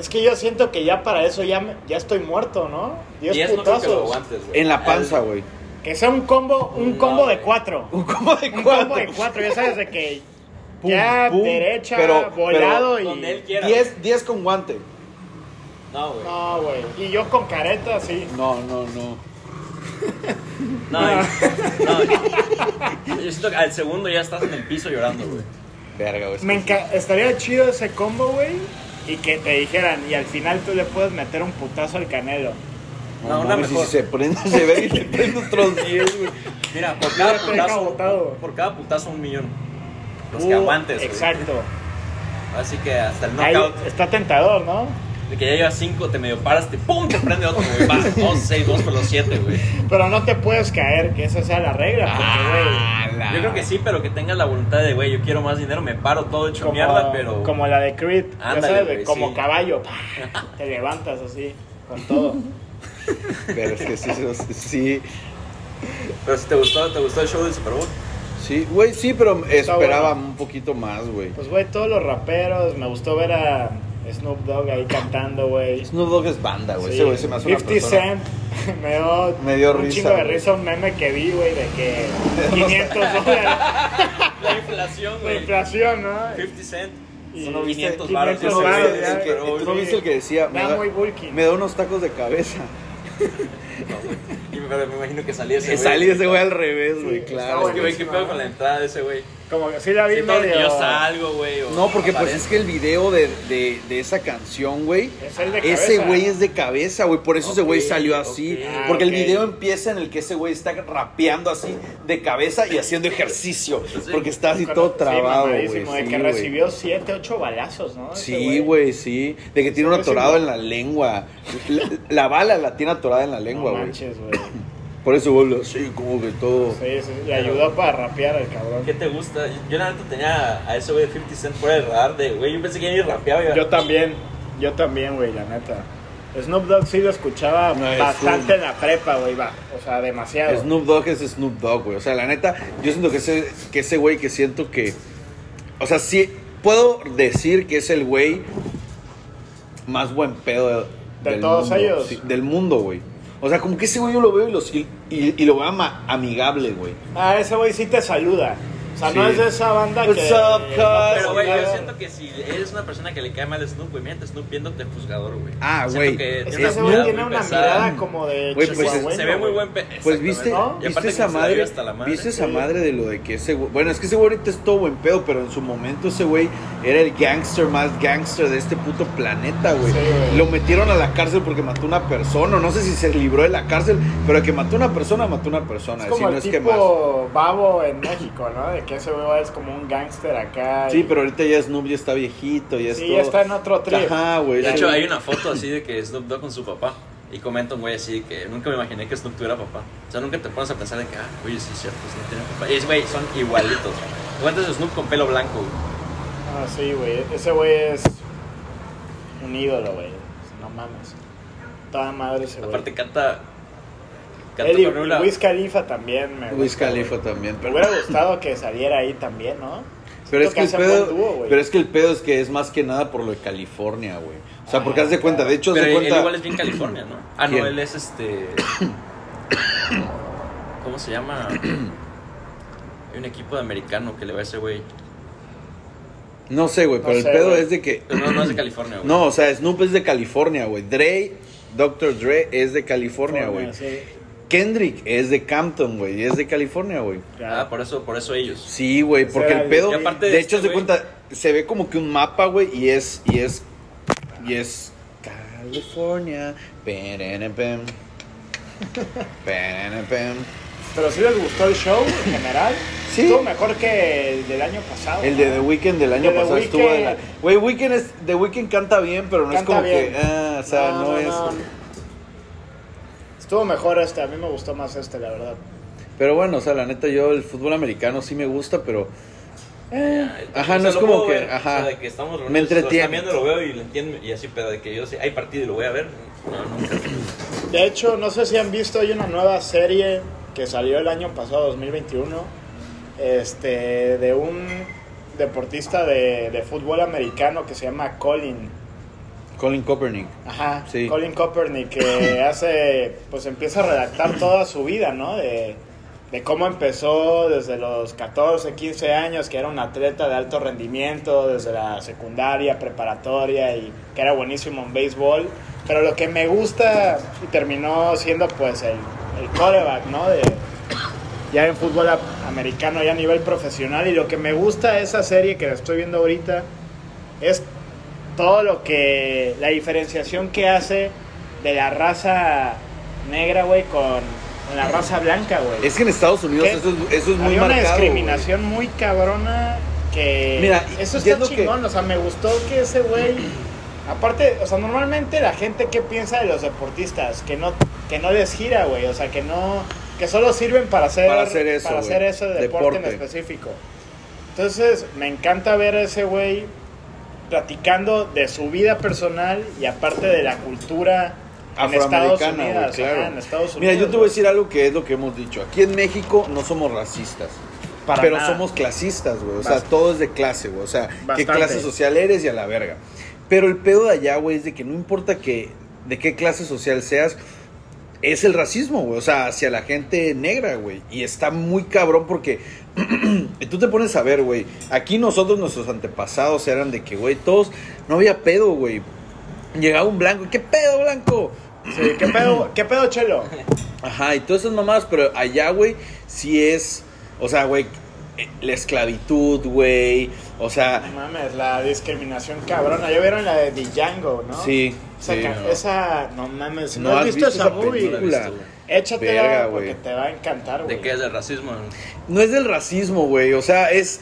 [SPEAKER 4] Es que yo siento que ya para eso ya, me- ya estoy muerto, ¿no?
[SPEAKER 3] Y
[SPEAKER 4] Diez
[SPEAKER 3] es no creo que lo
[SPEAKER 4] putazos.
[SPEAKER 3] aguantes, güey.
[SPEAKER 2] En la panza,
[SPEAKER 3] Al-
[SPEAKER 2] güey.
[SPEAKER 4] que sea un combo, un
[SPEAKER 3] No,
[SPEAKER 4] combo de
[SPEAKER 3] güey.
[SPEAKER 4] cuatro.
[SPEAKER 2] Un combo de
[SPEAKER 4] Un
[SPEAKER 2] cuatro.
[SPEAKER 4] combo de cuatro, ya sabes de que
[SPEAKER 2] Pum,
[SPEAKER 4] ya
[SPEAKER 2] pum,
[SPEAKER 4] derecha,
[SPEAKER 2] pero-
[SPEAKER 4] volado y.
[SPEAKER 3] Donde él quiera.
[SPEAKER 2] 10, 10 con guante.
[SPEAKER 3] No, güey.
[SPEAKER 4] No, güey. Y yo con careta, sí.
[SPEAKER 2] No, no, no.
[SPEAKER 3] No, no. Yo siento que al segundo ya estás en el piso llorando, güey.
[SPEAKER 2] Verga, güey. es
[SPEAKER 4] Me
[SPEAKER 2] que sí.
[SPEAKER 4] enca- estaría chido ese combo, güey. Y que te dijeran, y al final tú le puedes meter un putazo al canelo.
[SPEAKER 3] No, una
[SPEAKER 2] mames, y
[SPEAKER 3] mejor.
[SPEAKER 2] Si se prende, se ve y le prende otros 10, güey.
[SPEAKER 3] Mira, por
[SPEAKER 4] Ya
[SPEAKER 3] cada
[SPEAKER 4] te deja
[SPEAKER 3] putazo,
[SPEAKER 4] botado.
[SPEAKER 3] por cada putazo un millón. Los que
[SPEAKER 4] Uh,
[SPEAKER 3] aguantes. güey.
[SPEAKER 4] Exacto.
[SPEAKER 3] Así que hasta el
[SPEAKER 4] Ahí
[SPEAKER 3] knockout,
[SPEAKER 4] está tentador, ¿no?
[SPEAKER 3] de que ya llevas cinco, te medio paras, te pum, te prende otro, güey. Vas, dos, seis, dos por los siete, güey.
[SPEAKER 4] Pero no te puedes caer, que esa sea la regla, porque,
[SPEAKER 2] la-
[SPEAKER 3] Yo creo que sí, pero que tengas la voluntad de, güey, yo quiero más dinero, me paro todo hecho
[SPEAKER 4] güey. Como,
[SPEAKER 3] mierda, pero.
[SPEAKER 4] como la de Creed, ya
[SPEAKER 3] Ándale,
[SPEAKER 4] sabes, de-
[SPEAKER 3] güey,
[SPEAKER 4] como
[SPEAKER 3] sí.
[SPEAKER 4] caballo, pa, te levantas así, con todo.
[SPEAKER 2] Pero es que sí, sí, sí.
[SPEAKER 3] Pero si te gustó, te gustó el show del Super Bowl.
[SPEAKER 2] Sí, güey, sí, pero
[SPEAKER 4] Está
[SPEAKER 2] esperaba
[SPEAKER 4] bueno.
[SPEAKER 2] un poquito más, güey.
[SPEAKER 4] Pues, güey, todos los raperos, me gustó ver a Snoop Dogg ahí cantando, güey.
[SPEAKER 2] Snoop Dogg es banda, güey.
[SPEAKER 4] Sí.
[SPEAKER 2] Ese güey se me hace una
[SPEAKER 4] 50
[SPEAKER 2] persona.
[SPEAKER 4] Cent me dio,
[SPEAKER 2] Me dio
[SPEAKER 4] un
[SPEAKER 2] risa,
[SPEAKER 4] chingo de
[SPEAKER 2] güey.
[SPEAKER 4] risa un meme que vi, güey, de que 500 dólares
[SPEAKER 3] La inflación,
[SPEAKER 4] de
[SPEAKER 3] güey.
[SPEAKER 4] inflación, ¿no?
[SPEAKER 3] 50 Cent.
[SPEAKER 4] Y
[SPEAKER 3] Son 500
[SPEAKER 4] 500
[SPEAKER 3] baros.
[SPEAKER 2] ¿Tú no
[SPEAKER 4] varos,
[SPEAKER 2] viste
[SPEAKER 4] ya,
[SPEAKER 2] el que-
[SPEAKER 4] güey.
[SPEAKER 2] tú no viste el que decía? Me
[SPEAKER 4] Está
[SPEAKER 2] da,
[SPEAKER 4] muy bulky.
[SPEAKER 2] me da unos tacos de cabeza.
[SPEAKER 3] Y me, me imagino que salía ese
[SPEAKER 2] Que
[SPEAKER 3] güey.
[SPEAKER 2] salí ese güey al revés, güey,
[SPEAKER 4] está
[SPEAKER 2] claro.
[SPEAKER 3] Ah, Es que, güey, qué pedo con la entrada de ese güey.
[SPEAKER 4] Como que sí la vi
[SPEAKER 3] Sí, todo lo que
[SPEAKER 4] medio-
[SPEAKER 3] yo salgo, güey. o
[SPEAKER 2] No, porque pues
[SPEAKER 3] aparezco.
[SPEAKER 2] es que el video de, de- de esa canción, güey.
[SPEAKER 4] Es el de
[SPEAKER 2] Ese
[SPEAKER 4] cabeza.
[SPEAKER 2] güey es de cabeza, güey. Por eso ese güey
[SPEAKER 3] Ok,
[SPEAKER 2] salió así.
[SPEAKER 3] ok.
[SPEAKER 2] Porque
[SPEAKER 4] Ah,
[SPEAKER 2] el
[SPEAKER 4] ok.
[SPEAKER 2] video empieza en el que ese güey está rapeando así de cabeza y haciendo ejercicio. Porque está así todo
[SPEAKER 4] Sí,
[SPEAKER 2] trabado, güey.
[SPEAKER 4] mamadísimo, de
[SPEAKER 2] sí,
[SPEAKER 4] que
[SPEAKER 2] güey.
[SPEAKER 4] recibió 7, 8 balazos, ¿no? Ese
[SPEAKER 2] Sí, güey, sí. De que tiene un
[SPEAKER 4] Ese
[SPEAKER 2] atorado
[SPEAKER 4] güey.
[SPEAKER 2] en la lengua. La, la bala la tiene atorada en la lengua,
[SPEAKER 4] No
[SPEAKER 2] güey.
[SPEAKER 4] manches, güey.
[SPEAKER 2] Por eso vuelve así, como que todo.
[SPEAKER 4] Sí, sí, le ayudó para rapear al cabrón.
[SPEAKER 3] ¿Qué te gusta? Yo la neta tenía a ese güey de 50 Cent fuera del radar de, güey, yo pensé que ni rapeaba. iba-
[SPEAKER 4] Yo también, yo también, güey, la neta. Snoop Dogg sí lo escuchaba
[SPEAKER 2] No, es
[SPEAKER 4] bastante
[SPEAKER 2] un-
[SPEAKER 4] en la prepa, güey, va. O sea, demasiado.
[SPEAKER 2] Snoop Dogg es Snoop Dogg, güey. O sea, la neta, yo siento que ese, que ese güey que siento que. O sea, sí, puedo decir que es el güey más buen pedo
[SPEAKER 4] ¿De todos
[SPEAKER 2] mundo,
[SPEAKER 4] ellos?
[SPEAKER 2] sí, del mundo, güey. O sea, como que ese güey yo lo veo y, los- y, y- y lo veo ama- amigable, güey.
[SPEAKER 4] Ah, ese güey sí te saluda. O sea, no
[SPEAKER 2] Sí.
[SPEAKER 4] es de esa banda que...
[SPEAKER 2] What's up, cuz?
[SPEAKER 3] Pero, güey, yo siento que si eres una persona que le cae mal a Snoop, güey, mírate a Snoop viéndote juzgador, güey.
[SPEAKER 2] Ah,
[SPEAKER 3] Siento
[SPEAKER 2] güey.
[SPEAKER 3] que
[SPEAKER 4] Es
[SPEAKER 3] tiene
[SPEAKER 4] que
[SPEAKER 3] una
[SPEAKER 4] ese güey
[SPEAKER 3] mirada
[SPEAKER 4] tiene
[SPEAKER 3] muy
[SPEAKER 4] una
[SPEAKER 3] pesada.
[SPEAKER 4] mirada como de
[SPEAKER 2] Güey, pues,
[SPEAKER 4] chihuahueño,
[SPEAKER 3] se ve muy
[SPEAKER 4] güey.
[SPEAKER 3] buen pe-
[SPEAKER 2] Pues viste,
[SPEAKER 4] ¿no?
[SPEAKER 3] Y
[SPEAKER 2] viste esa
[SPEAKER 3] aparte que se la dio
[SPEAKER 2] madre,
[SPEAKER 3] hasta la madre.
[SPEAKER 2] viste esa madre de lo de que ese güey, bueno, es que ese güey ahorita es todo buen pedo, pero en su momento ese güey era el gangster más gangster de este puto planeta, güey.
[SPEAKER 4] Sí, güey.
[SPEAKER 2] Lo metieron a la cárcel porque mató una persona, o no sé si se libró de la cárcel, pero que mató una persona, mató una persona,
[SPEAKER 4] Es
[SPEAKER 2] si
[SPEAKER 4] como
[SPEAKER 2] no
[SPEAKER 4] el
[SPEAKER 2] es que más.
[SPEAKER 4] tipo babo en México, ¿no? De que ese güey es como un gángster acá.
[SPEAKER 2] Sí,
[SPEAKER 4] y-
[SPEAKER 2] pero ahorita ya Snoop ya está viejito, ya es
[SPEAKER 4] Sí,
[SPEAKER 2] todo-
[SPEAKER 4] ya está en otro trip.
[SPEAKER 2] Ajá, güey.
[SPEAKER 3] De
[SPEAKER 2] ese
[SPEAKER 3] hecho,
[SPEAKER 2] güey-
[SPEAKER 3] hay una foto así de que Snoop Dogg con su papá. Y comenta un güey así de que nunca me imaginé que Snoop tuviera papá. O sea, nunca te pones a pensar de que, ah, oye, sí es cierto, Snoop tiene papá. Y es, güey, son igualitos. Cuéntase Snoop con pelo blanco, güey.
[SPEAKER 4] Ah, sí, güey. Ese güey es un ídolo, güey. No mames. Toda madre ese güey.
[SPEAKER 3] Aparte canta... Canta
[SPEAKER 4] Él y
[SPEAKER 3] con una-
[SPEAKER 4] Wiz Khalifa también me
[SPEAKER 2] Wiz
[SPEAKER 4] gusta,
[SPEAKER 2] Khalifa
[SPEAKER 4] güey.
[SPEAKER 2] también,
[SPEAKER 4] Me
[SPEAKER 2] pero
[SPEAKER 4] hubiera gustado que saliera ahí también, ¿no?
[SPEAKER 2] Pero es, que el
[SPEAKER 4] Siento hacen
[SPEAKER 2] pedo,
[SPEAKER 4] buen dúo, güey.
[SPEAKER 2] pero es que el pedo es que es más que nada por lo de California, güey. O sea, porque
[SPEAKER 4] Ah,
[SPEAKER 2] haz de cuenta, de hecho, haz
[SPEAKER 3] Pero
[SPEAKER 2] de
[SPEAKER 3] él,
[SPEAKER 2] cuenta.
[SPEAKER 3] él igual es bien California, ¿no? Ah,
[SPEAKER 2] ¿Quién?
[SPEAKER 3] no, él es este. ¿Cómo se llama? Hay un equipo de americano que le va a ese güey.
[SPEAKER 2] No sé, güey,
[SPEAKER 4] No
[SPEAKER 2] pero el
[SPEAKER 4] sé,
[SPEAKER 2] pedo
[SPEAKER 4] güey.
[SPEAKER 2] es de que.
[SPEAKER 3] Pero no, no es de California, güey.
[SPEAKER 2] No, o sea, Snoop es de California, güey. Dre, Dr. Dre es de California, güey.
[SPEAKER 4] Sí,
[SPEAKER 2] Kendrick es de Campton, güey. y Es de California, güey.
[SPEAKER 4] claro.
[SPEAKER 3] Ah, por eso, por eso ellos.
[SPEAKER 2] Sí, güey,
[SPEAKER 4] O
[SPEAKER 2] porque
[SPEAKER 4] sea,
[SPEAKER 2] el pedo.
[SPEAKER 4] y
[SPEAKER 3] aparte
[SPEAKER 2] de
[SPEAKER 3] de
[SPEAKER 2] hecho,
[SPEAKER 3] este,
[SPEAKER 2] se
[SPEAKER 3] güey.
[SPEAKER 2] cuenta, se ve como que un mapa, güey, y es. Y es. Y es. California. Perenepem. Perenepem.
[SPEAKER 4] Pero sí les gustó el show en general.
[SPEAKER 2] Sí.
[SPEAKER 4] Estuvo mejor que el del año pasado.
[SPEAKER 2] El de
[SPEAKER 4] ¿no?
[SPEAKER 2] The Weeknd del año
[SPEAKER 4] De The
[SPEAKER 2] pasado estuvo de la.
[SPEAKER 4] Weeknd.
[SPEAKER 2] Güey, Weeknd es. The Weeknd canta bien, pero no es
[SPEAKER 4] Canta
[SPEAKER 2] como
[SPEAKER 4] bien.
[SPEAKER 2] que. Ah, o sea, no, es.
[SPEAKER 4] Estuvo mejor este, a mí me gustó más este, la verdad.
[SPEAKER 2] Pero bueno, o sea, la neta, yo el fútbol americano sí me gusta, pero. eh, ajá,
[SPEAKER 3] O sea,
[SPEAKER 2] no es
[SPEAKER 3] lo
[SPEAKER 2] como
[SPEAKER 3] puedo
[SPEAKER 2] que.
[SPEAKER 3] ver,
[SPEAKER 2] ajá.
[SPEAKER 3] O sea, de que estamos reunidos.
[SPEAKER 2] Me entretiene.
[SPEAKER 3] También lo veo y lo entiendo y así, pero de que yo sé, hay partido y lo voy a ver. No, nunca.
[SPEAKER 4] De hecho, no sé si han visto, hay una nueva serie que salió el año pasado, 2021, este, de un deportista de, de fútbol americano que se llama Colin.
[SPEAKER 2] Colin Kaepernick.
[SPEAKER 4] Ajá,
[SPEAKER 2] Sí.
[SPEAKER 4] Colin Kaepernick, que hace, pues empieza a redactar toda su vida, ¿no? De, de cómo empezó desde los 14, 15 años, que era un atleta de alto rendimiento, desde la secundaria, preparatoria, y que era buenísimo en béisbol. Pero lo que me gusta, y terminó siendo pues el, el quarterback, ¿no? De, ya en fútbol a- americano, ya a nivel profesional. Y lo que me gusta de esa serie que la estoy viendo ahorita es todo lo que la diferenciación que hace de la raza negra, güey, con, con la raza blanca, güey.
[SPEAKER 2] Es que en Estados Unidos
[SPEAKER 4] ¿Qué?
[SPEAKER 2] eso es, eso es muy
[SPEAKER 4] Había una
[SPEAKER 2] marcado.
[SPEAKER 4] discriminación muy cabrona que
[SPEAKER 2] Mira, y-
[SPEAKER 4] eso
[SPEAKER 2] y
[SPEAKER 4] está
[SPEAKER 2] es lo que-
[SPEAKER 4] chingón, o sea, me gustó que ese güey aparte, o sea, normalmente la gente que piensa de los deportistas que no que no les gira, güey, o sea, que no que solo sirven para hacer
[SPEAKER 2] Para hacer eso,
[SPEAKER 4] para
[SPEAKER 2] güey.
[SPEAKER 4] hacer ese deporte en
[SPEAKER 2] Deporte.
[SPEAKER 4] específico. Entonces, me encanta ver a ese güey platicando de su vida personal y aparte de la cultura en Estados
[SPEAKER 2] Afroamericana, güey,
[SPEAKER 4] Unidos,
[SPEAKER 2] claro.
[SPEAKER 4] ajá, en Estados Unidos.
[SPEAKER 2] Mira, yo te voy a
[SPEAKER 4] güey.
[SPEAKER 2] decir algo que es lo que hemos dicho. Aquí en México no somos racistas.
[SPEAKER 4] Para
[SPEAKER 2] pero
[SPEAKER 4] nada.
[SPEAKER 2] somos clasistas, güey. O sea,
[SPEAKER 4] Bast-
[SPEAKER 2] todo es de clase, güey. O sea, qué
[SPEAKER 4] Bastante.
[SPEAKER 2] clase social eres y a la verga. Pero el pedo de allá, güey, es de que no importa que, de qué clase social seas, es el racismo, güey. O sea, hacia la gente negra, güey. Y está muy cabrón porque tú te pones a ver, güey. Aquí nosotros, nuestros antepasados eran de que, güey, todos, no había pedo, güey. Llegaba un blanco, ¿qué pedo, blanco?
[SPEAKER 4] Sí, ¿qué pedo, qué pedo, Chelo?
[SPEAKER 2] Ajá, y todas esas mamadas, pero allá, güey, sí es. O sea, güey,
[SPEAKER 6] eh, la esclavitud, güey. O
[SPEAKER 4] No
[SPEAKER 6] sea,
[SPEAKER 4] mames, la discriminación cabrona. Ya vieron la de Django, ¿no?
[SPEAKER 2] Sí,
[SPEAKER 4] Esa,
[SPEAKER 2] sí,
[SPEAKER 4] ca-
[SPEAKER 2] no.
[SPEAKER 4] esa no mames, si
[SPEAKER 6] ¿no
[SPEAKER 4] no, has, visto, esa movie,
[SPEAKER 3] película?
[SPEAKER 4] échatela
[SPEAKER 2] Verga,
[SPEAKER 4] porque
[SPEAKER 2] güey.
[SPEAKER 4] te va a encantar, güey.
[SPEAKER 3] ¿De qué es el racismo?
[SPEAKER 6] No es del racismo, güey. O sea, es,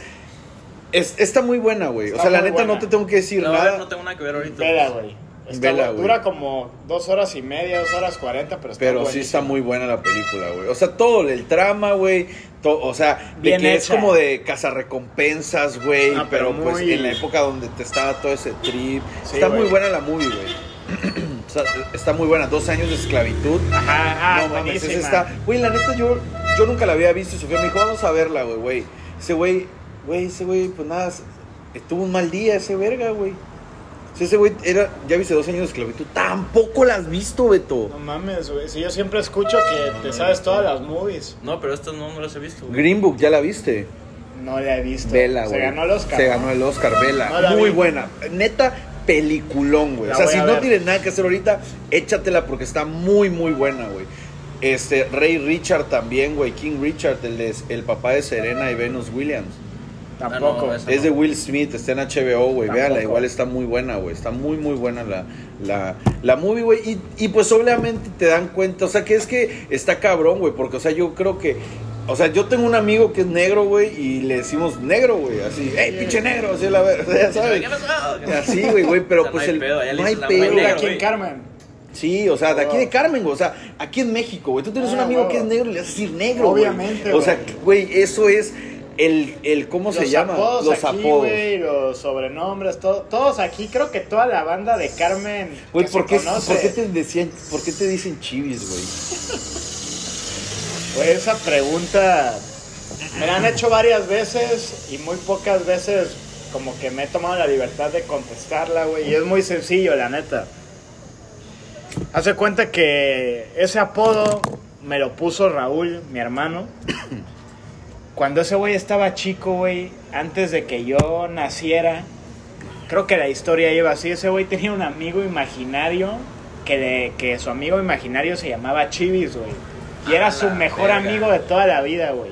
[SPEAKER 6] es está muy buena, güey. O
[SPEAKER 4] Está
[SPEAKER 6] sea, la
[SPEAKER 4] muy
[SPEAKER 6] neta
[SPEAKER 4] buena.
[SPEAKER 6] no te tengo que decir
[SPEAKER 3] No, a ver,
[SPEAKER 6] nada.
[SPEAKER 3] no tengo nada que ver ahorita.
[SPEAKER 4] Vela, güey. Está
[SPEAKER 6] Vela,
[SPEAKER 4] bu-
[SPEAKER 6] güey.
[SPEAKER 4] Dura como dos horas y media, dos horas cuarenta, pero está
[SPEAKER 2] Pero sí
[SPEAKER 4] buenísima.
[SPEAKER 2] está muy buena la película, güey. O sea, todo el trama, güey. to- O sea, de
[SPEAKER 4] Bien
[SPEAKER 2] que es
[SPEAKER 4] hecha.
[SPEAKER 2] como de cazarrecompensas, güey.
[SPEAKER 4] Ah,
[SPEAKER 2] pero
[SPEAKER 4] pero
[SPEAKER 2] pues
[SPEAKER 4] muy-
[SPEAKER 2] en la época donde te estaba todo ese trip.
[SPEAKER 4] Sí,
[SPEAKER 2] está muy
[SPEAKER 4] güey.
[SPEAKER 2] buena la movie, güey. Está, está muy buena. Dos años de esclavitud.
[SPEAKER 4] Ajá, ah,
[SPEAKER 2] no mames, esa
[SPEAKER 4] buenísima.
[SPEAKER 2] está. Güey, la neta, yo, yo nunca la había visto. Y Sofía me dijo, vamos a verla, güey, güey. Ese güey, güey, ese güey, pues nada, se- tuvo un mal día, ese verga, güey. O sea, ese güey era, ya viste dos años de esclavitud. Tampoco la has visto, Beto.
[SPEAKER 4] No mames, güey. Si yo siempre escucho que te sabes todas las movies.
[SPEAKER 3] No, pero estas no, no las he visto. güey.
[SPEAKER 2] Green Book, ¿ya la viste?
[SPEAKER 4] No la he visto.
[SPEAKER 2] Vela,
[SPEAKER 4] Se
[SPEAKER 2] güey.
[SPEAKER 4] ganó el Oscar.
[SPEAKER 2] Se
[SPEAKER 4] ¿no?
[SPEAKER 2] ganó el Oscar, Vela.
[SPEAKER 4] No la
[SPEAKER 2] Muy
[SPEAKER 4] vi.
[SPEAKER 2] buena. Neta, peliculón, güey.
[SPEAKER 4] La
[SPEAKER 2] o sea,
[SPEAKER 4] voy
[SPEAKER 2] si
[SPEAKER 4] a
[SPEAKER 2] no
[SPEAKER 4] ver.
[SPEAKER 2] tienes nada que hacer ahorita, échatela porque está muy, muy buena, güey. Este, Rey Richard también, güey. King Richard, el, de- el papá de Serena y Venus Williams.
[SPEAKER 4] Tampoco.
[SPEAKER 3] Ah, no, esa-
[SPEAKER 2] Es de Will Smith, está en HBO, güey.
[SPEAKER 4] Tampoco.
[SPEAKER 2] Véanla, igual está muy buena, güey. Está muy, muy buena la, la, la movie, güey. Y, y pues obviamente te dan cuenta, o sea, que es que está cabrón, güey. Porque, o sea, yo creo que. O sea, yo tengo un amigo que es negro, güey, y le decimos negro, güey. Así, ¡ey, pinche negro! Así, la verdad, ya sabes.
[SPEAKER 3] ¿Qué pasó? Ah,
[SPEAKER 2] Así, güey, güey, pero
[SPEAKER 3] O sea,
[SPEAKER 2] pues
[SPEAKER 3] no hay
[SPEAKER 2] el.
[SPEAKER 3] pedo, allá le
[SPEAKER 2] no hay
[SPEAKER 3] dicen la
[SPEAKER 2] pedo,
[SPEAKER 3] güey,
[SPEAKER 4] Mira,
[SPEAKER 3] negro,
[SPEAKER 4] aquí en
[SPEAKER 3] güey.
[SPEAKER 4] Carmen.
[SPEAKER 2] Sí, o sea, de aquí de
[SPEAKER 4] Oh.
[SPEAKER 2] Carmen, güey. O sea, aquí en México, güey. Tú tienes un
[SPEAKER 4] Ah,
[SPEAKER 2] amigo
[SPEAKER 4] huevo.
[SPEAKER 2] que es negro y le vas a decir negro, güey.
[SPEAKER 4] Obviamente,
[SPEAKER 2] O sea,
[SPEAKER 4] güey.
[SPEAKER 2] güey, eso es el, el ¿cómo se llama?
[SPEAKER 4] apodos
[SPEAKER 2] Los
[SPEAKER 4] aquí,
[SPEAKER 2] apodos.
[SPEAKER 4] güey, los sobrenombres, todo- todos aquí, creo que toda la banda de Carmen
[SPEAKER 2] Güey,
[SPEAKER 4] que
[SPEAKER 2] ¿por
[SPEAKER 4] se
[SPEAKER 2] qué,
[SPEAKER 4] conoce,
[SPEAKER 2] por qué te decían, por qué te dicen chivis, güey?
[SPEAKER 4] Güey, esa pregunta me la han hecho varias veces y muy pocas veces como que me he tomado la libertad de contestarla, güey. Y es muy sencillo, la neta. Hace cuenta que ese apodo me lo puso Raúl, mi hermano. Cuando ese güey estaba chico, güey, antes de que yo naciera, creo que la historia iba así. Ese güey tenía un amigo imaginario que, le- que su amigo imaginario se llamaba Chivis, güey. Y era
[SPEAKER 3] A
[SPEAKER 4] su
[SPEAKER 3] la
[SPEAKER 4] mejor
[SPEAKER 3] verga.
[SPEAKER 4] amigo de toda la vida, güey.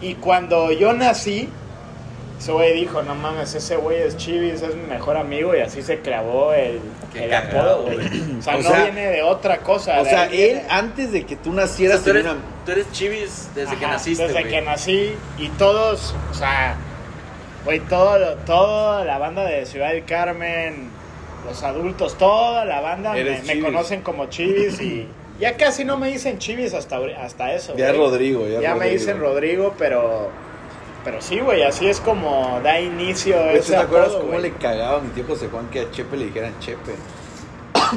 [SPEAKER 4] Y cuando yo nací, ese güey dijo, no mames, ese güey es Chivis, es mi mejor amigo. Y así se clavó el,
[SPEAKER 3] Qué
[SPEAKER 4] el
[SPEAKER 3] cagado,
[SPEAKER 4] apodo, güey.
[SPEAKER 3] güey.
[SPEAKER 4] O sea,
[SPEAKER 2] O
[SPEAKER 4] no
[SPEAKER 2] sea-
[SPEAKER 4] viene de otra cosa.
[SPEAKER 2] O
[SPEAKER 4] de
[SPEAKER 2] sea,
[SPEAKER 4] ahí viene-
[SPEAKER 2] él antes de que tú
[SPEAKER 3] O sea,
[SPEAKER 2] nacieras
[SPEAKER 3] tú, eres,
[SPEAKER 2] tenía una-
[SPEAKER 3] tú eres chivis desde que
[SPEAKER 4] Ajá,
[SPEAKER 3] naciste,
[SPEAKER 4] Desde
[SPEAKER 3] güey.
[SPEAKER 4] que nací y todos, o sea, güey, todo, lo- toda la banda de Ciudad del Carmen, los adultos, toda la banda me,
[SPEAKER 2] Eres
[SPEAKER 4] me
[SPEAKER 2] Chivis.
[SPEAKER 4] conocen como Chivis y ya casi no me dicen Chivis hasta, ahori- hasta eso.
[SPEAKER 2] Ya
[SPEAKER 4] güey.
[SPEAKER 2] Rodrigo, ya
[SPEAKER 4] Ya me
[SPEAKER 2] Rodrigo.
[SPEAKER 4] dicen Rodrigo, pero, pero sí, güey, así es como da inicio
[SPEAKER 2] Güey, ¿tú
[SPEAKER 4] ese
[SPEAKER 2] ¿Te acuerdas
[SPEAKER 4] apodo,
[SPEAKER 2] cómo
[SPEAKER 4] güey.
[SPEAKER 2] le cagaba a mi tío José Juan que a Chepe le dijeran Chepe?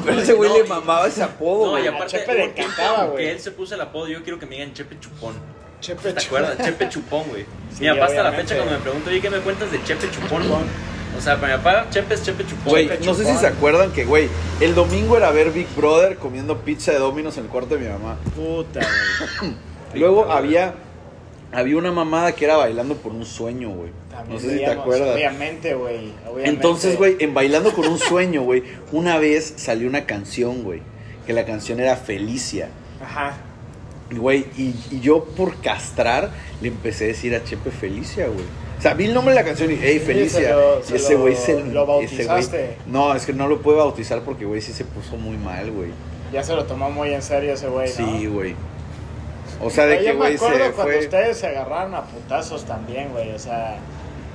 [SPEAKER 2] Pero ese güey
[SPEAKER 3] No,
[SPEAKER 2] le
[SPEAKER 3] y-
[SPEAKER 2] mamaba ese apodo,
[SPEAKER 3] No,
[SPEAKER 2] güey.
[SPEAKER 3] y
[SPEAKER 4] A
[SPEAKER 3] aparte,
[SPEAKER 4] Chepe le
[SPEAKER 3] hubo un tiempo
[SPEAKER 4] encantaba, güey.
[SPEAKER 3] que él se puso el apodo, yo quiero que me digan Chepe Chupón.
[SPEAKER 4] Chepe,
[SPEAKER 3] ¿Te acuerdas? Chepe Chupón, güey.
[SPEAKER 4] Sí,
[SPEAKER 3] mi papá hasta la
[SPEAKER 4] obviamente.
[SPEAKER 3] fecha cuando me pregunto, oye, ¿qué me cuentas de Chepe Chupón? O sea, para mi papá, Chepe es Chepe Chupón.
[SPEAKER 2] Güey,
[SPEAKER 4] Chepe
[SPEAKER 2] no sé si
[SPEAKER 4] Chupón.
[SPEAKER 2] se acuerdan que, güey, el domingo era ver Big Brother comiendo pizza de Domino's en el cuarto de mi mamá.
[SPEAKER 4] Puta, güey.
[SPEAKER 2] Luego había, había una mamada que era bailando por un sueño, güey. No
[SPEAKER 4] También
[SPEAKER 2] sé si te
[SPEAKER 4] veíamos,
[SPEAKER 2] acuerdas.
[SPEAKER 4] Obviamente, güey. obviamente.
[SPEAKER 2] Entonces, güey, en Bailando con un sueño, güey, una vez salió una canción, güey, que la canción era Felicia.
[SPEAKER 4] Ajá.
[SPEAKER 2] Y, Güey, y, y yo por castrar le empecé a decir a Chepe Felicia, güey. O sea, vi el nombre de la canción y, hey,
[SPEAKER 4] Sí,
[SPEAKER 2] Felicia.
[SPEAKER 4] se lo- se
[SPEAKER 2] y ese
[SPEAKER 4] lo-
[SPEAKER 2] güey se
[SPEAKER 4] lo
[SPEAKER 2] ese güey-
[SPEAKER 4] bautizaste.
[SPEAKER 2] no, es que no lo pude bautizar porque, güey, sí se puso muy mal, güey.
[SPEAKER 4] Ya se lo tomó muy en serio ese güey, ¿no?
[SPEAKER 2] Sí, güey. O sea, de
[SPEAKER 4] Pero
[SPEAKER 2] que,
[SPEAKER 4] yo me
[SPEAKER 2] güey,
[SPEAKER 4] acuerdo
[SPEAKER 2] se
[SPEAKER 4] cuando
[SPEAKER 2] fue.
[SPEAKER 4] ustedes se agarraron a putazos también, güey. O sea,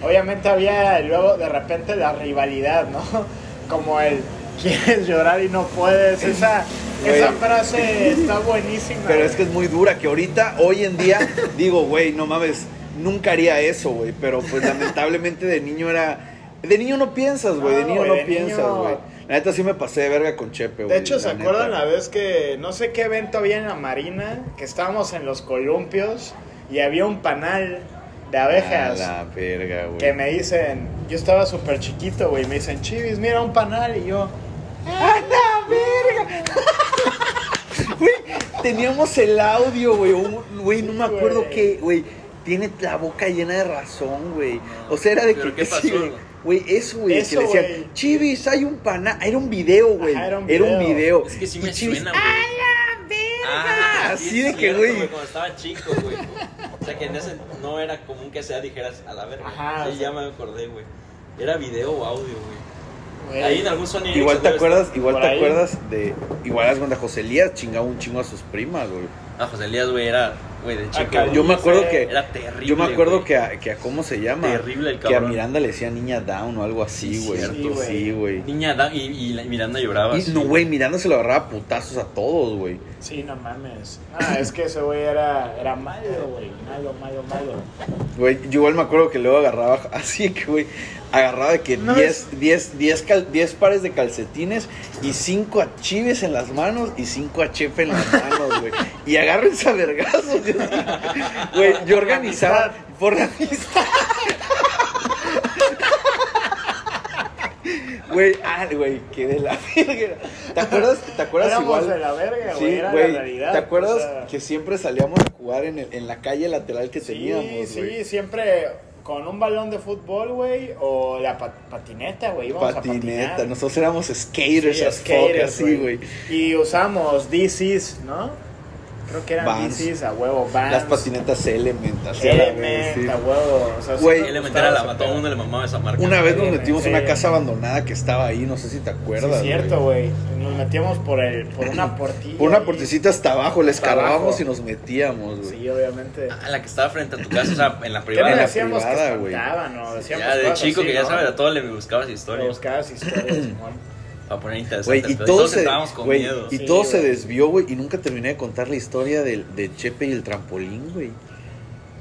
[SPEAKER 4] obviamente había luego de repente la rivalidad, ¿no? Como el quieres llorar y no puedes. Esa,
[SPEAKER 2] Güey.
[SPEAKER 4] esa frase está buenísima.
[SPEAKER 2] Pero
[SPEAKER 4] güey.
[SPEAKER 2] es que es muy dura, que ahorita, hoy en día, digo, güey, no mames, nunca haría eso, güey. Pero pues lamentablemente de niño era... De niño no piensas, güey, de
[SPEAKER 4] No,
[SPEAKER 2] niño
[SPEAKER 4] güey,
[SPEAKER 2] no
[SPEAKER 4] de
[SPEAKER 2] piensas,
[SPEAKER 4] niño-
[SPEAKER 2] güey. La neta sí me pasé de verga con Chepe, güey.
[SPEAKER 4] De hecho, ¿se
[SPEAKER 2] la neta.
[SPEAKER 4] acuerdan la vez que no sé qué evento había en la Marina? Que estábamos en los columpios y había un panal de abejas.
[SPEAKER 2] A Ah, la verga, güey.
[SPEAKER 4] que me dicen, yo estaba súper chiquito, güey, me dicen, Chivis, mira un panal, y yo,
[SPEAKER 2] Teníamos el audio, güey. un- Güey, no me
[SPEAKER 4] Sí,
[SPEAKER 2] acuerdo
[SPEAKER 4] güey.
[SPEAKER 2] qué, güey. Tiene la boca llena de razón, güey. O sea, era de
[SPEAKER 3] ¿Pero
[SPEAKER 2] que.
[SPEAKER 3] qué pasó?
[SPEAKER 2] sí, güey. Güey, eso, güey. Que
[SPEAKER 4] Eso,
[SPEAKER 2] le decían,
[SPEAKER 4] güey.
[SPEAKER 2] Chivis, hay un pana. Era un video, güey.
[SPEAKER 4] Ajá,
[SPEAKER 2] Era
[SPEAKER 4] era
[SPEAKER 2] un
[SPEAKER 4] un
[SPEAKER 2] video.
[SPEAKER 4] video.
[SPEAKER 3] Es que sí
[SPEAKER 2] Y
[SPEAKER 3] me
[SPEAKER 2] Chivis,
[SPEAKER 3] suena, güey.
[SPEAKER 2] ¡A la verga!
[SPEAKER 3] Ah, sí
[SPEAKER 2] Así
[SPEAKER 3] es
[SPEAKER 2] de que,
[SPEAKER 3] cierto,
[SPEAKER 2] güey.
[SPEAKER 3] Cuando estaba chico, güey. O sea que en ese no era común que sea dijeras a la verga.
[SPEAKER 4] Ajá,
[SPEAKER 3] sí,
[SPEAKER 4] o sea.
[SPEAKER 3] ya me acordé, güey. Era video o audio, güey.
[SPEAKER 4] Güey,
[SPEAKER 3] Ahí en algún sonido.
[SPEAKER 2] Eh, Igual te acuerdas, igual
[SPEAKER 4] Por
[SPEAKER 2] te
[SPEAKER 4] ahí.
[SPEAKER 2] acuerdas de. Igual las cuando José Elías chingaba un chingo a sus primas, güey.
[SPEAKER 3] Ah, José Elías, güey, era, güey, de chico.
[SPEAKER 4] cabrón.
[SPEAKER 2] Ah, Yo me acuerdo
[SPEAKER 4] Sí.
[SPEAKER 2] que.
[SPEAKER 3] Era terrible.
[SPEAKER 2] Yo me acuerdo
[SPEAKER 3] güey.
[SPEAKER 2] que a, que a cómo se llama.
[SPEAKER 3] Terrible el
[SPEAKER 2] Que a
[SPEAKER 3] cabrón.
[SPEAKER 2] Miranda le decía niña down o algo así,
[SPEAKER 3] Sí,
[SPEAKER 2] güey.
[SPEAKER 3] cierto.
[SPEAKER 2] Sí, güey. Sí, güey.
[SPEAKER 3] Niña Dan y, y la- Miranda lloraba.
[SPEAKER 2] Y-
[SPEAKER 3] sí.
[SPEAKER 2] no, güey, Miranda se lo agarraba a putazos a todos, güey.
[SPEAKER 4] Sí, no mames. Ah, es que ese güey era, era malo, güey. Malo, malo, malo.
[SPEAKER 2] Güey, yo igual me acuerdo que luego agarraba así que, güey, agarraba de que
[SPEAKER 4] No
[SPEAKER 2] 10 10 10 cal- 10 pares de calcetines y 5 achives en las manos y 5 a Chepe en las manos, güey. Y agárrense a vergazos. yo- Güey, yo organizaba por la amistad. Güey, ah, güey, qué de la verga. ¿Te acuerdas? ¿Te acuerdas
[SPEAKER 4] Éramos
[SPEAKER 2] igual?
[SPEAKER 4] de la verga, güey.
[SPEAKER 2] Sí,
[SPEAKER 4] era
[SPEAKER 2] güey.
[SPEAKER 4] la realidad.
[SPEAKER 2] ¿Te acuerdas
[SPEAKER 4] o sea.
[SPEAKER 2] que siempre salíamos a jugar en, el- en la calle lateral que teníamos,
[SPEAKER 4] Sí, sí,
[SPEAKER 2] güey?
[SPEAKER 4] siempre con un balón de fútbol, güey, o la pa- patineta, güey, íbamos a
[SPEAKER 2] Patineta,
[SPEAKER 4] patinar.
[SPEAKER 2] nosotros éramos
[SPEAKER 4] Sí,
[SPEAKER 2] skaters, as fuck,
[SPEAKER 4] skaters,
[SPEAKER 2] así, güey.
[SPEAKER 4] Y usamos DCs, ¿no? Creo que eran
[SPEAKER 2] Vans.
[SPEAKER 4] DCs a huevo, Vans.
[SPEAKER 2] Las patinetas Element, así a la vez,
[SPEAKER 4] Ah, Element,
[SPEAKER 2] sí.
[SPEAKER 4] a huevo. O sea,
[SPEAKER 2] Güey,
[SPEAKER 4] sí nos
[SPEAKER 3] Element era la
[SPEAKER 4] gustaba
[SPEAKER 3] a todo el
[SPEAKER 4] ese
[SPEAKER 3] mundo le mamaba esa marca.
[SPEAKER 2] Una vez nos
[SPEAKER 4] Element,
[SPEAKER 2] metimos a una
[SPEAKER 4] sí.
[SPEAKER 2] casa abandonada que estaba ahí, no sé si te
[SPEAKER 4] pedo. Sí,
[SPEAKER 2] acuerdas.
[SPEAKER 4] cierto,
[SPEAKER 2] güey.
[SPEAKER 4] güey. Nos metíamos por, el, por una portilla.
[SPEAKER 2] Por una
[SPEAKER 4] ahí.
[SPEAKER 2] puertecita hasta abajo, la
[SPEAKER 4] Hasta abajo.
[SPEAKER 2] escarbábamos y nos metíamos, güey.
[SPEAKER 4] Sí, obviamente.
[SPEAKER 3] Ah, la que estaba frente a tu casa, o sea, en la
[SPEAKER 4] ¿Qué
[SPEAKER 2] en
[SPEAKER 4] le
[SPEAKER 2] la
[SPEAKER 3] privada.
[SPEAKER 4] decíamos que
[SPEAKER 2] privada, güey.
[SPEAKER 4] espantaban o decíamos
[SPEAKER 3] Ya de
[SPEAKER 4] cosas
[SPEAKER 3] chico
[SPEAKER 4] así,
[SPEAKER 3] que ya
[SPEAKER 4] ¿no?
[SPEAKER 3] sabes, a todo le buscabas
[SPEAKER 4] Le
[SPEAKER 3] historias
[SPEAKER 4] buscabas historias, Simón.
[SPEAKER 3] para poner
[SPEAKER 2] Güey,
[SPEAKER 3] interesante.
[SPEAKER 2] y
[SPEAKER 3] pero
[SPEAKER 2] todo,
[SPEAKER 3] todos
[SPEAKER 2] se,
[SPEAKER 3] entrábamos con
[SPEAKER 2] güey,
[SPEAKER 3] miedo.
[SPEAKER 2] y
[SPEAKER 4] Sí,
[SPEAKER 2] todo se
[SPEAKER 4] güey.
[SPEAKER 2] desvió, güey. Y nunca terminé de contar la historia del- de, Chepe y el trampolín, güey.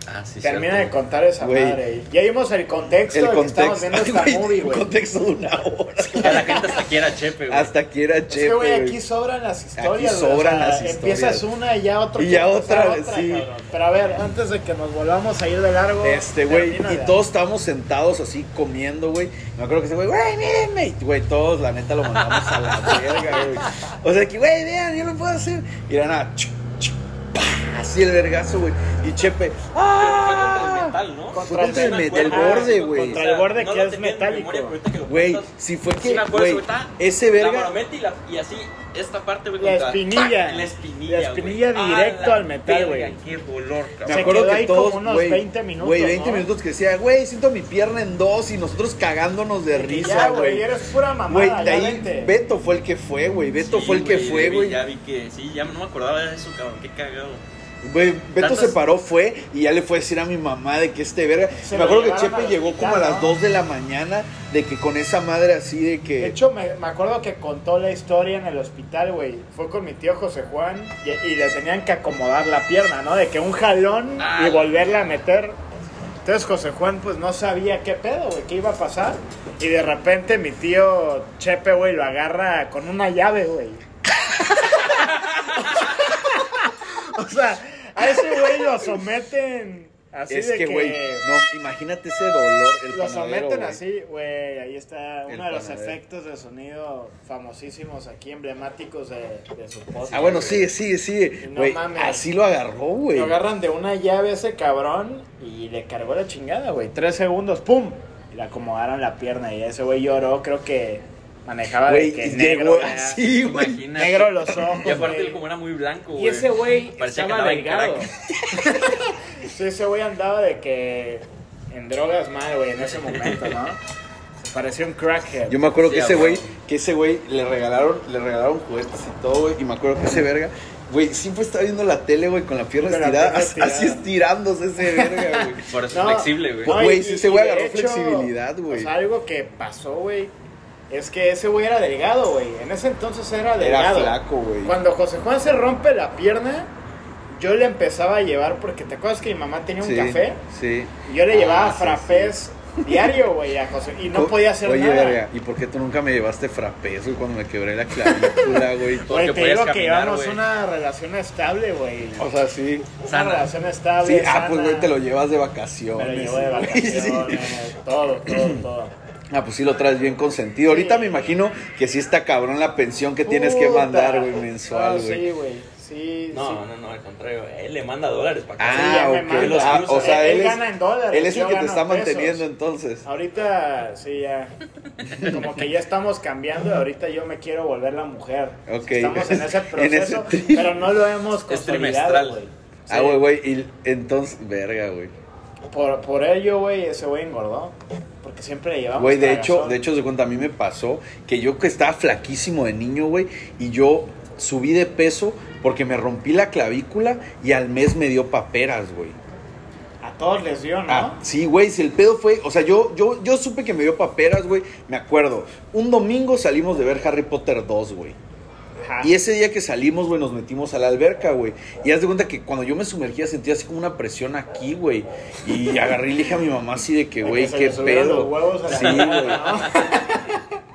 [SPEAKER 3] Ah, sí,
[SPEAKER 4] Termina de
[SPEAKER 3] cierto.
[SPEAKER 4] contar esa
[SPEAKER 2] Güey.
[SPEAKER 4] madre. Ya vimos el contexto.
[SPEAKER 2] El
[SPEAKER 4] de que Estamos
[SPEAKER 2] contexto.
[SPEAKER 4] viendo esta
[SPEAKER 2] Ay, güey,
[SPEAKER 4] movie,
[SPEAKER 2] un
[SPEAKER 4] güey.
[SPEAKER 2] contexto de una hora.
[SPEAKER 3] Ya la gente hasta aquí era chepe, güey.
[SPEAKER 2] Hasta que era
[SPEAKER 4] Es
[SPEAKER 2] Chepe.
[SPEAKER 4] que, güey,
[SPEAKER 2] güey.
[SPEAKER 4] aquí sobran las historias.
[SPEAKER 2] Aquí
[SPEAKER 4] güey,
[SPEAKER 2] sobran las historias.
[SPEAKER 4] Empiezas una y ya otra.
[SPEAKER 2] Y ya otra, sí.
[SPEAKER 4] Pero a ver, antes de que nos volvamos a ir de largo.
[SPEAKER 2] Este, güey,
[SPEAKER 4] termina
[SPEAKER 2] y
[SPEAKER 4] de-
[SPEAKER 2] todos estábamos sentados así comiendo, güey. Me acuerdo que ese güey, güey, mírenme. Y, güey, todos, la neta, lo mandamos a la verga, güey. O sea, que, güey, vean, yo lo puedo hacer. Y era nada, chuc, chuc, pa, así el vergazo, güey. Y Chepe,
[SPEAKER 4] Ah,
[SPEAKER 3] Fue contra el
[SPEAKER 2] ¡ah!
[SPEAKER 3] metal, ¿no?
[SPEAKER 2] Fue contra el
[SPEAKER 4] metal,
[SPEAKER 2] metal,
[SPEAKER 4] güey.
[SPEAKER 2] borde, güey.
[SPEAKER 4] Contra el borde
[SPEAKER 3] no
[SPEAKER 4] que
[SPEAKER 3] lo
[SPEAKER 4] es
[SPEAKER 3] tenía en mi
[SPEAKER 4] metálico.
[SPEAKER 3] memoria, pero ahorita que lo
[SPEAKER 2] Güey,
[SPEAKER 3] cuentas,
[SPEAKER 2] si fue
[SPEAKER 3] sí
[SPEAKER 2] que,
[SPEAKER 3] me acuerdo,
[SPEAKER 2] güey,
[SPEAKER 3] güey, está
[SPEAKER 2] ese
[SPEAKER 3] La
[SPEAKER 2] verga...
[SPEAKER 3] marometa y, la, y así, esta parte, güey,
[SPEAKER 4] La
[SPEAKER 3] contra-
[SPEAKER 4] espinilla.
[SPEAKER 3] La espinilla,
[SPEAKER 4] La espinilla
[SPEAKER 3] güey. Ah,
[SPEAKER 4] directo
[SPEAKER 3] la
[SPEAKER 4] al
[SPEAKER 3] verga,
[SPEAKER 4] metal, güey.
[SPEAKER 3] Qué dolor,
[SPEAKER 2] Me
[SPEAKER 4] Se
[SPEAKER 3] cabrón.
[SPEAKER 2] acuerdo
[SPEAKER 4] quedó
[SPEAKER 2] que
[SPEAKER 4] ahí como
[SPEAKER 2] todos,
[SPEAKER 4] unos
[SPEAKER 2] güey,
[SPEAKER 4] 20 minutos,
[SPEAKER 2] Güey, 20
[SPEAKER 4] ¿no?
[SPEAKER 2] minutos que decía, güey, siento mi pierna en dos y nosotros cagándonos de
[SPEAKER 4] Que
[SPEAKER 2] risa,
[SPEAKER 4] ya, güey.
[SPEAKER 2] güey.
[SPEAKER 4] Eres pura
[SPEAKER 2] Güey, de
[SPEAKER 4] mamada. ya
[SPEAKER 2] ahí
[SPEAKER 4] vente.
[SPEAKER 2] Beto fue el que fue, güey. Beto
[SPEAKER 3] Sí,
[SPEAKER 2] fue el que fue,
[SPEAKER 3] ya vi-
[SPEAKER 2] güey.
[SPEAKER 3] Ya vi que, sí, ya no me acordaba de eso, cabrón. Qué cagado.
[SPEAKER 2] Güey, Beto
[SPEAKER 3] Tantas-
[SPEAKER 2] se paró, fue y ya le fue a decir a mi mamá de que este verga.
[SPEAKER 4] Se
[SPEAKER 2] me
[SPEAKER 4] lo
[SPEAKER 2] acuerdo que
[SPEAKER 4] llevaron
[SPEAKER 2] Chepe
[SPEAKER 4] al
[SPEAKER 2] llegó como a
[SPEAKER 4] hospital,
[SPEAKER 2] las
[SPEAKER 4] ¿no?
[SPEAKER 2] 2 de la mañana, de que con esa madre así de que.
[SPEAKER 4] De hecho, me, me acuerdo que contó la historia en el hospital, güey. Fue con mi tío José Juan y, y le tenían que acomodar la pierna, ¿no? De que un jalón
[SPEAKER 3] Ah.
[SPEAKER 4] y volverla a meter. Entonces José Juan, pues no sabía qué pedo, güey, qué iba a pasar. Y de repente mi tío Chepe, güey, lo agarra con una llave, güey. o sea, a ese güey lo someten así
[SPEAKER 2] es
[SPEAKER 4] de
[SPEAKER 2] que, güey, no, imagínate ese dolor. El
[SPEAKER 4] lo
[SPEAKER 2] panadero,
[SPEAKER 4] someten
[SPEAKER 2] güey.
[SPEAKER 4] así, güey. Ahí está
[SPEAKER 2] El
[SPEAKER 4] uno de los
[SPEAKER 2] panadero.
[SPEAKER 4] efectos de sonido famosísimos aquí, emblemáticos de, de su podcast.
[SPEAKER 2] Ah, bueno, sigue, sigue, sigue.
[SPEAKER 4] Y no
[SPEAKER 2] Güey,
[SPEAKER 4] mames.
[SPEAKER 2] así lo agarró, güey.
[SPEAKER 4] Lo agarran de una llave a ese cabrón y le cargó la chingada, güey. Tres segundos, ¡pum! Y le acomodaron la pierna y ese güey lloró, creo que manejaba
[SPEAKER 2] Güey,
[SPEAKER 4] de que
[SPEAKER 2] llegó
[SPEAKER 4] negro, era-
[SPEAKER 2] así, güey.
[SPEAKER 3] Imagínate.
[SPEAKER 4] negro los ojos,
[SPEAKER 3] Y aparte,
[SPEAKER 4] güey.
[SPEAKER 3] él como era muy blanco, güey.
[SPEAKER 4] Y ese güey
[SPEAKER 3] Parecía que
[SPEAKER 4] estaba
[SPEAKER 3] andaba en
[SPEAKER 4] delgado.
[SPEAKER 3] crack.
[SPEAKER 4] sí, ese güey andaba de que en drogas mal, güey, en ese momento, ¿no? Parecía un crackhead.
[SPEAKER 2] Yo me acuerdo
[SPEAKER 3] Sí,
[SPEAKER 2] que ese
[SPEAKER 3] a
[SPEAKER 2] güey,
[SPEAKER 3] huevo.
[SPEAKER 2] que ese güey le regalaron, le regalaron juguetes y todo, güey. Y me acuerdo que ese verga, güey, siempre estaba viendo la tele, güey, con la pierna
[SPEAKER 4] Con la
[SPEAKER 2] estirada,
[SPEAKER 4] pierna
[SPEAKER 2] as- así
[SPEAKER 4] estirada.
[SPEAKER 2] estirándose ese verga, güey.
[SPEAKER 3] Por eso
[SPEAKER 4] No.
[SPEAKER 3] es flexible, güey.
[SPEAKER 2] Por- güey,
[SPEAKER 4] y-
[SPEAKER 2] sí,
[SPEAKER 4] y-
[SPEAKER 2] ese güey
[SPEAKER 4] y de
[SPEAKER 2] agarró flexibilidad, güey.
[SPEAKER 4] o sea, algo que pasó, güey, es que ese güey era delgado, güey. En ese entonces era delgado.
[SPEAKER 2] flaco, güey.
[SPEAKER 4] Cuando José Juan se rompe la pierna, yo le empezaba a llevar, porque te acuerdas que mi mamá tenía un
[SPEAKER 2] Sí,
[SPEAKER 4] café,
[SPEAKER 2] Sí.
[SPEAKER 4] y yo le
[SPEAKER 2] Ah,
[SPEAKER 4] llevaba
[SPEAKER 2] sí,
[SPEAKER 4] frappés diario, güey, a José, y no
[SPEAKER 2] Co-
[SPEAKER 4] podía hacer
[SPEAKER 2] Oye,
[SPEAKER 4] nada.
[SPEAKER 2] verga, ¿y por qué tú nunca me llevaste frappés, güey, cuando me quebré la clavícula, güey?
[SPEAKER 3] Porque
[SPEAKER 4] Güey, te
[SPEAKER 3] podías
[SPEAKER 4] digo que
[SPEAKER 3] caminar,
[SPEAKER 4] llevamos
[SPEAKER 3] güey.
[SPEAKER 4] una relación estable, güey.
[SPEAKER 2] O sea, sí.
[SPEAKER 4] Una
[SPEAKER 3] sana.
[SPEAKER 4] relación estable.
[SPEAKER 2] Sí, ah, pues,
[SPEAKER 4] sana.
[SPEAKER 2] güey, te lo llevas de
[SPEAKER 4] Me
[SPEAKER 2] vacaciones.
[SPEAKER 4] lo llevo de
[SPEAKER 2] güey,
[SPEAKER 4] vacaciones,
[SPEAKER 2] sí.
[SPEAKER 4] todo, todo, todo.
[SPEAKER 2] Ah, pues sí lo traes bien consentido. Ahorita me imagino que sí está cabrón la pensión que tienes que
[SPEAKER 4] Puta.
[SPEAKER 2] mandar, güey,
[SPEAKER 4] Ah,
[SPEAKER 2] mensual, güey.
[SPEAKER 4] Sí, güey. Sí, sí.
[SPEAKER 3] No, no, no, al contrario. Él le manda dólares para que
[SPEAKER 4] Sí,
[SPEAKER 2] Ah,
[SPEAKER 4] ya me
[SPEAKER 2] ok.
[SPEAKER 4] manda.
[SPEAKER 2] Ah, o
[SPEAKER 3] eh.
[SPEAKER 2] sea,
[SPEAKER 4] Él
[SPEAKER 2] él, es,
[SPEAKER 4] gana en dólares,
[SPEAKER 2] él es el
[SPEAKER 4] yo
[SPEAKER 2] que te
[SPEAKER 4] gano
[SPEAKER 2] está
[SPEAKER 4] en pesos. Ah,
[SPEAKER 2] manteniendo entonces.
[SPEAKER 4] Ahorita sí ya. Como que ya estamos cambiando, ahorita yo me quiero volver la mujer.
[SPEAKER 2] Ok.
[SPEAKER 4] Estamos en ese
[SPEAKER 2] En ese
[SPEAKER 4] proceso,
[SPEAKER 2] trip.
[SPEAKER 4] pero no lo hemos
[SPEAKER 3] Es
[SPEAKER 4] consolidado,
[SPEAKER 3] trimestral.
[SPEAKER 4] güey.
[SPEAKER 2] Ah, güey, güey, y entonces, verga, güey.
[SPEAKER 4] Por, por ello, güey, ese güey engordó. Porque siempre le llevamos.
[SPEAKER 2] Güey, de hecho,
[SPEAKER 4] tragazón.
[SPEAKER 2] de hecho, se cuenta, a mí me pasó que yo que estaba flaquísimo de niño, güey, y yo subí de peso porque me rompí la clavícula y al mes me dio paperas, güey.
[SPEAKER 4] A todos les dio, ¿no?
[SPEAKER 2] Ah, sí, güey, si el pedo fue, o sea, yo, yo, yo supe que me dio paperas, güey, me acuerdo. Un domingo salimos de ver Harry Potter 2, güey.
[SPEAKER 4] Ajá.
[SPEAKER 2] Y ese día que salimos, güey, nos metimos a la alberca, güey. Y haz de cuenta que cuando yo me sumergía sentía así como una presión aquí, güey. Y agarré y le dije a mi mamá así de que,
[SPEAKER 4] De
[SPEAKER 2] güey,
[SPEAKER 4] que se
[SPEAKER 2] qué
[SPEAKER 4] le subieron
[SPEAKER 2] pedo.
[SPEAKER 4] los huevos a la
[SPEAKER 2] sí,
[SPEAKER 4] cara,
[SPEAKER 2] güey.
[SPEAKER 4] ¿no?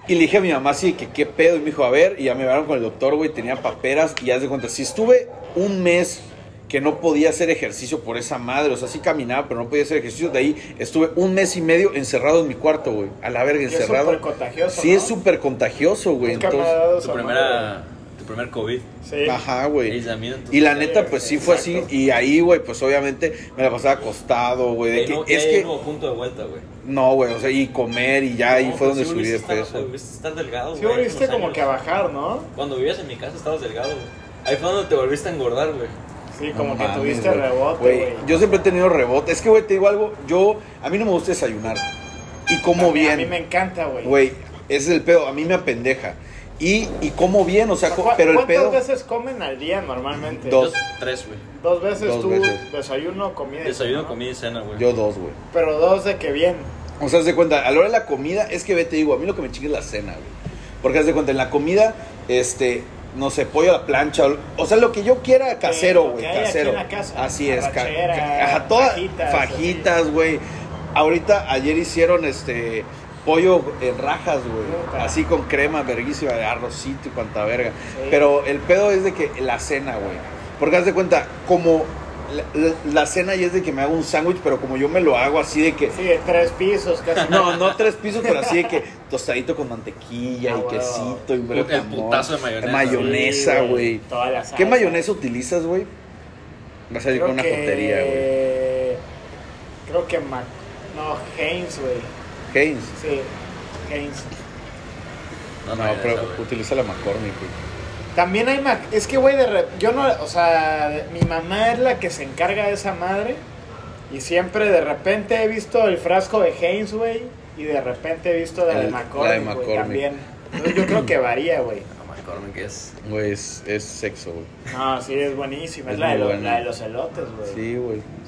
[SPEAKER 2] Y le dije a mi mamá así de que qué pedo. Y me dijo, a ver, y ya me llevaron con el doctor, güey, tenía paperas. Y haz de cuenta, si estuve un mes que no podía hacer ejercicio por esa madre, o sea, sí caminaba, pero no podía hacer ejercicio. De ahí estuve un mes y medio encerrado en mi cuarto, güey. A la verga,
[SPEAKER 4] Y es
[SPEAKER 2] encerrado.
[SPEAKER 4] súper contagioso,
[SPEAKER 2] Sí,
[SPEAKER 4] ¿no?
[SPEAKER 2] es súper contagioso, güey.
[SPEAKER 4] Nunca me ha
[SPEAKER 2] Entonces,
[SPEAKER 4] dado
[SPEAKER 3] Tu
[SPEAKER 4] esa madre,
[SPEAKER 3] primera. Tu primer COVID.
[SPEAKER 4] güey. Sí.
[SPEAKER 2] ajá, güey.
[SPEAKER 3] aislamiento.
[SPEAKER 2] Y la neta, pues sí fue así.
[SPEAKER 4] Exacto.
[SPEAKER 2] Y ahí, güey, pues obviamente me la pasaba acostado, güey. de
[SPEAKER 3] Eh,
[SPEAKER 2] que-
[SPEAKER 3] no,
[SPEAKER 2] es
[SPEAKER 3] ya
[SPEAKER 2] que.
[SPEAKER 3] llegó punto de vuelta, güey.
[SPEAKER 2] No, güey, o sea, y comer y ya, ahí
[SPEAKER 3] No,
[SPEAKER 2] fue
[SPEAKER 3] pues
[SPEAKER 2] donde
[SPEAKER 3] sí
[SPEAKER 2] subí de
[SPEAKER 3] volviste a estar-
[SPEAKER 2] peso.
[SPEAKER 3] Volviste a estar delgado,
[SPEAKER 4] Sí,
[SPEAKER 3] güey,
[SPEAKER 4] volviste
[SPEAKER 3] hace unos
[SPEAKER 4] como que a
[SPEAKER 3] años.
[SPEAKER 4] bajar, ¿no?
[SPEAKER 3] Cuando vivías en mi casa estabas delgado, güey. Ahí fue donde te volviste a engordar, güey.
[SPEAKER 4] Sí, como
[SPEAKER 2] No
[SPEAKER 4] que
[SPEAKER 2] mames,
[SPEAKER 4] tuviste
[SPEAKER 2] güey.
[SPEAKER 4] rebote,
[SPEAKER 2] Güey,
[SPEAKER 4] güey.
[SPEAKER 2] Yo siempre he tenido rebote. Es que, güey, te digo algo. Yo, a mí no me gusta desayunar. Y como
[SPEAKER 4] También,
[SPEAKER 2] bien.
[SPEAKER 4] A mí me encanta, güey.
[SPEAKER 2] Güey, ese es el pedo. A mí me apendeja. Y, y como bien, o sea, co-
[SPEAKER 4] ¿Cu-
[SPEAKER 2] pero el
[SPEAKER 4] ¿Cuántas
[SPEAKER 2] pedo.
[SPEAKER 4] veces comen al día normalmente?
[SPEAKER 2] Dos.
[SPEAKER 3] tres, güey.
[SPEAKER 4] Dos veces
[SPEAKER 2] Dos
[SPEAKER 4] tú,
[SPEAKER 2] veces.
[SPEAKER 4] desayuno, comida. y
[SPEAKER 3] Desayuno,
[SPEAKER 4] cena, ¿no?
[SPEAKER 3] comida y cena, güey.
[SPEAKER 2] Yo dos, güey.
[SPEAKER 4] Pero dos de que bien.
[SPEAKER 2] O sea, haz de cuenta, a la hora de la comida, es que ve, te digo, a mí lo que me chinga es la cena, güey. Porque haz de cuenta, en la comida, este, no sé, pollo a la plancha, o- o sea, lo que yo quiera, casero,
[SPEAKER 4] lo
[SPEAKER 2] güey,
[SPEAKER 4] que hay aquí
[SPEAKER 2] casero.
[SPEAKER 4] en la casa.
[SPEAKER 2] Así es, ca-
[SPEAKER 4] Arrachera,
[SPEAKER 2] ca- ajá, todas
[SPEAKER 4] fajitas,
[SPEAKER 2] fajitas, güey. Ahorita, ayer hicieron este pollo en rajas, güey.
[SPEAKER 4] Puta.
[SPEAKER 2] Así con crema, verguísima, arrocito y cuanta verga.
[SPEAKER 4] Sí.
[SPEAKER 2] Pero el pedo es de que la cena, güey. Porque haz de cuenta, como la, la- la cena ya es de que me hago un sándwich, pero como yo me lo hago así de que
[SPEAKER 4] Sí, de tres pisos casi.
[SPEAKER 2] no, no tres pisos, pero así de que tostadito con mantequilla y
[SPEAKER 4] Ah, huevo.
[SPEAKER 2] quesito y
[SPEAKER 3] El
[SPEAKER 2] guacamole.
[SPEAKER 3] putazo de mayonesa.
[SPEAKER 2] Mayonesa,
[SPEAKER 4] Sí,
[SPEAKER 2] güey.
[SPEAKER 4] Toda la salsa.
[SPEAKER 2] ¿Qué mayonesa utilizas, güey? Va a salir
[SPEAKER 4] Creo
[SPEAKER 2] con una
[SPEAKER 4] que-
[SPEAKER 2] tontería, güey.
[SPEAKER 4] Creo que Mac... No, Haynes, güey.
[SPEAKER 2] Haynes.
[SPEAKER 4] Sí, Haynes.
[SPEAKER 2] No,
[SPEAKER 3] No, no,
[SPEAKER 2] pero
[SPEAKER 3] pero.
[SPEAKER 2] utiliza la McCormick, güey.
[SPEAKER 4] También hay Mac... Es que, güey, de re- Yo no... O sea, mi mamá es la que se encarga de esa madre. Y siempre de repente he visto el frasco de Haynes, güey. Y de repente he visto la de
[SPEAKER 2] El-
[SPEAKER 4] McCormick,
[SPEAKER 2] la de
[SPEAKER 4] güey,
[SPEAKER 2] McCormick.
[SPEAKER 4] también. Entonces, yo creo que varía, güey.
[SPEAKER 3] McCormick es.
[SPEAKER 2] Güey, es, es sexo, güey.
[SPEAKER 4] No, sí, es buenísima. Es,
[SPEAKER 2] Es
[SPEAKER 4] la, de
[SPEAKER 2] muy
[SPEAKER 4] los,
[SPEAKER 2] buena.
[SPEAKER 4] la de los elotes, güey. Sí.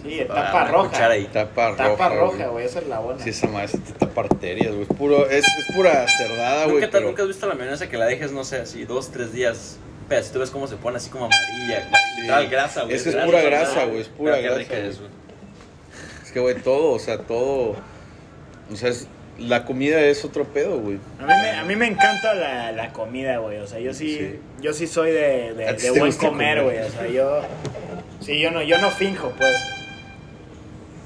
[SPEAKER 2] Sí, Ah, güey.
[SPEAKER 4] tapa
[SPEAKER 3] una
[SPEAKER 4] roja.
[SPEAKER 3] cuchara y-
[SPEAKER 2] Tapa roja.
[SPEAKER 4] Tapa roja, güey. Esa es la buena.
[SPEAKER 2] Sí, esa madre se te tapa arterias, güey. Es Puro, es, es pura cerdada, güey.
[SPEAKER 3] ¿Nunca, te-
[SPEAKER 2] pero-
[SPEAKER 3] nunca has visto la mayonesa que la dejes, no sé, así dos, tres días. Pero si tú ves cómo se pone así como amarilla,
[SPEAKER 2] Sí.
[SPEAKER 3] tal grasa, güey.
[SPEAKER 2] Es que es pura
[SPEAKER 3] ¿verdad?
[SPEAKER 2] grasa, güey, es pura
[SPEAKER 3] Pero qué
[SPEAKER 2] grasa,
[SPEAKER 3] rica es,
[SPEAKER 2] güey.
[SPEAKER 3] güey.
[SPEAKER 2] Es que, güey, todo, o sea, todo. O sea, es- la comida es otro pedo, güey.
[SPEAKER 4] A mí, me, a mí me encanta la, la comida, güey. O sea, yo sí,
[SPEAKER 2] Sí.
[SPEAKER 4] yo sí soy de, de-
[SPEAKER 2] ¿A ti
[SPEAKER 4] de
[SPEAKER 2] te
[SPEAKER 4] buen
[SPEAKER 2] gusta
[SPEAKER 4] comer,
[SPEAKER 2] comer?
[SPEAKER 4] güey. O sea, yo. Sí, yo no, yo no finjo, pues.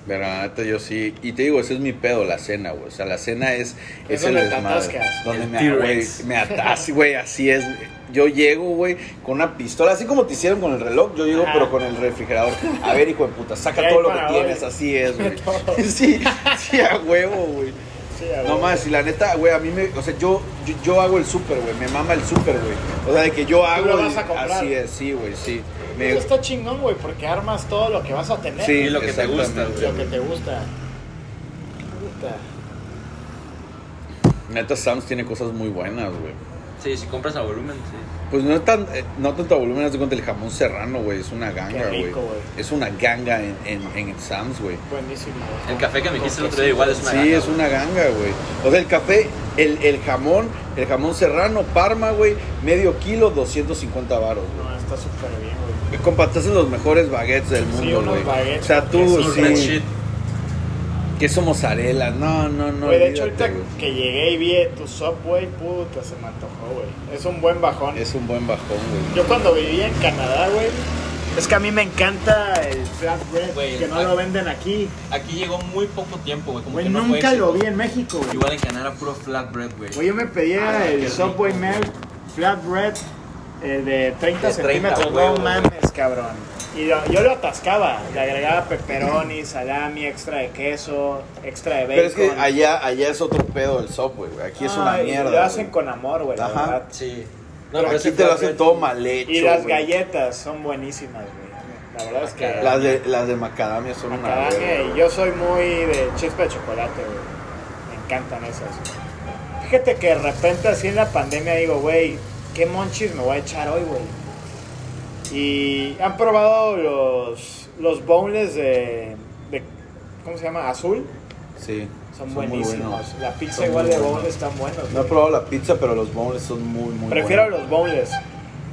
[SPEAKER 2] Pero la neta, yo sí. Y te digo, ese es mi pedo, la cena, güey. O sea, la cena es.
[SPEAKER 4] Es
[SPEAKER 2] Es,
[SPEAKER 4] donde te
[SPEAKER 2] el desmadre.
[SPEAKER 4] atascas.
[SPEAKER 2] Donde
[SPEAKER 3] El
[SPEAKER 2] me, güey,
[SPEAKER 3] T-Rex.
[SPEAKER 2] me atas, güey. Así es. Yo llego, güey, con una pistola. Así como te hicieron con el reloj, yo llego,
[SPEAKER 4] Ajá.
[SPEAKER 2] pero con el refrigerador. A ver, hijo de puta,
[SPEAKER 4] ¿Qué
[SPEAKER 2] saca
[SPEAKER 4] hay
[SPEAKER 2] todo lo que
[SPEAKER 4] para hoy?
[SPEAKER 2] tienes. Así es, güey.
[SPEAKER 4] Todo.
[SPEAKER 2] Sí, sí, a huevo, güey.
[SPEAKER 4] Sí, a
[SPEAKER 2] No
[SPEAKER 4] huevo.
[SPEAKER 2] más, y la neta, güey, a mí me. O sea, yo, yo, yo hago el súper, güey. Me mama el súper, güey. O sea, de que yo hago.
[SPEAKER 4] lo vas
[SPEAKER 2] y-
[SPEAKER 4] a comprar.
[SPEAKER 2] Así es, sí, güey, sí. Me-
[SPEAKER 4] Eso Pues está chingón, güey, porque armas todo lo que vas a tener.
[SPEAKER 2] Sí,
[SPEAKER 3] Y lo que te gusta,
[SPEAKER 2] exactamente.
[SPEAKER 4] Lo que te gusta. Puta.
[SPEAKER 2] Neta, Sam's tiene cosas muy buenas, güey.
[SPEAKER 3] Sí, si compras a volumen, sí.
[SPEAKER 2] Pues no, es tan, eh, no tanto volumen, haz de cuenta el jamón serrano, güey. Es una ganga,
[SPEAKER 4] Qué
[SPEAKER 2] güey.
[SPEAKER 4] rico, güey.
[SPEAKER 2] Es una ganga en, en, en el Sam's, güey.
[SPEAKER 4] Buenísimo. güey.
[SPEAKER 3] El café que me dijiste el otro día igual es una
[SPEAKER 2] Sí,
[SPEAKER 3] ganga,
[SPEAKER 2] es
[SPEAKER 3] güey.
[SPEAKER 2] una ganga, güey. O sea, el café, el, el jamón, el jamón serrano, parma, güey, medio kilo, 250 varos, güey.
[SPEAKER 4] No, está súper bien, güey.
[SPEAKER 2] Compa, te hacen los mejores baguettes del
[SPEAKER 4] Sí,
[SPEAKER 2] mundo,
[SPEAKER 4] unos
[SPEAKER 2] güey.
[SPEAKER 4] baguettes
[SPEAKER 2] o sea, tú,
[SPEAKER 4] con
[SPEAKER 3] Gourmet
[SPEAKER 2] sí.
[SPEAKER 3] shit.
[SPEAKER 2] Queso mozzarella, no, no, no.
[SPEAKER 4] Güey, de hecho,
[SPEAKER 2] olvídate,
[SPEAKER 4] ahorita que llegué y vi tu subway, puta, se me antojó, güey. Es un buen bajón.
[SPEAKER 2] güey. Es un buen bajón, güey.
[SPEAKER 4] Yo cuando vivía en Canadá, güey, es que a mí me encanta el flatbread,
[SPEAKER 3] Güey,
[SPEAKER 4] que
[SPEAKER 3] el
[SPEAKER 4] no
[SPEAKER 3] flat-
[SPEAKER 4] lo venden aquí.
[SPEAKER 3] Aquí llegó muy poco tiempo, güey. Como
[SPEAKER 4] Güey,
[SPEAKER 3] que no
[SPEAKER 4] nunca
[SPEAKER 3] fue
[SPEAKER 4] lo
[SPEAKER 3] éxito.
[SPEAKER 4] vi en México, güey.
[SPEAKER 3] Igual en Canadá era puro flatbread, güey.
[SPEAKER 4] Güey, Pues yo me pedía
[SPEAKER 3] Ah, qué
[SPEAKER 4] el
[SPEAKER 3] rico, güey.
[SPEAKER 4] Subway Melt flatbread eh, de
[SPEAKER 3] De
[SPEAKER 4] 30
[SPEAKER 3] 30
[SPEAKER 4] centímetros.
[SPEAKER 3] huevos,
[SPEAKER 4] No
[SPEAKER 3] güey.
[SPEAKER 4] mames, cabrón. Y lo- yo lo atascaba, le agregaba pepperoni, salami, extra de queso, extra de bacon.
[SPEAKER 2] Pero es que allá, allá es otro pedo el software, güey. Aquí es una
[SPEAKER 4] Ay,
[SPEAKER 2] mierda.
[SPEAKER 4] Lo hacen
[SPEAKER 2] güey.
[SPEAKER 4] con amor, güey, la
[SPEAKER 2] Ajá.
[SPEAKER 4] verdad.
[SPEAKER 3] Sí. No, pero
[SPEAKER 2] Aquí
[SPEAKER 3] ese
[SPEAKER 2] te lo
[SPEAKER 3] flatbread-
[SPEAKER 2] hacen todo mal hecho.
[SPEAKER 4] Y las
[SPEAKER 2] güey.
[SPEAKER 4] galletas son buenísimas, güey. La verdad es que.
[SPEAKER 2] Las de, las de macadamia son una
[SPEAKER 4] macadamia,
[SPEAKER 2] verga,
[SPEAKER 4] y
[SPEAKER 2] güey.
[SPEAKER 4] eh, yo soy muy de chispa de chocolate, güey. Me encantan esas. Fíjate que de repente así en la pandemia digo, güey, ¿qué monchis me voy a echar hoy, güey? Y han probado los, los boneless de, de- ¿cómo se llama? Azul.
[SPEAKER 2] Sí.
[SPEAKER 4] Son,
[SPEAKER 2] muy
[SPEAKER 4] buenísimos.
[SPEAKER 2] buenos.
[SPEAKER 4] La pizza
[SPEAKER 2] Son
[SPEAKER 4] igual
[SPEAKER 2] muy
[SPEAKER 4] de
[SPEAKER 2] buenos.
[SPEAKER 4] boneless están buenos.
[SPEAKER 2] No he
[SPEAKER 4] güey.
[SPEAKER 2] probado la pizza, pero los bowls son muy, muy
[SPEAKER 4] Prefiero
[SPEAKER 2] buenos.
[SPEAKER 4] los bowls.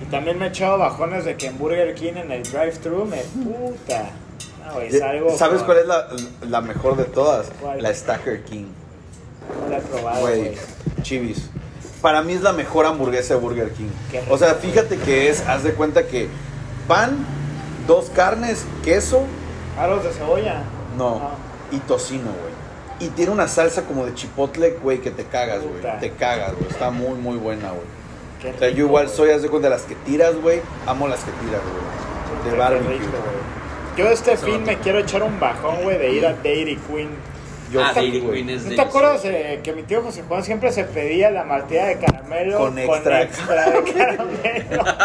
[SPEAKER 4] Y también me he echado bajones de que en Burger King en el drive-thru me puta. No, güey, salgo
[SPEAKER 2] ¿Sabes
[SPEAKER 4] con-
[SPEAKER 2] cuál es la, la mejor de todas?
[SPEAKER 4] ¿Cuál?
[SPEAKER 2] La Stacker King.
[SPEAKER 4] No la he probado,
[SPEAKER 2] Güey,
[SPEAKER 4] güey.
[SPEAKER 2] chivis. Para mí es la mejor hamburguesa de Burger King.
[SPEAKER 4] Qué rico,
[SPEAKER 2] O sea, fíjate que es, haz de cuenta que pan, dos carnes, queso,
[SPEAKER 4] Aros de cebolla.
[SPEAKER 2] no,
[SPEAKER 4] No.
[SPEAKER 2] y tocino, güey. Y tiene una salsa como de chipotle, güey, que te cagas, güey.
[SPEAKER 4] Puta.
[SPEAKER 2] Te cagas, güey. Está muy, muy buena, güey.
[SPEAKER 4] Qué
[SPEAKER 2] O sea, yo
[SPEAKER 4] rico,
[SPEAKER 2] igual
[SPEAKER 4] güey.
[SPEAKER 2] soy, haz de cuenta, las que tiras, güey. Amo las que tiras, güey.
[SPEAKER 4] Qué
[SPEAKER 2] De barbecue.
[SPEAKER 4] rico, güey. Yo este fin me quiero echar un bajón, güey, de ir a Dairy Queen.
[SPEAKER 2] Yo
[SPEAKER 3] ah,
[SPEAKER 2] sí,
[SPEAKER 3] Dairy
[SPEAKER 2] güey.
[SPEAKER 3] Queen es
[SPEAKER 4] ¿No te
[SPEAKER 3] delicioso.
[SPEAKER 4] acuerdas eh, que mi tío José Juan siempre se pedía la malteada de caramelo
[SPEAKER 2] Con extra.
[SPEAKER 4] extra de caramelo?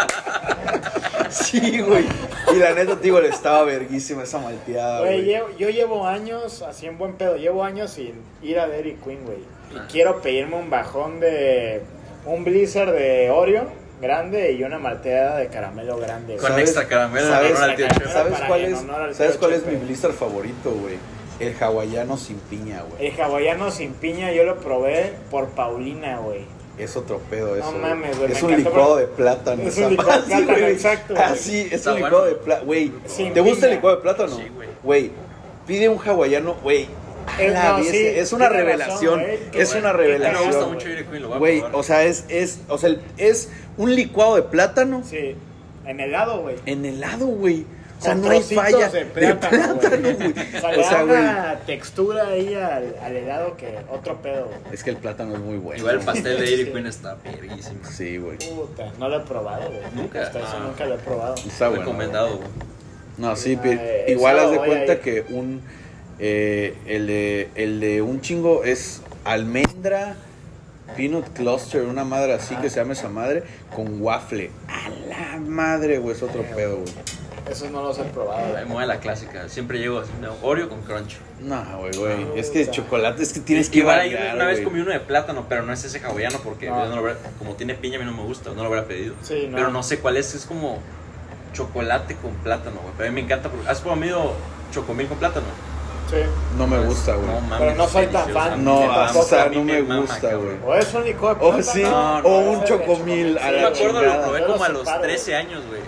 [SPEAKER 2] Sí, güey. Y la neta, te digo, le estaba verguísima esa malteada,
[SPEAKER 4] Güey,
[SPEAKER 2] Ah, güey.
[SPEAKER 4] llevo- yo llevo años, así en buen pedo, llevo años sin ir a Dairy Queen, güey. Y quiero pedirme un bajón de un blizzard de Oreo grande y una malteada de caramelo grande. güey.
[SPEAKER 3] Con
[SPEAKER 2] ¿Sabes?
[SPEAKER 3] extra caramelo en
[SPEAKER 2] ¿Sabes?
[SPEAKER 3] honor al tío Chepe.
[SPEAKER 2] ¿Sabes
[SPEAKER 4] Para
[SPEAKER 2] cuál
[SPEAKER 4] en
[SPEAKER 2] es,
[SPEAKER 4] honor al
[SPEAKER 2] ¿sabes
[SPEAKER 4] tío
[SPEAKER 2] cuál es mi
[SPEAKER 4] Chepe.
[SPEAKER 2] blizzard favorito, güey? El hawaiano sin piña, güey.
[SPEAKER 4] El hawaiano sin piña yo lo probé por Paulina, güey.
[SPEAKER 2] Es otro pedo eso. güey.
[SPEAKER 4] mames, güey, me
[SPEAKER 2] Es un
[SPEAKER 4] encantó,
[SPEAKER 2] licuado de
[SPEAKER 4] pero-
[SPEAKER 2] plátano.
[SPEAKER 4] Es
[SPEAKER 2] esa
[SPEAKER 4] un licuado de
[SPEAKER 2] madre,
[SPEAKER 4] plátano,
[SPEAKER 2] güey.
[SPEAKER 4] exacto, güey.
[SPEAKER 2] Ah, sí, es
[SPEAKER 3] Está
[SPEAKER 2] un licuado
[SPEAKER 3] bueno.
[SPEAKER 2] de plátano. Güey,
[SPEAKER 4] Sin
[SPEAKER 2] ¿te gusta el
[SPEAKER 4] piña.
[SPEAKER 2] licuado de plátano?
[SPEAKER 3] Sí, güey.
[SPEAKER 2] Güey, pide un hawaiano, güey. a
[SPEAKER 4] Es-
[SPEAKER 2] la
[SPEAKER 4] Eh, no,
[SPEAKER 2] bestia,
[SPEAKER 4] sí,
[SPEAKER 2] es una
[SPEAKER 4] tiene razón,
[SPEAKER 2] revelación.
[SPEAKER 4] güey, qué
[SPEAKER 2] es
[SPEAKER 4] bueno,
[SPEAKER 2] una
[SPEAKER 4] qué
[SPEAKER 3] A mí me gusta
[SPEAKER 4] cagado,
[SPEAKER 2] revelación.
[SPEAKER 3] mucho
[SPEAKER 4] güey.
[SPEAKER 3] Dairy Queen, lo voy a
[SPEAKER 2] Güey,
[SPEAKER 3] probar.
[SPEAKER 2] o sea, es, es, o sea, el- es un licuado de plátano
[SPEAKER 4] Sí, en helado, güey.
[SPEAKER 2] en helado, güey. O sea,
[SPEAKER 4] Con
[SPEAKER 2] no hay
[SPEAKER 4] trocitos
[SPEAKER 2] falla
[SPEAKER 4] de plátano,
[SPEAKER 2] güey.
[SPEAKER 4] güey. O sea,
[SPEAKER 2] O sea,
[SPEAKER 4] le da
[SPEAKER 2] güey.
[SPEAKER 4] una textura ahí al, al helado que otro pedo, güey.
[SPEAKER 2] Es que el plátano es muy bueno.
[SPEAKER 3] Igual el
[SPEAKER 2] güey.
[SPEAKER 3] pastel de Dairy Queen está verguísima.
[SPEAKER 2] Sí, güey.
[SPEAKER 4] Puta, no lo he probado, güey.
[SPEAKER 3] Nunca.
[SPEAKER 4] Hasta eso
[SPEAKER 3] Ah.
[SPEAKER 4] nunca lo he probado.
[SPEAKER 2] Está bueno.
[SPEAKER 3] Recomendado, güey.
[SPEAKER 2] güey. No, sí,
[SPEAKER 4] Ah,
[SPEAKER 2] pi-
[SPEAKER 4] eh,
[SPEAKER 2] igual
[SPEAKER 4] eso
[SPEAKER 2] haz de
[SPEAKER 4] voy a
[SPEAKER 2] cuenta
[SPEAKER 4] ir.
[SPEAKER 2] que un eh, el, de, el de un chingo es almendra peanut cluster, una madre así que se llama esa madre con waffle. A la madre, güey, es otro pedo, güey.
[SPEAKER 4] Esos no los he probado,
[SPEAKER 3] Ahí
[SPEAKER 4] güey.
[SPEAKER 3] me voy a la clásica. Siempre llego así, no, Oreo con crunch.
[SPEAKER 2] No, güey, güey. Es que el chocolate es que tienes
[SPEAKER 3] Y-
[SPEAKER 2] que
[SPEAKER 3] igual ahí
[SPEAKER 2] variar,
[SPEAKER 3] Una vez
[SPEAKER 2] güey.
[SPEAKER 3] comí uno de plátano, pero no es ese hawaiano porque
[SPEAKER 4] Ah.
[SPEAKER 3] yo no lo hubiera- como tiene piña a mí no me gusta, no lo hubiera pedido.
[SPEAKER 4] Sí, no.
[SPEAKER 3] Pero no sé cuál es, es como chocolate con plátano, güey. Pero a mí me encanta. porque- ¿Has comido chocomil con plátano?
[SPEAKER 4] Sí.
[SPEAKER 2] No me gusta, güey.
[SPEAKER 3] No mames,
[SPEAKER 4] Pero no soy
[SPEAKER 3] es
[SPEAKER 4] tan
[SPEAKER 3] delicioso.
[SPEAKER 4] fan.
[SPEAKER 3] A mí
[SPEAKER 2] No,
[SPEAKER 3] me mama,
[SPEAKER 2] o sea,
[SPEAKER 3] a mí
[SPEAKER 2] no me
[SPEAKER 3] mama,
[SPEAKER 2] gusta,
[SPEAKER 3] cabrón.
[SPEAKER 2] güey.
[SPEAKER 4] O es un licor de
[SPEAKER 2] O
[SPEAKER 4] plátano,
[SPEAKER 2] sí,
[SPEAKER 3] No, no,
[SPEAKER 2] o
[SPEAKER 3] no,
[SPEAKER 2] un
[SPEAKER 4] de
[SPEAKER 2] chocomil
[SPEAKER 4] chocomil.
[SPEAKER 2] a
[SPEAKER 4] Sí,
[SPEAKER 2] la
[SPEAKER 3] Yo me acuerdo, lo
[SPEAKER 2] chingada.
[SPEAKER 3] probé
[SPEAKER 4] Yo lo
[SPEAKER 3] como a los
[SPEAKER 4] separo,
[SPEAKER 3] 13
[SPEAKER 4] güey.
[SPEAKER 3] años, güey.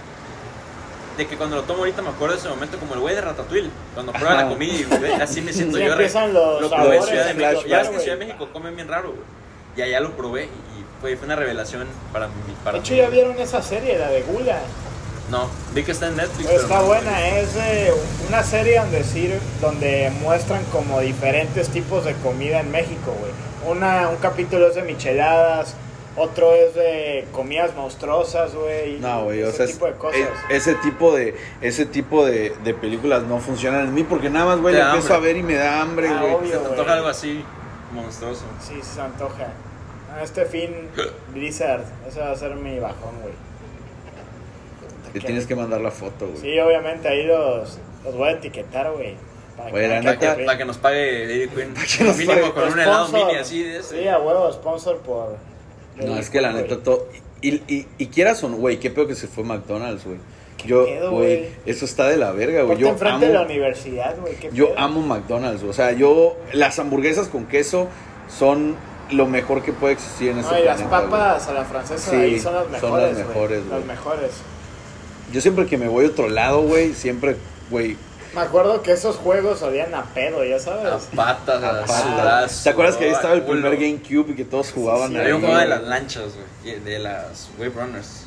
[SPEAKER 3] De que cuando lo tomo ahorita me acuerdo de ese momento como el güey de Ratatouille. Cuando prueba
[SPEAKER 2] Ajá.
[SPEAKER 3] la comida y güey, así me siento
[SPEAKER 4] Sí,
[SPEAKER 3] yo. re-
[SPEAKER 4] empiezan los
[SPEAKER 3] lo probé en
[SPEAKER 2] sabores,
[SPEAKER 3] Ciudad de México. Ya ves que en
[SPEAKER 4] flashbacks.
[SPEAKER 3] Ciudad de México comen bien raro, güey. Y allá lo probé y fue, fue una revelación para mí. Para
[SPEAKER 4] De hecho,
[SPEAKER 3] mí.
[SPEAKER 4] ya vieron esa serie, la de Gula.
[SPEAKER 3] No, vi que está en Netflix. pero
[SPEAKER 4] Está
[SPEAKER 3] no.
[SPEAKER 4] buena, es eh, una serie donde, sir- donde muestran como diferentes tipos de comida en México, güey. Una, un capítulo es de micheladas, otro es de comidas monstruosas, güey.
[SPEAKER 2] No, güey, o
[SPEAKER 4] ese
[SPEAKER 2] sea,
[SPEAKER 4] tipo de
[SPEAKER 2] es-
[SPEAKER 4] cosas.
[SPEAKER 2] e- ese tipo de ese tipo de, de películas no funcionan en mí porque nada más, güey,
[SPEAKER 3] Te
[SPEAKER 2] la
[SPEAKER 3] da
[SPEAKER 2] empiezo a
[SPEAKER 3] hambre.
[SPEAKER 2] ver y me da hambre,
[SPEAKER 4] Ah,
[SPEAKER 2] güey.
[SPEAKER 4] obvio.
[SPEAKER 3] Se te antoja algo así monstruoso.
[SPEAKER 4] Sí, se antoja. A este fin, Blizzard, ese va a ser mi bajón, güey.
[SPEAKER 2] Te tienes que mandar la foto, güey.
[SPEAKER 4] Sí, obviamente ahí los, los voy a etiquetar, güey. Para
[SPEAKER 2] Güey, la
[SPEAKER 3] Para
[SPEAKER 2] neta-
[SPEAKER 3] que, para que nos pague Dairy Queen.
[SPEAKER 2] que nos
[SPEAKER 3] mínimo
[SPEAKER 2] pague.
[SPEAKER 3] con un helado mini así de ese.
[SPEAKER 4] Sí, a huevo, sponsor por.
[SPEAKER 2] No, es que la
[SPEAKER 4] güey.
[SPEAKER 2] neta todo y, y, y quieras o no, güey, qué peor que se fue McDonald's, güey. Yo,
[SPEAKER 4] pedo,
[SPEAKER 2] güey,
[SPEAKER 4] güey?
[SPEAKER 2] eso está de la verga, güey.
[SPEAKER 4] Ponte
[SPEAKER 2] Yo
[SPEAKER 4] enfrente de la
[SPEAKER 2] amo,
[SPEAKER 4] universidad, güey. qué
[SPEAKER 2] yo
[SPEAKER 4] pedo.
[SPEAKER 2] amo McDonald's, o sea, yo las hamburguesas con queso son lo mejor que puede existir en
[SPEAKER 4] No,
[SPEAKER 2] este
[SPEAKER 4] y
[SPEAKER 2] planeta.
[SPEAKER 4] las
[SPEAKER 2] güey.
[SPEAKER 4] papas a la francesa
[SPEAKER 2] Sí,
[SPEAKER 4] ahí son las
[SPEAKER 2] son
[SPEAKER 4] mejores.
[SPEAKER 2] las
[SPEAKER 4] güey,
[SPEAKER 2] mejores, güey.
[SPEAKER 4] Las mejores.
[SPEAKER 2] Yo siempre que me voy a otro lado, güey, siempre, güey,
[SPEAKER 4] Me acuerdo que esos juegos olían a pedo, ya sabes.
[SPEAKER 3] A patas, a sudazo,
[SPEAKER 2] ¿Te acuerdas que ahí
[SPEAKER 3] a
[SPEAKER 2] estaba el
[SPEAKER 3] culo.
[SPEAKER 2] primer GameCube y que todos jugaban
[SPEAKER 4] Sí, sí,
[SPEAKER 2] ahí?
[SPEAKER 3] Había un juego de las lanchas, güey. y De las Wave Runners.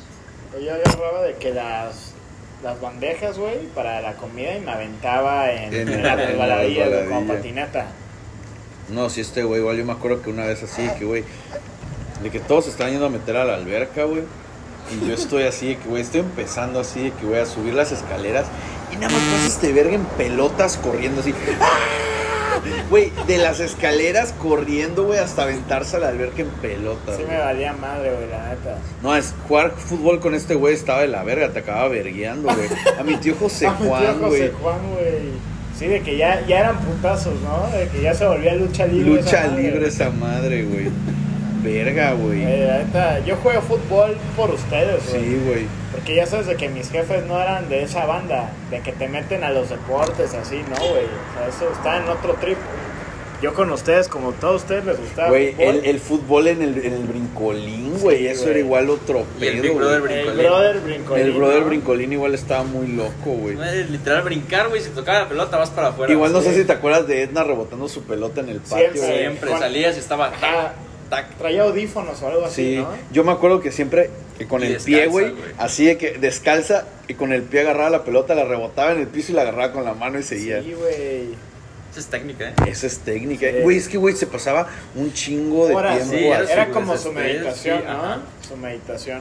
[SPEAKER 4] Yo agarraba de que las, las bandejas, güey, para la comida y me aventaba en,
[SPEAKER 2] En-
[SPEAKER 4] en la
[SPEAKER 2] en la
[SPEAKER 4] resbaladilla, güey, como
[SPEAKER 2] resbaladilla.
[SPEAKER 4] patineta.
[SPEAKER 2] No, si este güey, igual yo me acuerdo que una vez así, que güey, de que todos se están yendo a meter a la alberca, güey. Y yo estoy así, de que güey, estoy empezando así, de que voy a subir las escaleras. Y nada más pasa este verga en pelotas corriendo así. ¡Ah!
[SPEAKER 6] Güey, de las escaleras corriendo, güey, hasta aventarse a la alberca en pelota.
[SPEAKER 4] Sí
[SPEAKER 6] güey.
[SPEAKER 4] me valía madre, güey, la neta.
[SPEAKER 2] No, es jugar fútbol con este güey estaba de la verga, te acababa vergueando, güey.
[SPEAKER 6] A mi tío José
[SPEAKER 4] Ah, mi tío
[SPEAKER 6] Juan, güey.
[SPEAKER 4] José Juan, güey. Sí, de que ya, ya eran putazos, ¿no? De que ya se volvía lucha libre.
[SPEAKER 2] Lucha
[SPEAKER 4] esa madre.
[SPEAKER 2] libre esa madre, güey. Verga, güey.
[SPEAKER 4] Eh, la neta, yo juego fútbol por ustedes, güey.
[SPEAKER 2] Sí, güey.
[SPEAKER 4] Porque ya sabes de que mis jefes no eran de esa banda, de que te meten a los deportes así, ¿no, güey? O sea, eso está en otro trip. Yo con ustedes, como a todos ustedes les gustaba.
[SPEAKER 2] Güey,
[SPEAKER 4] fútbol,
[SPEAKER 2] el, el fútbol en el, en el brincolín, güey.
[SPEAKER 4] Sí,
[SPEAKER 2] eso
[SPEAKER 4] güey.
[SPEAKER 2] era igual otro
[SPEAKER 3] Y el
[SPEAKER 2] pedo,
[SPEAKER 3] Big
[SPEAKER 2] güey.
[SPEAKER 3] Brother
[SPEAKER 4] el
[SPEAKER 3] brincolín.
[SPEAKER 4] brother brincolín.
[SPEAKER 2] El brother
[SPEAKER 4] ¿no?
[SPEAKER 2] brincolín igual estaba muy loco, güey.
[SPEAKER 3] No es literal brincar, güey. Si tocaba la pelota, vas para afuera.
[SPEAKER 2] Igual no
[SPEAKER 3] Sí.
[SPEAKER 2] sé si te acuerdas de Edna rebotando su pelota en el patio,
[SPEAKER 4] Siempre.
[SPEAKER 2] güey.
[SPEAKER 3] Siempre salías y estaba.
[SPEAKER 4] Ajá.
[SPEAKER 3] Tac,
[SPEAKER 4] Traía audífonos o algo
[SPEAKER 2] Sí,
[SPEAKER 4] así, ¿no?
[SPEAKER 2] yo me acuerdo que siempre que con
[SPEAKER 3] Y
[SPEAKER 2] el
[SPEAKER 3] descalza,
[SPEAKER 2] pie, güey,
[SPEAKER 3] güey.
[SPEAKER 2] así de que descalza y con el pie agarraba la pelota, la rebotaba en el piso y la agarraba con la mano y seguía.
[SPEAKER 4] Sí, güey.
[SPEAKER 3] Esa es técnica, ¿eh?
[SPEAKER 2] Esa es técnica.
[SPEAKER 4] Sí.
[SPEAKER 2] Güey, es que, güey, se pasaba un chingo de
[SPEAKER 4] Ahora
[SPEAKER 2] tiempo
[SPEAKER 4] sí,
[SPEAKER 3] así,
[SPEAKER 4] era
[SPEAKER 3] güey,
[SPEAKER 4] como
[SPEAKER 3] ese
[SPEAKER 4] su
[SPEAKER 3] estrés,
[SPEAKER 4] meditación,
[SPEAKER 3] sí,
[SPEAKER 4] ¿no?
[SPEAKER 3] ajá.
[SPEAKER 4] Su meditación.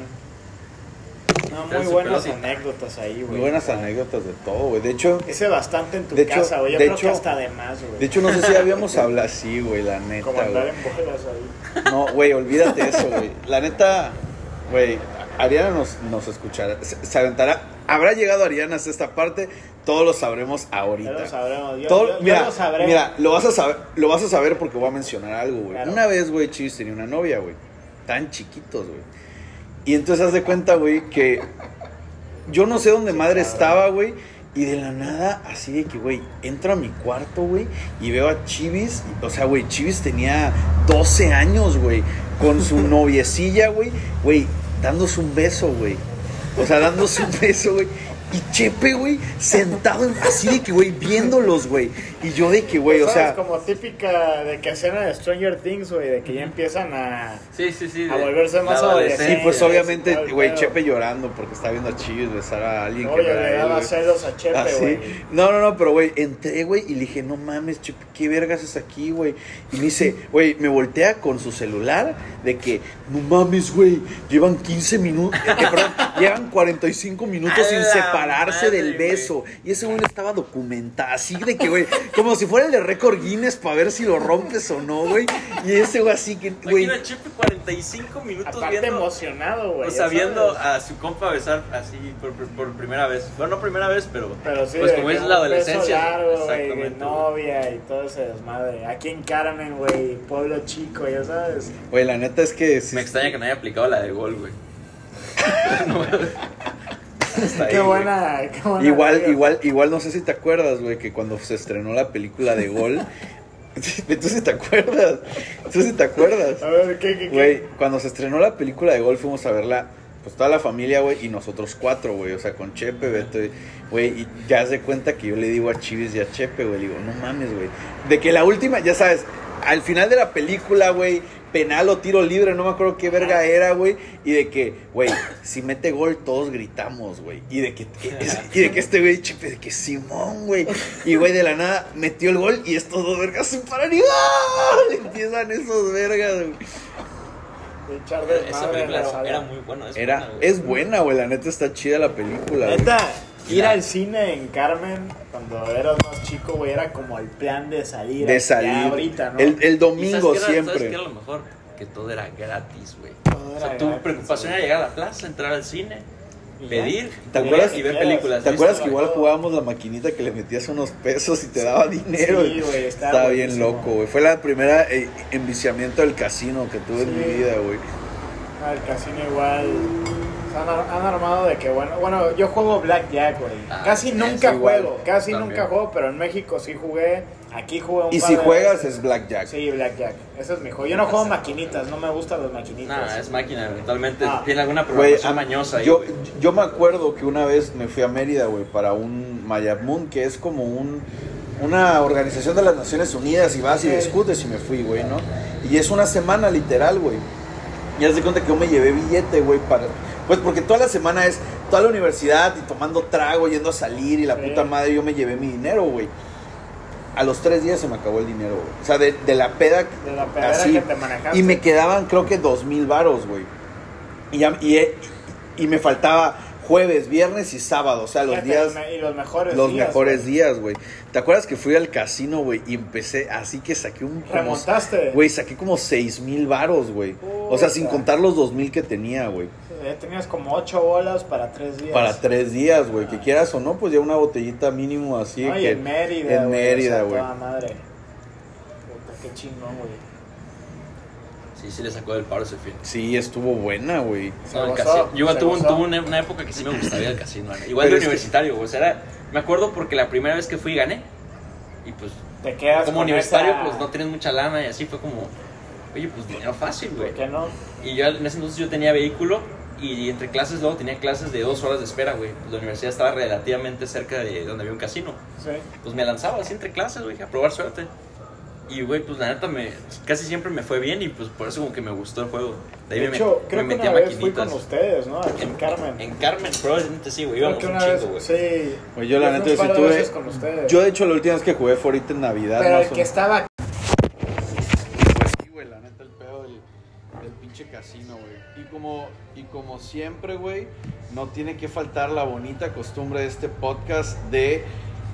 [SPEAKER 4] No,
[SPEAKER 3] Pero
[SPEAKER 4] muy
[SPEAKER 3] su
[SPEAKER 4] buenas
[SPEAKER 3] pelotita.
[SPEAKER 4] anécdotas ahí, güey.
[SPEAKER 2] Muy buenas
[SPEAKER 4] Ah,
[SPEAKER 2] anécdotas de todo, güey. De hecho,
[SPEAKER 4] Ese bastante en tu
[SPEAKER 2] De hecho-
[SPEAKER 4] casa, güey. Yo
[SPEAKER 2] de
[SPEAKER 4] creo que
[SPEAKER 2] hecho-
[SPEAKER 4] hasta de más, güey.
[SPEAKER 2] de hecho no sé si habíamos hablado así, güey, la neta,
[SPEAKER 4] como andar
[SPEAKER 2] güey.
[SPEAKER 4] en bolas ahí.
[SPEAKER 2] No, güey, olvídate eso, güey. La neta, güey, Ariana nos, nos escuchará, se, se aventará. Habrá llegado Ariana hasta esta parte, todos lo sabremos ahorita.
[SPEAKER 4] Ya lo sabremos. Yo,
[SPEAKER 2] Todo-
[SPEAKER 4] yo- yo
[SPEAKER 2] mira,
[SPEAKER 4] lo sabré.
[SPEAKER 2] mira, lo vas a saber, lo vas a saber porque voy a mencionar algo, güey.
[SPEAKER 4] Claro.
[SPEAKER 2] Una vez, güey, Chivis tenía una novia, güey. Tan chiquitos, güey. Y entonces haz de cuenta, güey, que yo no sé dónde madre
[SPEAKER 4] cabrón.
[SPEAKER 2] estaba, güey. Y de la nada, así de que, güey, entro a mi cuarto, güey, y veo a Chivis. O sea, güey, Chivis tenía 12 años, güey, con su noviecilla, güey, güey, dándose un beso, güey. O sea, dándose un beso, güey. Y Chepe, güey, sentado en- así de que, güey, viéndolos, güey. Y yo de que, güey, o
[SPEAKER 4] ¿Sabes?
[SPEAKER 2] sea,
[SPEAKER 4] como típica de que escena de Stranger Things, güey, de que ya empiezan a...
[SPEAKER 3] Sí, sí, sí.
[SPEAKER 4] A
[SPEAKER 3] de-
[SPEAKER 4] volverse más
[SPEAKER 3] de
[SPEAKER 2] sí,
[SPEAKER 4] adolescente.
[SPEAKER 2] pues
[SPEAKER 4] sí,
[SPEAKER 2] obviamente,
[SPEAKER 4] sí, claro,
[SPEAKER 2] güey,
[SPEAKER 4] claro.
[SPEAKER 2] Chepe llorando porque está viendo a Chivis besar a alguien que no
[SPEAKER 4] Oye,
[SPEAKER 2] era
[SPEAKER 4] le
[SPEAKER 2] él,
[SPEAKER 4] daba
[SPEAKER 2] güey.
[SPEAKER 4] celos a Chepe,
[SPEAKER 2] Así.
[SPEAKER 4] güey.
[SPEAKER 2] Ah, No, no, no, pero güey, entré, güey, y le dije, no mames, Chepe, ¿qué vergas es aquí, güey? Y me dice, güey, me voltea con su celular de que, no mames, güey, llevan 15 minutos, eh, perdón, llevan 45 minutos
[SPEAKER 3] A
[SPEAKER 2] sin
[SPEAKER 3] la
[SPEAKER 2] separarse del
[SPEAKER 3] madre,
[SPEAKER 2] beso. Y ese güey estaba documentado, así de que, güey, como si fuera el de récord Guinness para ver si lo rompes o no, güey. Y ese güey así que, güey,
[SPEAKER 3] Imagina a Chepe 45 minutos
[SPEAKER 4] Aparte
[SPEAKER 3] viendo.
[SPEAKER 4] emocionado, güey.
[SPEAKER 3] O
[SPEAKER 4] ya
[SPEAKER 3] sea,
[SPEAKER 4] sabes.
[SPEAKER 3] viendo a su compa besar así por, por- por primera vez. Bueno, no primera vez, pero.
[SPEAKER 4] Pero sí,
[SPEAKER 3] pues
[SPEAKER 4] de
[SPEAKER 3] como
[SPEAKER 4] que
[SPEAKER 3] es
[SPEAKER 4] un
[SPEAKER 3] la
[SPEAKER 4] beso
[SPEAKER 3] adolescencia.
[SPEAKER 4] largo, güey, de
[SPEAKER 3] exactamente. güey.
[SPEAKER 4] novia y todo ese desmadre. Aquí en Carmen, güey, pueblo chico, ya sabes.
[SPEAKER 2] güey, la neta es que... sí-
[SPEAKER 3] Me extraña que no haya aplicado la de gol, güey.
[SPEAKER 2] está
[SPEAKER 4] qué
[SPEAKER 2] ahí, güey.
[SPEAKER 4] buena, qué buena.
[SPEAKER 2] Igual,
[SPEAKER 4] vida.
[SPEAKER 2] igual, igual, no sé si te acuerdas, güey, que cuando se estrenó la película de Gol, tú sí te acuerdas, tú sí te acuerdas.
[SPEAKER 4] A ver, ¿qué, qué, qué?
[SPEAKER 2] Güey, cuando se estrenó la película de Gol fuimos a verla, pues toda la familia, güey, y nosotros cuatro, güey, o sea, con Chepe, Beto, y- güey, y ya se cuenta que yo le digo a Chivis y a Chepe, güey, le digo, no mames, güey, de que la última, ya sabes, al final de la película, güey, penal o tiro libre, no me acuerdo qué verga era, güey, y de que, güey, si mete gol todos gritamos, güey, y de que, y de que este güey, Chepe, de que Simón, güey, y güey, de la nada metió el gol y estos dos vergas se paran y ¡gol! Empiezan esos vergas, güey.
[SPEAKER 4] De echar
[SPEAKER 3] Esa
[SPEAKER 4] desmadre en la
[SPEAKER 3] película
[SPEAKER 4] sala.
[SPEAKER 3] era muy buena. Es
[SPEAKER 2] Era,
[SPEAKER 3] buena, güey.
[SPEAKER 2] es buena, güey. La neta está chida la película, güey.
[SPEAKER 4] Neta, ir al cine en Carmen cuando eras más chico, güey, era como el plan de salir.
[SPEAKER 2] De
[SPEAKER 4] ya
[SPEAKER 2] salir.
[SPEAKER 4] ahorita, ¿no?
[SPEAKER 2] el, el
[SPEAKER 3] ¿Y sabes
[SPEAKER 2] domingo
[SPEAKER 3] qué era- ¿Sabes qué
[SPEAKER 2] siempre.
[SPEAKER 3] era lo mejor? Que todo era gratis, güey.
[SPEAKER 4] Todo
[SPEAKER 3] O sea,
[SPEAKER 4] era
[SPEAKER 3] tu
[SPEAKER 4] gratis,
[SPEAKER 3] preocupación
[SPEAKER 4] güey.
[SPEAKER 3] era llegar a la plaza, entrar al cine,
[SPEAKER 4] Y ya.
[SPEAKER 3] pedir,
[SPEAKER 2] ¿Te
[SPEAKER 3] comer
[SPEAKER 2] acuerdas-
[SPEAKER 3] y ver
[SPEAKER 4] te
[SPEAKER 3] películas.
[SPEAKER 2] ¿Te acuerdas que
[SPEAKER 3] ¿viste?
[SPEAKER 2] igual
[SPEAKER 4] güey.
[SPEAKER 2] jugábamos la maquinita que le metías unos pesos y te daba dinero?
[SPEAKER 4] Sí, güey, estaba
[SPEAKER 2] Estaba bien
[SPEAKER 4] buenísimo.
[SPEAKER 2] loco, güey. Fue la primera eh, enviciamiento del casino que tuve en
[SPEAKER 4] Sí.
[SPEAKER 2] mi vida, güey.
[SPEAKER 4] Ah, el casino igual. Se Han, ar- han armado de que bueno, bueno, yo juego blackjack, güey.
[SPEAKER 3] Ah,
[SPEAKER 4] casi
[SPEAKER 3] sí,
[SPEAKER 4] nunca
[SPEAKER 2] sí, igual,
[SPEAKER 4] juego, casi
[SPEAKER 3] también.
[SPEAKER 4] nunca juego, pero en México sí jugué. Aquí jugué un
[SPEAKER 2] Y
[SPEAKER 4] par
[SPEAKER 2] si
[SPEAKER 4] de
[SPEAKER 2] juegas
[SPEAKER 4] veces.
[SPEAKER 2] es blackjack.
[SPEAKER 4] Sí, blackjack. Ese es mi juego. Yo no juego maquinitas, no me gustan las maquinitas.
[SPEAKER 3] Nah, es máquina, eventualmente
[SPEAKER 4] Ah.
[SPEAKER 3] tiene alguna
[SPEAKER 2] Güey,
[SPEAKER 3] programación
[SPEAKER 2] a-
[SPEAKER 3] mañosa ahí,
[SPEAKER 2] yo,
[SPEAKER 3] güey.
[SPEAKER 2] yo me acuerdo que una vez me fui a Mérida, güey, para un Mayamun, que es como un, una organización de las Naciones Unidas, y vas y
[SPEAKER 4] Ok.
[SPEAKER 2] discutes, y me fui, güey, ¿no? Y es una semana literal, güey. Y haz de cuenta que yo me llevé billete, güey, para... Pues porque toda la semana es toda la universidad y tomando trago, yendo a salir y la
[SPEAKER 4] Sí.
[SPEAKER 2] puta madre, yo me llevé mi dinero, güey. A los tres días se me acabó el dinero, güey. O sea, de, de la peda...
[SPEAKER 4] De la pedera
[SPEAKER 2] así.
[SPEAKER 4] que te manejaste.
[SPEAKER 2] Y me quedaban creo que dos mil varos, güey. eh, Y, ya- y, y me faltaba
[SPEAKER 6] jueves, viernes y sábado, o sea, los
[SPEAKER 4] Fíjate,
[SPEAKER 6] días...
[SPEAKER 4] me- Y los mejores
[SPEAKER 2] Los
[SPEAKER 4] días.
[SPEAKER 2] mejores
[SPEAKER 4] güey.
[SPEAKER 2] días, güey. ¿Te acuerdas que fui al casino, güey? Y empecé, así que saqué un... como-
[SPEAKER 4] Remontaste.
[SPEAKER 2] Güey, saqué como 6 mil varos, güey. O sea, sin
[SPEAKER 4] Puta.
[SPEAKER 2] contar los 2 mil que tenía, güey.
[SPEAKER 4] Eh, Tenías como ocho bolas para tres días.
[SPEAKER 2] Para tres días, güey. Que quieras o no, pues ya una botellita mínimo así.
[SPEAKER 4] Ah. No, y
[SPEAKER 2] que-
[SPEAKER 4] en Mérida.
[SPEAKER 2] En
[SPEAKER 4] güey, o sea,
[SPEAKER 2] Mérida, güey.
[SPEAKER 4] toda madre. Puta, qué chingón, güey.
[SPEAKER 3] Sí, sí le sacó del paro ese fin.
[SPEAKER 2] Sí, estuvo buena, güey.
[SPEAKER 4] Se
[SPEAKER 3] No, el
[SPEAKER 4] gozó,
[SPEAKER 3] casino. Yo igual
[SPEAKER 4] se
[SPEAKER 3] tuve, un-
[SPEAKER 4] gozó.
[SPEAKER 3] tuve una, una época que sí me gustaba ir al casino. ¿no? Igual
[SPEAKER 2] Pero
[SPEAKER 3] de
[SPEAKER 2] es que-
[SPEAKER 3] universitario, güey. O sea, era- me acuerdo porque la primera vez que fui gané. Y pues,
[SPEAKER 4] Te quedas
[SPEAKER 3] como
[SPEAKER 4] con
[SPEAKER 3] universitario,
[SPEAKER 4] esa-
[SPEAKER 3] pues no tienes mucha lana. Y así fue como, oye, pues dinero fácil, güey.
[SPEAKER 4] ¿Por qué no?
[SPEAKER 3] Y yo en ese entonces yo tenía vehículo y entre clases luego tenía clases de dos horas de espera, güey. Pues la universidad estaba relativamente cerca de donde había un casino.
[SPEAKER 4] Sí.
[SPEAKER 3] Pues me lanzaba así entre clases, güey, a probar suerte. Y, güey, pues la neta me, casi siempre me fue bien y pues por eso como que me gustó el juego. De ahí
[SPEAKER 4] De
[SPEAKER 3] me,
[SPEAKER 4] hecho,
[SPEAKER 3] me
[SPEAKER 4] creo que
[SPEAKER 3] metí a
[SPEAKER 4] una vez fui con
[SPEAKER 3] maquinitas.
[SPEAKER 4] ustedes, ¿no? Aquí en Carmen.
[SPEAKER 3] En Carmen, probablemente sí, güey.
[SPEAKER 4] Creo
[SPEAKER 3] Íbamos
[SPEAKER 4] que
[SPEAKER 3] un
[SPEAKER 4] una
[SPEAKER 3] chingo, güey.
[SPEAKER 4] vez, sí.
[SPEAKER 2] Güey, yo la
[SPEAKER 4] fui
[SPEAKER 2] neta
[SPEAKER 4] un
[SPEAKER 2] sí
[SPEAKER 4] par de
[SPEAKER 2] tuve-
[SPEAKER 4] veces con ustedes.
[SPEAKER 2] Yo, de hecho, la última vez que jugué fue ahorita en Navidad.
[SPEAKER 4] Pero
[SPEAKER 2] más
[SPEAKER 4] el
[SPEAKER 2] o
[SPEAKER 4] que
[SPEAKER 2] menos.
[SPEAKER 4] estaba
[SPEAKER 2] Pues sí, güey, la neta, el pedo del, del pinche casino, güey. Y como, y como siempre, güey, no tiene que faltar la bonita costumbre de este podcast de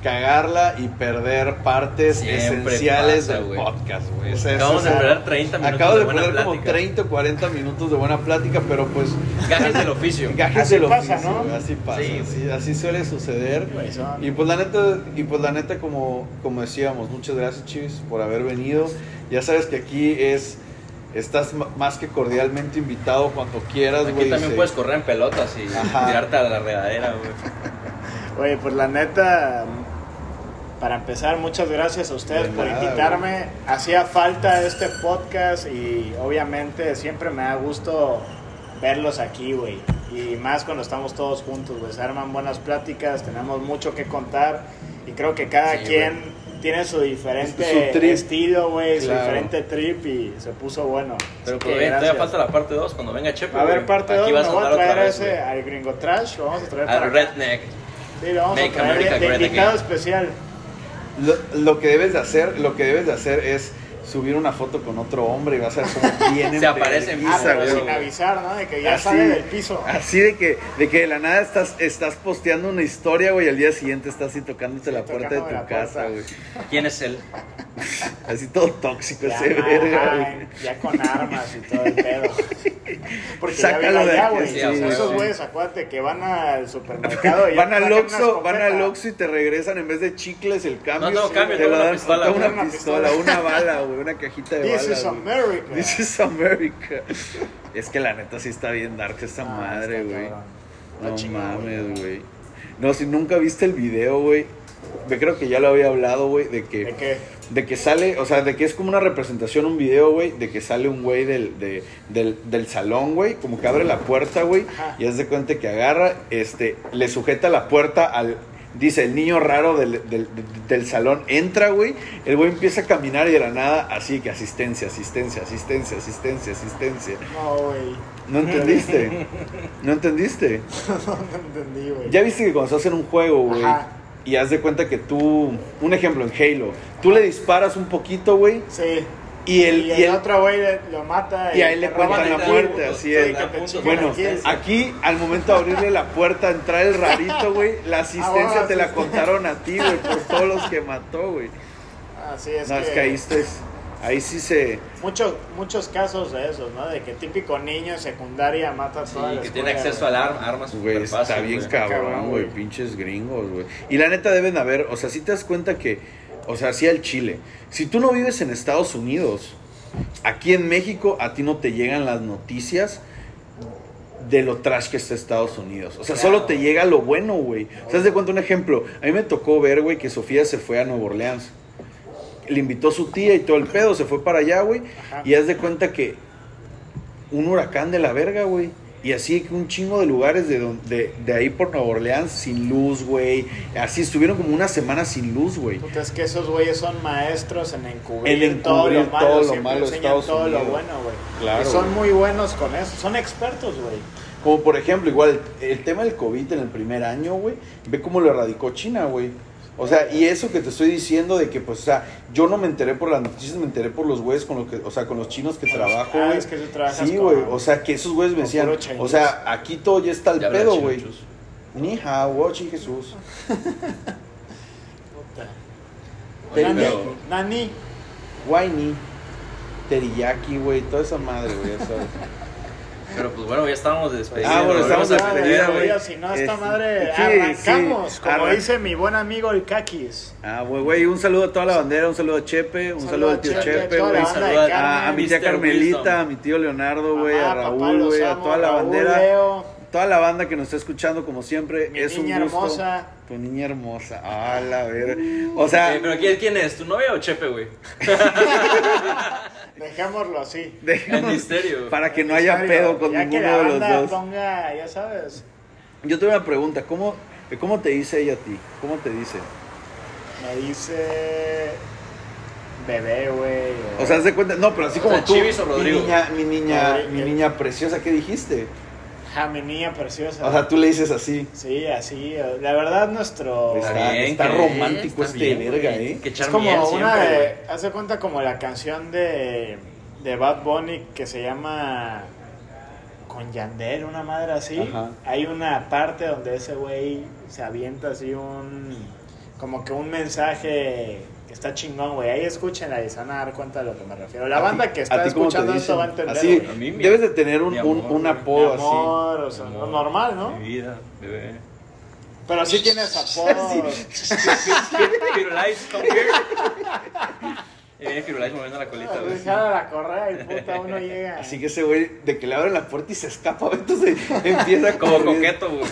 [SPEAKER 2] cagarla y perder partes
[SPEAKER 3] Siempre
[SPEAKER 2] esenciales
[SPEAKER 3] pasa,
[SPEAKER 2] del
[SPEAKER 3] güey.
[SPEAKER 2] podcast, güey. O sea, eso
[SPEAKER 3] Acabamos
[SPEAKER 2] es
[SPEAKER 3] de
[SPEAKER 2] algo-
[SPEAKER 3] esperar 30 minutos
[SPEAKER 2] Acabo de,
[SPEAKER 3] de buena
[SPEAKER 2] perder
[SPEAKER 3] plática.
[SPEAKER 2] como 30 o 40 minutos de buena plática, pero pues
[SPEAKER 3] Gajes del oficio.
[SPEAKER 2] gajes
[SPEAKER 4] Así
[SPEAKER 2] del
[SPEAKER 4] pasa,
[SPEAKER 2] oficio,
[SPEAKER 4] ¿no?
[SPEAKER 2] güey, Así pasa,
[SPEAKER 3] Sí,
[SPEAKER 2] así, así suele suceder.
[SPEAKER 4] Güey, son-
[SPEAKER 2] Y pues la neta, y pues la neta como, como decíamos, muchas gracias Chivis por haber venido. Ya sabes que aquí es estás m- más que cordialmente invitado cuando quieras,
[SPEAKER 3] Aquí
[SPEAKER 2] güey.
[SPEAKER 3] también
[SPEAKER 2] se-
[SPEAKER 3] puedes correr en pelotas y
[SPEAKER 2] Ajá.
[SPEAKER 3] tirarte a la regadera, güey.
[SPEAKER 4] Oye, pues la neta, para empezar, muchas gracias a ustedes
[SPEAKER 2] De
[SPEAKER 4] por
[SPEAKER 2] nada,
[SPEAKER 4] invitarme. Hacía falta este podcast y obviamente siempre me da gusto verlos aquí, güey. Y más cuando estamos todos juntos, güey. Se arman buenas pláticas, tenemos mucho que contar y creo que cada
[SPEAKER 3] Sí,
[SPEAKER 4] quien tiene su diferente
[SPEAKER 2] Su trip.
[SPEAKER 4] estilo, güey,
[SPEAKER 2] Claro.
[SPEAKER 4] su diferente trip y se puso bueno.
[SPEAKER 3] Pero
[SPEAKER 4] Así
[SPEAKER 3] pues,
[SPEAKER 4] que
[SPEAKER 3] ven, todavía
[SPEAKER 4] gracias.
[SPEAKER 3] falta la parte 2 cuando venga Chepe.
[SPEAKER 4] Va a ver,
[SPEAKER 3] güey.
[SPEAKER 4] parte
[SPEAKER 3] Aquí
[SPEAKER 4] 2,
[SPEAKER 3] vas
[SPEAKER 4] nos voy a
[SPEAKER 3] andar
[SPEAKER 4] traer
[SPEAKER 3] otra
[SPEAKER 4] a
[SPEAKER 3] vez,
[SPEAKER 4] ese,
[SPEAKER 3] güey.
[SPEAKER 4] al Gringo Trash, lo vamos a traer para
[SPEAKER 3] Al
[SPEAKER 4] acá.
[SPEAKER 3] redneck.
[SPEAKER 4] Sí, lo vamos
[SPEAKER 3] Make
[SPEAKER 4] a traer
[SPEAKER 3] America
[SPEAKER 4] de- de,
[SPEAKER 3] Great
[SPEAKER 4] invitado
[SPEAKER 3] Again.
[SPEAKER 4] especial.
[SPEAKER 2] lo, lo que debes de hacer, lo que debes de hacer es subir una foto con otro hombre y vas a ver cómo viene
[SPEAKER 3] Se aparece en
[SPEAKER 4] Ah,
[SPEAKER 3] Pisa,
[SPEAKER 4] pero
[SPEAKER 3] güey.
[SPEAKER 4] sin avisar, ¿no? De que
[SPEAKER 2] Ah,
[SPEAKER 4] ya sale del piso.
[SPEAKER 2] Así de que, de que de la nada estás, estás posteando una historia, güey, y al día siguiente estás así tocándote
[SPEAKER 4] Sí,
[SPEAKER 2] la puerta de
[SPEAKER 4] tocándome
[SPEAKER 2] tu
[SPEAKER 4] la
[SPEAKER 2] casa,
[SPEAKER 4] puerta.
[SPEAKER 2] güey.
[SPEAKER 3] ¿Quién es él?
[SPEAKER 2] Así todo tóxico
[SPEAKER 4] Ya,
[SPEAKER 2] ese
[SPEAKER 4] ajá,
[SPEAKER 2] verga, güey.
[SPEAKER 4] ya con armas y todo el pedo. Porque
[SPEAKER 2] Sácalo
[SPEAKER 4] ya viven
[SPEAKER 2] de
[SPEAKER 4] allá,
[SPEAKER 2] aquí,
[SPEAKER 3] sí,
[SPEAKER 4] güey. O sea,
[SPEAKER 3] sí,
[SPEAKER 4] esos
[SPEAKER 3] sí.
[SPEAKER 4] güeyes, acuérdate que van al supermercado y
[SPEAKER 2] Van
[SPEAKER 4] ya
[SPEAKER 2] al
[SPEAKER 4] sacan una
[SPEAKER 2] Oxxo, van al
[SPEAKER 4] escopeta.
[SPEAKER 2] Oxxo y te regresan en vez de chicles el cambio.
[SPEAKER 3] No, no, cambio,
[SPEAKER 2] te
[SPEAKER 3] tengo
[SPEAKER 2] lo
[SPEAKER 3] una
[SPEAKER 2] dan
[SPEAKER 3] pistola,
[SPEAKER 2] tengo
[SPEAKER 4] güey.
[SPEAKER 2] una pistola, una bala, güey, una cajita de
[SPEAKER 4] This
[SPEAKER 2] balas.
[SPEAKER 4] is
[SPEAKER 2] güey.
[SPEAKER 4] America.
[SPEAKER 2] This is America. Es que la neta sí está bien dark esta
[SPEAKER 4] Ah,
[SPEAKER 2] madre,
[SPEAKER 4] está
[SPEAKER 2] güey.
[SPEAKER 4] cabrón.
[SPEAKER 2] No
[SPEAKER 4] chingada,
[SPEAKER 2] mames, güey. No, si nunca viste el video, güey. Yo creo que ya lo había hablado, güey, de que.
[SPEAKER 4] ¿De qué?
[SPEAKER 2] De que sale, o sea, de que es como una representación, un video, güey, de que sale un güey del, de- del, del salón, güey, como que abre la puerta, güey,
[SPEAKER 4] Ajá.
[SPEAKER 2] y haz de cuenta que agarra, este, le sujeta la puerta al, dice, el niño raro del, del, del salón entra, güey, el güey empieza a caminar y de la nada, así que asistencia, asistencia, asistencia, asistencia, asistencia.
[SPEAKER 4] No, güey.
[SPEAKER 2] ¿No entendiste? ¿No entendiste?
[SPEAKER 4] No entendí, güey.
[SPEAKER 2] Ya viste que cuando estás en un juego, güey,
[SPEAKER 4] Ajá.
[SPEAKER 2] y haz de cuenta que tú, un ejemplo, en Halo, tú le disparas un poquito, güey,
[SPEAKER 4] Sí.
[SPEAKER 2] y el, y el-
[SPEAKER 4] otro güey le- lo mata
[SPEAKER 2] y a él le
[SPEAKER 4] roban
[SPEAKER 2] cuentan
[SPEAKER 4] el
[SPEAKER 2] la
[SPEAKER 4] kill.
[SPEAKER 2] muerte, así es.
[SPEAKER 4] Sí, que te chingan
[SPEAKER 2] Bueno,
[SPEAKER 4] el kill.
[SPEAKER 2] aquí al momento de abrirle la puerta, entrar el rarito, güey, la asistencia
[SPEAKER 4] bueno,
[SPEAKER 2] te la
[SPEAKER 4] sí.
[SPEAKER 2] contaron a ti, güey, por todos los que mató, güey.
[SPEAKER 4] Así es.
[SPEAKER 2] no, es que ahí, estés- ahí sí se...
[SPEAKER 4] Muchos, muchos casos de esos, ¿no? De que típico niño en secundaria mata a
[SPEAKER 3] Sí,
[SPEAKER 4] toda la
[SPEAKER 3] que tiene
[SPEAKER 4] escuela,
[SPEAKER 3] acceso
[SPEAKER 4] güey.
[SPEAKER 3] al arma, armas
[SPEAKER 2] Güey,
[SPEAKER 3] superfácil,
[SPEAKER 2] está bien
[SPEAKER 3] güey.
[SPEAKER 2] cabrón,
[SPEAKER 4] Cabrón,
[SPEAKER 2] güey,
[SPEAKER 4] güey.
[SPEAKER 2] pinches gringos, güey. Y la neta deben haber, o sea, si te das cuenta que, o sea, sí al Chile, si tú no vives en Estados Unidos, aquí en México a ti no te llegan las noticias de lo trash que está Estados Unidos. O sea,
[SPEAKER 4] Claro.
[SPEAKER 2] solo te llega lo bueno, güey. O sea, haz de cuenta un ejemplo. A mí me tocó ver, güey, que Sofía se fue a Nueva Orleans. Le invitó su tía y todo el pedo, se fue para allá, güey.
[SPEAKER 4] Ajá.
[SPEAKER 2] Y haz de cuenta que un huracán de la verga, güey. Y así que un chingo de lugares de, don- de, de ahí por Nueva Orleans sin luz, güey. Así estuvieron como una semana sin luz, güey.
[SPEAKER 4] Puta, es que esos güeyes son maestros en encubrir,
[SPEAKER 2] En
[SPEAKER 4] todo lo
[SPEAKER 2] encubrir
[SPEAKER 4] malo,
[SPEAKER 2] todo lo
[SPEAKER 4] siempre
[SPEAKER 2] malo de
[SPEAKER 4] enseñan
[SPEAKER 2] Estados
[SPEAKER 4] todo lo
[SPEAKER 2] Unidos.
[SPEAKER 4] bueno, güey.
[SPEAKER 2] Claro,
[SPEAKER 4] Y son
[SPEAKER 2] güey.
[SPEAKER 4] muy buenos con eso, son expertos, güey.
[SPEAKER 2] Como por ejemplo, igual el, el tema del COVID en el primer año, güey, ve cómo lo erradicó China, güey. O sea, y eso que te estoy diciendo de que, pues, o sea, yo no me enteré por las noticias, me enteré por los güeyes con los que, o sea, con los chinos que
[SPEAKER 4] Con los-
[SPEAKER 2] trabajo,
[SPEAKER 4] ah,
[SPEAKER 2] güey.
[SPEAKER 4] es que tú trabajas
[SPEAKER 2] sí,
[SPEAKER 4] con-
[SPEAKER 2] güey, o sea, que esos güeyes me
[SPEAKER 4] con
[SPEAKER 2] decían,
[SPEAKER 4] puro chinés.
[SPEAKER 2] o sea, aquí todo ya está al
[SPEAKER 3] Ya habla
[SPEAKER 2] pedo,
[SPEAKER 3] chino,
[SPEAKER 2] güey.
[SPEAKER 3] chus.
[SPEAKER 2] Ni hao, Wochi Jesús.
[SPEAKER 4] Nani,
[SPEAKER 3] pero-
[SPEAKER 4] Nani.
[SPEAKER 2] Guayni, teriyaki, güey, toda esa madre, güey, ya sabes.
[SPEAKER 3] Pero pues bueno, ya estábamos de despedida.
[SPEAKER 2] Ah, bueno,
[SPEAKER 3] nos
[SPEAKER 2] estamos
[SPEAKER 3] vemos
[SPEAKER 2] de
[SPEAKER 3] al-
[SPEAKER 4] Ah,
[SPEAKER 2] despedida,
[SPEAKER 4] bueno,
[SPEAKER 2] güey.
[SPEAKER 4] Si no, esta
[SPEAKER 2] Es-
[SPEAKER 4] madre
[SPEAKER 2] sí,
[SPEAKER 4] arrancamos,
[SPEAKER 2] sí,
[SPEAKER 4] como
[SPEAKER 2] arran-
[SPEAKER 4] dice mi buen amigo el Kakis.
[SPEAKER 2] Ah, güey, güey, un saludo a toda la bandera, un saludo a Chepe, un saludo al tío Chepe,
[SPEAKER 4] toda la
[SPEAKER 2] güey.
[SPEAKER 4] banda de
[SPEAKER 3] saludo a-
[SPEAKER 4] Carmen,
[SPEAKER 2] A, a mi tía
[SPEAKER 3] Mr.
[SPEAKER 2] Carmelita,
[SPEAKER 3] Wisdom.
[SPEAKER 2] a mi tío Leonardo, güey, a
[SPEAKER 4] mamá, papá,
[SPEAKER 2] Raúl,
[SPEAKER 4] los
[SPEAKER 2] güey, a
[SPEAKER 4] amo,
[SPEAKER 2] toda la
[SPEAKER 4] Raúl,
[SPEAKER 2] bandera.
[SPEAKER 4] Leo.
[SPEAKER 2] Toda la banda que nos está escuchando, como siempre,
[SPEAKER 4] Mi
[SPEAKER 2] es un
[SPEAKER 4] niña
[SPEAKER 2] gusto.
[SPEAKER 4] hermosa.
[SPEAKER 2] Tu niña hermosa. Ah, la verga. O sea,
[SPEAKER 3] Eh, pero ¿quién, quién es? ¿Tu novia o Chepe, güey?
[SPEAKER 4] Dejémoslo así.
[SPEAKER 3] En este-
[SPEAKER 2] dejamos-
[SPEAKER 3] misterio.
[SPEAKER 2] para que no haya pedo con
[SPEAKER 4] ya que
[SPEAKER 2] ninguno
[SPEAKER 4] la
[SPEAKER 2] de los
[SPEAKER 4] banda
[SPEAKER 2] dos.
[SPEAKER 4] ponga, ya sabes,
[SPEAKER 2] Yo tengo una pregunta, ¿cómo, cómo te dice ella a ti? ¿Cómo te dice?
[SPEAKER 4] me dice bebé, güey.
[SPEAKER 2] O sea, haz de cuenta, no, pero así
[SPEAKER 3] O
[SPEAKER 2] como
[SPEAKER 3] sea,
[SPEAKER 2] tú,
[SPEAKER 3] Chivis o
[SPEAKER 2] mi
[SPEAKER 3] Rodrigo.
[SPEAKER 2] niña, mi niña,
[SPEAKER 4] Rodrigo.
[SPEAKER 2] mi niña preciosa, ¿qué dijiste?
[SPEAKER 4] ja, mi niña preciosa.
[SPEAKER 2] O sea, tú le dices así.
[SPEAKER 4] sí, así. La verdad, nuestro.
[SPEAKER 2] Está- está romántico este verga,
[SPEAKER 3] güey.
[SPEAKER 2] eh.
[SPEAKER 3] Que
[SPEAKER 4] Es
[SPEAKER 3] echar
[SPEAKER 4] como
[SPEAKER 3] miel
[SPEAKER 4] una
[SPEAKER 3] siempre,
[SPEAKER 4] de.
[SPEAKER 3] güey.
[SPEAKER 4] Hace cuenta como la canción de. De Bad Bunny que se llama. Con Yandel, una madre así.
[SPEAKER 2] Ajá.
[SPEAKER 4] Hay una parte donde ese güey se avienta así un. Como que un mensaje. que Está chingón, güey. Ahí escúchenla y se van a dar cuenta de lo que me refiero. La
[SPEAKER 2] ¿A
[SPEAKER 4] banda
[SPEAKER 2] ti-
[SPEAKER 4] que
[SPEAKER 2] a
[SPEAKER 4] está
[SPEAKER 2] ti cómo te
[SPEAKER 4] escuchando esto
[SPEAKER 2] dicen?
[SPEAKER 4] va a entender.
[SPEAKER 2] Así,
[SPEAKER 4] güey.
[SPEAKER 3] A mí, mi-
[SPEAKER 2] debes de tener un,
[SPEAKER 3] mi
[SPEAKER 2] un,
[SPEAKER 3] amor,
[SPEAKER 2] un
[SPEAKER 3] güey.
[SPEAKER 4] Mi
[SPEAKER 2] apodo así.
[SPEAKER 4] amor, o sea,
[SPEAKER 3] Mi
[SPEAKER 4] lo
[SPEAKER 3] amor,
[SPEAKER 4] normal, ¿no?
[SPEAKER 3] Mi vida, bebé.
[SPEAKER 4] Pero sí tienes apodos.
[SPEAKER 3] Firulais, come here. Y viene Firulais moviendo la colita, güey.
[SPEAKER 4] Jala la correa y puta, uno llega.
[SPEAKER 2] Así que ese güey, de que le abren la puerta y se escapa, entonces empieza a
[SPEAKER 3] Como
[SPEAKER 2] correr.
[SPEAKER 3] coqueto, güey.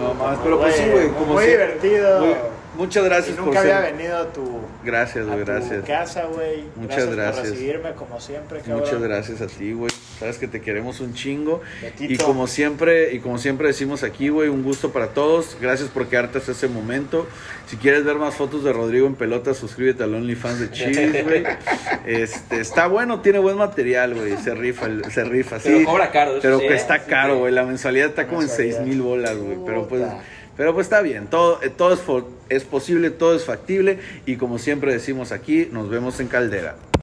[SPEAKER 2] No más, pero pues sí, güey, como
[SPEAKER 4] Muy
[SPEAKER 2] si-
[SPEAKER 4] divertido.
[SPEAKER 2] muy- muchas gracias
[SPEAKER 4] Y
[SPEAKER 2] por
[SPEAKER 4] nunca había
[SPEAKER 2] ser-
[SPEAKER 4] venido a tu,
[SPEAKER 2] Gracias,
[SPEAKER 4] a
[SPEAKER 2] güey,
[SPEAKER 4] tu
[SPEAKER 2] gracias.
[SPEAKER 4] casa, güey.
[SPEAKER 2] Muchas gracias.
[SPEAKER 4] por recibirme como siempre, cabrón.
[SPEAKER 2] Muchas gracias a ti, güey. Sabes que te queremos un chingo.
[SPEAKER 4] Betito.
[SPEAKER 2] Y como siempre, y como siempre decimos aquí, güey, un gusto para todos. Gracias por quedarte hasta ese momento. Si quieres ver más fotos de Rodrigo en pelota, suscríbete al OnlyFans de Chivis, güey. Este, está bueno, tiene buen material, güey. Se rifa, el- se rifa, sí.
[SPEAKER 3] Pero cobra caro, eso
[SPEAKER 2] Pero
[SPEAKER 3] sí,
[SPEAKER 2] que
[SPEAKER 3] eh,
[SPEAKER 2] está
[SPEAKER 3] sí,
[SPEAKER 2] caro,
[SPEAKER 3] sí.
[SPEAKER 2] güey. La mensualidad está como en
[SPEAKER 4] Mensualidad.
[SPEAKER 2] seis mil bolas, güey. Pero pues,
[SPEAKER 4] Puta.
[SPEAKER 2] pero pues está bien. Todo, eh, todo es, fo- es posible, todo es factible. Y como siempre decimos aquí, nos vemos en Caldera.